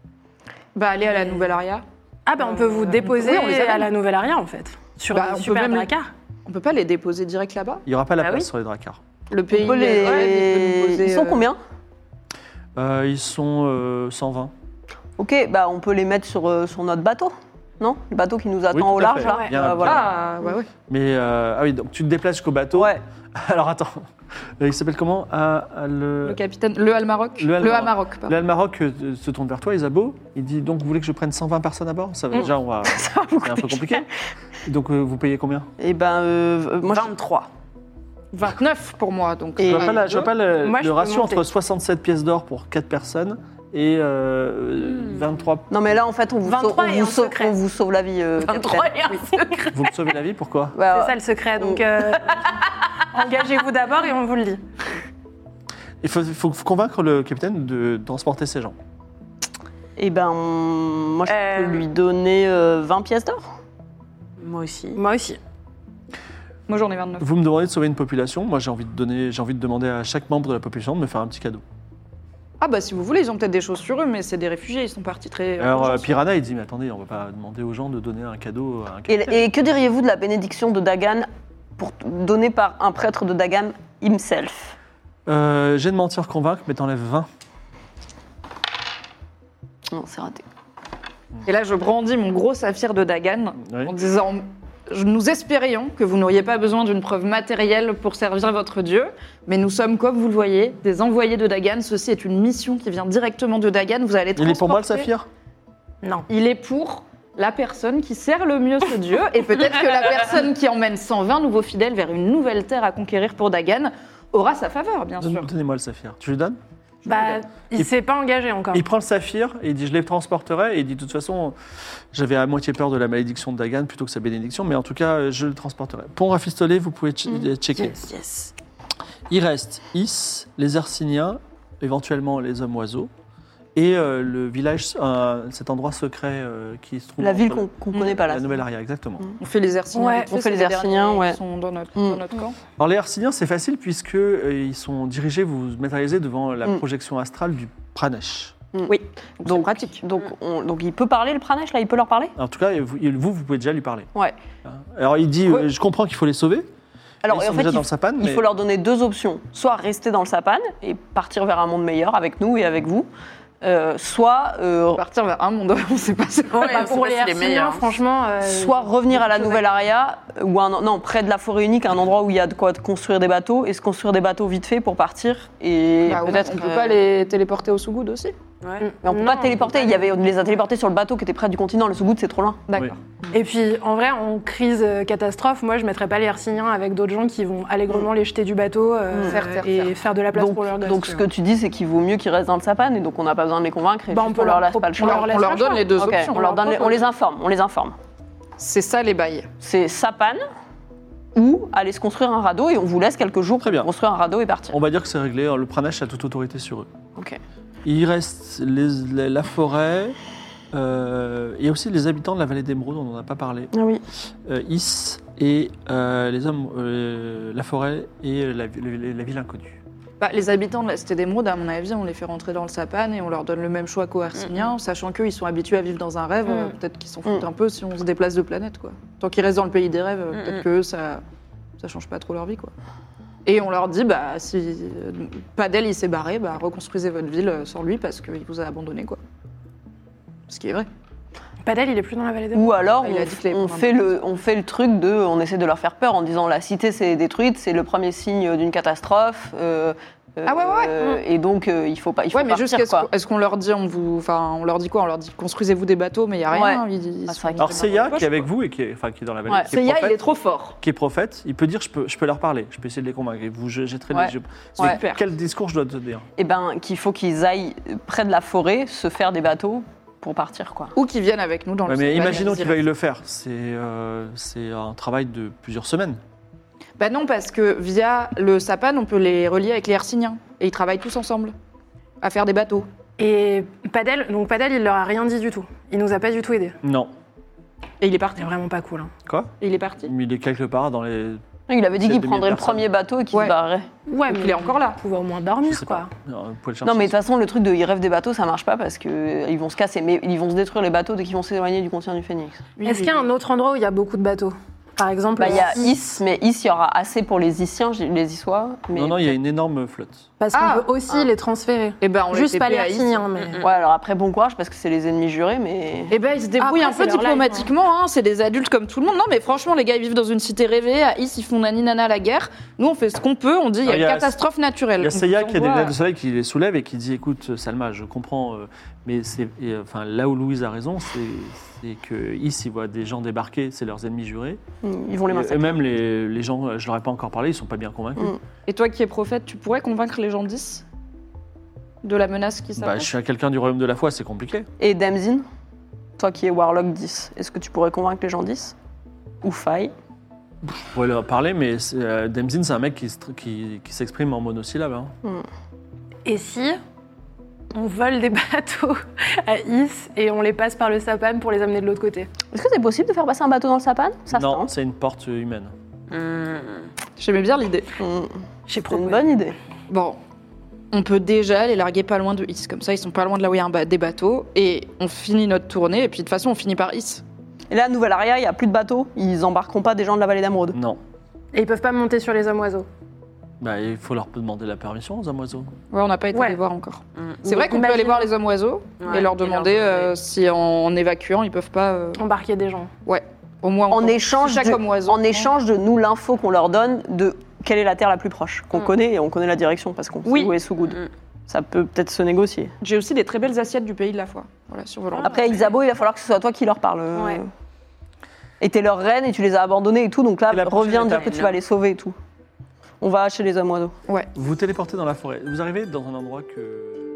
Speaker 3: Bah, allez à la Nouvelle Aria.
Speaker 5: Ah bah, on peut vous
Speaker 3: Euh,
Speaker 5: déposer
Speaker 3: oui, on les amène.
Speaker 5: à la nouvelle aria, en fait. Sur
Speaker 3: Bah,
Speaker 5: un
Speaker 3: on peut
Speaker 5: super
Speaker 3: même-
Speaker 5: braquard.
Speaker 3: On peut pas les déposer direct là-bas
Speaker 1: Il n'y aura pas la
Speaker 4: Bah
Speaker 1: place
Speaker 4: oui.
Speaker 1: sur les dracars.
Speaker 3: Le pays.
Speaker 2: On peut les-
Speaker 3: euh, ouais, il peut nous poser,
Speaker 2: Ils sont
Speaker 3: euh,
Speaker 2: combien
Speaker 1: Euh, ils sont euh, 120.
Speaker 2: Ok, bah on peut les mettre sur, euh, sur notre bateau, non Le bateau qui nous attend
Speaker 1: tout
Speaker 2: au
Speaker 1: à
Speaker 2: large,
Speaker 1: fait.
Speaker 2: là. Euh,
Speaker 1: Ouais. Bien, bien.
Speaker 3: Ah, ouais, ouais.
Speaker 1: Mais euh, ah oui, donc tu te déplaces jusqu'au bateau.
Speaker 2: Ouais.
Speaker 1: Alors attends, Euh, il s'appelle comment Ah, ah, le...
Speaker 3: Le capitaine. Le Al-Maroc.
Speaker 1: Le Al-Maroc.
Speaker 3: Al-Maroc, pardon.
Speaker 1: le Al-Maroc euh, se tourne vers toi, Isabeau. Il dit donc vous voulez que je prenne 120 personnes à bord Ça
Speaker 5: Mm.
Speaker 1: va déjà, on va. C'est un peu compliqué. Donc euh, vous payez combien
Speaker 2: Et ben, euh, euh, moi, je-
Speaker 4: 23.
Speaker 3: 29 pour moi, donc.
Speaker 2: Et-
Speaker 1: Je vois pas, la- je vois pas le,
Speaker 5: Moi,
Speaker 1: le
Speaker 5: je peux
Speaker 1: ratio
Speaker 5: monter.
Speaker 1: entre 67 pièces d'or pour 4 personnes et
Speaker 5: Mm.
Speaker 1: euh, 23.
Speaker 2: Non, mais là, en fait, on vous,
Speaker 4: 23
Speaker 2: sauve, on
Speaker 4: et
Speaker 2: vous
Speaker 4: un
Speaker 2: sauve-
Speaker 4: secret.
Speaker 2: on vous sauve la vie. euh, capitaine.
Speaker 1: Vous me sauvez la vie, pourquoi
Speaker 2: Ouais, ouais.
Speaker 5: C'est ça le secret,
Speaker 2: Oh.
Speaker 5: donc euh, engagez-vous d'abord et on vous le dit.
Speaker 1: Il faut, faut convaincre le capitaine de transporter ces gens.
Speaker 2: Eh ben, moi, je
Speaker 4: Euh.
Speaker 2: peux lui donner euh, 20 pièces d'or.
Speaker 4: Moi aussi.
Speaker 5: Moi aussi.
Speaker 3: Moi j'en ai 29.
Speaker 1: Vous me demandez de sauver une population, moi j'ai envie de donner, j'ai envie de demander à chaque membre de la population de me faire un petit cadeau.
Speaker 3: Ah bah si vous voulez, ils ont peut-être des choses sur eux, mais c'est des réfugiés, ils sont partis très.
Speaker 1: Alors euh,
Speaker 3: urgence.
Speaker 1: Piranha il dit mais attendez, on va pas demander aux gens de donner un cadeau à un capitaine.
Speaker 2: Et, et que diriez-vous de la bénédiction de Dagan pour, donnée par un prêtre de Dagan himself
Speaker 1: Euh, j'ai de mentir convaincre, mais t'enlèves 20.
Speaker 2: Non, c'est raté.
Speaker 3: Et là je brandis mon gros saphir de Dagan
Speaker 1: Oui.
Speaker 3: en disant Je- Nous espérions que vous n'auriez pas besoin d'une preuve matérielle pour servir votre Dieu, mais nous sommes, comme vous le voyez, des envoyés de Dagan. Ceci est une mission qui vient directement de Dagan. Vous allez
Speaker 1: Il est pour moi le
Speaker 3: transporter-
Speaker 1: saphir
Speaker 3: Il est pour la personne qui sert le mieux ce dieu et peut-être que la personne qui emmène 120 nouveaux fidèles vers une nouvelle terre à conquérir pour Dagan aura sa faveur, bien sûr.
Speaker 1: Donne- Donnez-moi le saphir. Tu lui donnes
Speaker 5: Bah, il
Speaker 1: Et-
Speaker 5: s'est pas engagé encore.
Speaker 1: Il prend le saphir et il dit je les transporterai. Et il dit de toute façon, j'avais à moitié peur de la malédiction de Dagan plutôt que sa bénédiction, mais en tout cas, je le transporterai. Pont rafistolé, vous pouvez che- euh, checker.
Speaker 4: Yes, yes.
Speaker 1: Il reste Is, les Arsiniens, éventuellement les hommes oiseaux, et euh, le village, euh, cet endroit secret euh, qui se trouve.
Speaker 2: La
Speaker 1: entre
Speaker 2: ville
Speaker 1: le-
Speaker 2: qu'on qu'on connaît pas là.
Speaker 1: La nouvelle aria, exactement.
Speaker 3: On fait les Erciniens.
Speaker 5: Ouais,
Speaker 3: vite fait,
Speaker 2: on fait
Speaker 3: c'est
Speaker 2: les Hercyniens,
Speaker 3: derniers
Speaker 2: ouais.
Speaker 3: qui sont dans notre,
Speaker 2: Mm.
Speaker 3: dans notre camp.
Speaker 1: Alors les Arsiniens, c'est facile puisque euh, ils sont dirigés, vous vous matérialisez devant la
Speaker 2: Mm.
Speaker 1: projection astrale du Pranesh.
Speaker 2: Oui,
Speaker 3: Donc,
Speaker 2: Donc-
Speaker 3: c'est pratique.
Speaker 2: donc, on- donc il peut parler le pranesh là, il peut leur parler
Speaker 1: En tout cas, vous, il- vous, vous pouvez déjà lui parler.
Speaker 2: Ouais.
Speaker 1: Hein. Alors il dit, euh, je comprends qu'il faut les sauver.
Speaker 2: Alors
Speaker 1: ils
Speaker 2: en
Speaker 1: sont
Speaker 2: fait,
Speaker 1: déjà
Speaker 2: il,
Speaker 1: dans le sapane,
Speaker 2: il
Speaker 1: mais-
Speaker 2: faut leur donner deux options soit rester dans le sapane et partir vers un monde meilleur avec nous et avec vous, euh, soit euh,
Speaker 3: On va partir vers un monde, on sait pas c'est quoi.
Speaker 4: Ouais,
Speaker 5: Bah,
Speaker 4: on sait
Speaker 5: pour
Speaker 4: pas
Speaker 5: les
Speaker 4: si les
Speaker 5: Hercyniens,
Speaker 4: meilleurs, hein.
Speaker 5: franchement. euh,
Speaker 2: soit revenir à la nouvelle aria euh, ou un, non près de la forêt unique un endroit où il y a de quoi de construire des bateaux et se construire des bateaux vite fait pour partir et
Speaker 3: Bah, au moins,
Speaker 2: peut-être
Speaker 3: on peut
Speaker 2: euh,
Speaker 3: pas les téléporter au Sougoud aussi.
Speaker 4: Ouais.
Speaker 2: mais on peut
Speaker 5: Mm. Non,
Speaker 2: pas téléporter il y avait on les a téléportés sur le bateau qui était près du continent le Sougoud c'est trop loin
Speaker 3: D'accord.
Speaker 5: Et puis, en vrai, en crise euh, catastrophe, moi, je mettrais pas les Hercyniens avec d'autres gens qui vont
Speaker 2: Mm.
Speaker 5: allègrement les jeter du bateau euh,
Speaker 3: Faire, faire,
Speaker 5: et
Speaker 3: faire.
Speaker 5: faire de la place
Speaker 2: donc,
Speaker 5: pour leur gosse.
Speaker 2: donc ce que tu dis c'est qu'il vaut mieux qu'ils restent dans le sapane et donc on n'a pas besoin de les convaincre et
Speaker 5: Bah,
Speaker 2: juste
Speaker 5: on peut leur
Speaker 2: laisse pas le
Speaker 5: on
Speaker 2: choix
Speaker 5: leur
Speaker 3: On
Speaker 5: laisse
Speaker 3: leur
Speaker 5: un
Speaker 3: donne
Speaker 5: choix.
Speaker 3: les deux
Speaker 2: Ok,
Speaker 3: options.
Speaker 2: on leur donne les- on les informe on les informe
Speaker 3: C'est ça les bails.
Speaker 2: c'est sapane ou aller se construire un radeau et on vous laisse quelques jours
Speaker 1: Très bien.
Speaker 2: pour construire un radeau et partir.
Speaker 1: On va dire que c'est réglé. Le Pranesh a toute autorité sur eux.
Speaker 2: Ok.
Speaker 1: Il reste les- les- la forêt. euh, et aussi les habitants de la vallée d'Emeraude, on n'en a pas parlé.
Speaker 2: Ah oui.
Speaker 1: Euh, Is et euh, les hommes, euh, la forêt et la, vi- la- la ville inconnue.
Speaker 3: Bah, les habitants de la cité d'émeraude, à mon avis, on les fait rentrer dans le sapane et on leur donne le même choix qu'aux Hercyniens, sachant qu'eux, ils sont habitués à vivre dans un rêve. euh, Peut-être qu'ils s'en foutent un peu si on se déplace de planète, quoi. Tant qu'ils restent dans le pays des rêves, euh, peut-être que ça, ça change pas trop leur vie, quoi. Et on leur dit, bah, si euh, Padel il s'est barré, bah, reconstruisez votre ville euh, sans lui parce qu'il vous a abandonné, quoi. Ce qui est vrai.
Speaker 5: Padel, il est plus dans la vallée des
Speaker 2: Ou alors,
Speaker 3: Il a
Speaker 2: on,
Speaker 3: dit que les
Speaker 2: on
Speaker 3: prendre.
Speaker 2: fait le, on fait le truc de. On essaie de leur faire peur en disant la cité s'est détruite, c'est le premier signe d'une catastrophe. euh, euh,
Speaker 3: Ah ouais, ouais, ouais.
Speaker 2: euh, Et donc, euh, il faut pas. Il faut
Speaker 3: ouais, mais
Speaker 2: partir,
Speaker 3: juste, est-ce
Speaker 2: quoi.
Speaker 3: qu'on- est-ce qu'on leur dit, on vous, enfin, on leur dit quoi On leur dit construisez-vous des bateaux, mais il y a rien.
Speaker 2: Ouais.
Speaker 3: ils- ils
Speaker 2: Ah, c'est
Speaker 3: sont-
Speaker 2: vrai qu'ils
Speaker 1: Alors
Speaker 2: sont
Speaker 1: Seiya,
Speaker 2: dans
Speaker 1: qui est
Speaker 2: leur
Speaker 1: avec
Speaker 2: poche,
Speaker 1: vous et qui est, enfin, qui est dans la vallée,
Speaker 2: Ouais.
Speaker 1: qui, est
Speaker 3: Seiya, il
Speaker 1: prophète,
Speaker 3: est trop fort.
Speaker 1: qui est prophète, il peut dire je peux, je peux leur parler, je peux essayer de les convaincre. Et vous je jetterai
Speaker 2: Ouais.
Speaker 1: les yeux.
Speaker 2: Ouais.
Speaker 1: Mais Quel discours je dois te dire
Speaker 2: quoi. Eh ben, qu'il faut qu'ils aillent près de la forêt, se faire des bateaux pour partir, quoi.
Speaker 3: Ou qu'ils viennent avec nous dans
Speaker 1: Ouais,
Speaker 3: le
Speaker 1: Mais
Speaker 3: sapane,
Speaker 1: imaginons
Speaker 3: ils
Speaker 1: qu'il
Speaker 3: iront.
Speaker 1: veuille le faire. C'est euh, c'est un travail de plusieurs semaines.
Speaker 3: Bah non, parce que via le sapane, on peut les relier avec les Hercyniens. Et ils travaillent tous ensemble à faire des bateaux.
Speaker 5: Et Padel, donc Padel, il leur a rien dit du tout. Il nous a pas du tout aidés.
Speaker 1: Non.
Speaker 3: Et il est parti.
Speaker 5: C'est vraiment pas cool. hein.
Speaker 1: Quoi
Speaker 3: Et il est parti.
Speaker 1: Il est quelque part dans les.
Speaker 2: Il avait dit
Speaker 1: Sept
Speaker 2: qu'il
Speaker 1: demi
Speaker 2: prendrait le
Speaker 1: personnes.
Speaker 2: premier bateau et qu'il
Speaker 3: Ouais.
Speaker 2: se barrerait.
Speaker 5: Ouais,
Speaker 3: Donc
Speaker 5: mais
Speaker 3: il est encore là.
Speaker 5: On pouvait au moins
Speaker 1: je
Speaker 5: dormir,
Speaker 1: sais
Speaker 5: quoi.
Speaker 1: pas. Non, vous pouvez le chercher.
Speaker 2: Non, mais de toute façon, le truc de ils rêvent des bateaux, ça marche pas parce qu'ils vont se casser, mais ils vont se détruire les bateaux dès qu'ils vont s'éloigner du continent du Phénix.
Speaker 5: Est-ce qu'il y a un autre endroit où il y a beaucoup de bateaux Par exemple,
Speaker 2: Bah, il y a
Speaker 5: euh,
Speaker 2: Is, mais Is, il y aura assez pour les Isiens, les Issois. Mais
Speaker 1: Non, non, il y a une énorme flotte.
Speaker 5: parce qu'on
Speaker 3: Ah,
Speaker 5: peut aussi les transférer.
Speaker 3: Et ben on les
Speaker 5: Juste pas
Speaker 3: TP
Speaker 5: les
Speaker 3: à Is.
Speaker 5: Hercyniens, mais.
Speaker 2: Ouais, alors après, bon courage parce que c'est les ennemis jurés, mais.
Speaker 3: Et ben ils se débrouillent
Speaker 5: Après,
Speaker 3: un peu
Speaker 5: c'est leur life,
Speaker 3: diplomatiquement, hein. c'est des adultes comme tout le monde. Non mais franchement, les gars ils vivent dans une cité rêvée, à Is ils font nani nana la guerre. Nous on fait ce qu'on peut, on dit il y
Speaker 1: Ah,
Speaker 3: a une catastrophe naturelle.
Speaker 1: Il y a
Speaker 3: On
Speaker 1: Seiya
Speaker 3: vous
Speaker 1: qui a des
Speaker 3: envoie-
Speaker 1: lunettes de soleil qui les soulève et qui dit Écoute, Salma, je comprends, euh, mais c'est, et, euh, enfin, là où Louise a raison, c'est, c'est que ici, ils voient des gens débarquer, c'est leurs ennemis jurés.
Speaker 2: Ils vont les
Speaker 1: Et
Speaker 2: massacrer.
Speaker 1: même les, les gens, euh, je leur ai pas encore parlé, ils sont pas bien convaincus.
Speaker 2: Mm.
Speaker 3: Et toi qui es prophète, tu pourrais convaincre les gens d'Is de la menace qui
Speaker 1: Bah, je
Speaker 3: s'approche
Speaker 1: suis quelqu'un du royaume de la foi, c'est compliqué.
Speaker 2: Et Damzin, toi qui es Warlock 10, est-ce que tu pourrais convaincre les gens 10 Ou Faille
Speaker 1: Je pourrais leur parler, mais c'est, euh, Demzin, c'est un mec qui, se tr- qui- qui s'exprime en monosyllabe. hein.
Speaker 5: Et si on vole des bateaux à Is et on les passe par le Sapam pour les amener de l'autre côté
Speaker 2: Est-ce que c'est possible de faire passer un bateau dans le sapane Ça se
Speaker 1: non,
Speaker 2: tente.
Speaker 1: c'est une porte humaine.
Speaker 3: J'aimais bien l'idée.
Speaker 2: Mm.
Speaker 5: J'ai
Speaker 2: C'est une bonne idée.
Speaker 3: Bon, on peut déjà les larguer pas loin de Is, comme ça ils sont pas loin de là où il y a un ba- des bateaux, et on finit notre tournée, et puis de toute façon on finit par Is.
Speaker 2: Et là, à Nouvelle-Aria, il n'y a plus de bateaux. Ils embarqueront pas des gens de la vallée d'Amrode.
Speaker 1: Non.
Speaker 5: Et ils peuvent pas monter sur les hommes oiseaux.
Speaker 1: Bah, il faut leur demander la permission aux hommes oiseaux.
Speaker 3: Ouais, on n'a pas été
Speaker 5: Ouais.
Speaker 3: les voir encore.
Speaker 4: Mm.
Speaker 3: C'est vrai qu'on peut aller
Speaker 5: Imaginons-
Speaker 3: voir les hommes oiseaux et
Speaker 4: Ouais,
Speaker 3: leur
Speaker 4: et leur
Speaker 3: demander euh, si en, en évacuant ils peuvent pas. euh,
Speaker 5: Embarquer des gens.
Speaker 3: au moins on-
Speaker 2: En échange,
Speaker 3: chaque
Speaker 2: de,
Speaker 3: homme oiseau.
Speaker 2: en échange de nous l'info qu'on leur donne de quelle est la terre la plus proche, qu'on
Speaker 5: Mm.
Speaker 2: connaît et on connaît la direction parce qu'on
Speaker 3: Oui.
Speaker 2: sait où est Sougoud.
Speaker 4: Mm.
Speaker 2: Ça peut peut-être se négocier.
Speaker 3: J'ai aussi des très belles assiettes du pays de la foi. Voilà, sur volant.
Speaker 2: Après, Isabeau, il va falloir que ce soit toi qui leur parle. euh.
Speaker 5: Ouais.
Speaker 2: Et t'es leur reine et tu les as abandonnés et tout, donc là,
Speaker 1: Et la prochaine
Speaker 2: reviens dire
Speaker 1: étape,
Speaker 2: que tu
Speaker 4: non.
Speaker 2: vas les sauver et tout. On va chez les hommes oiseaux.
Speaker 1: Vous vous téléportez dans la forêt. Vous arrivez dans un endroit que.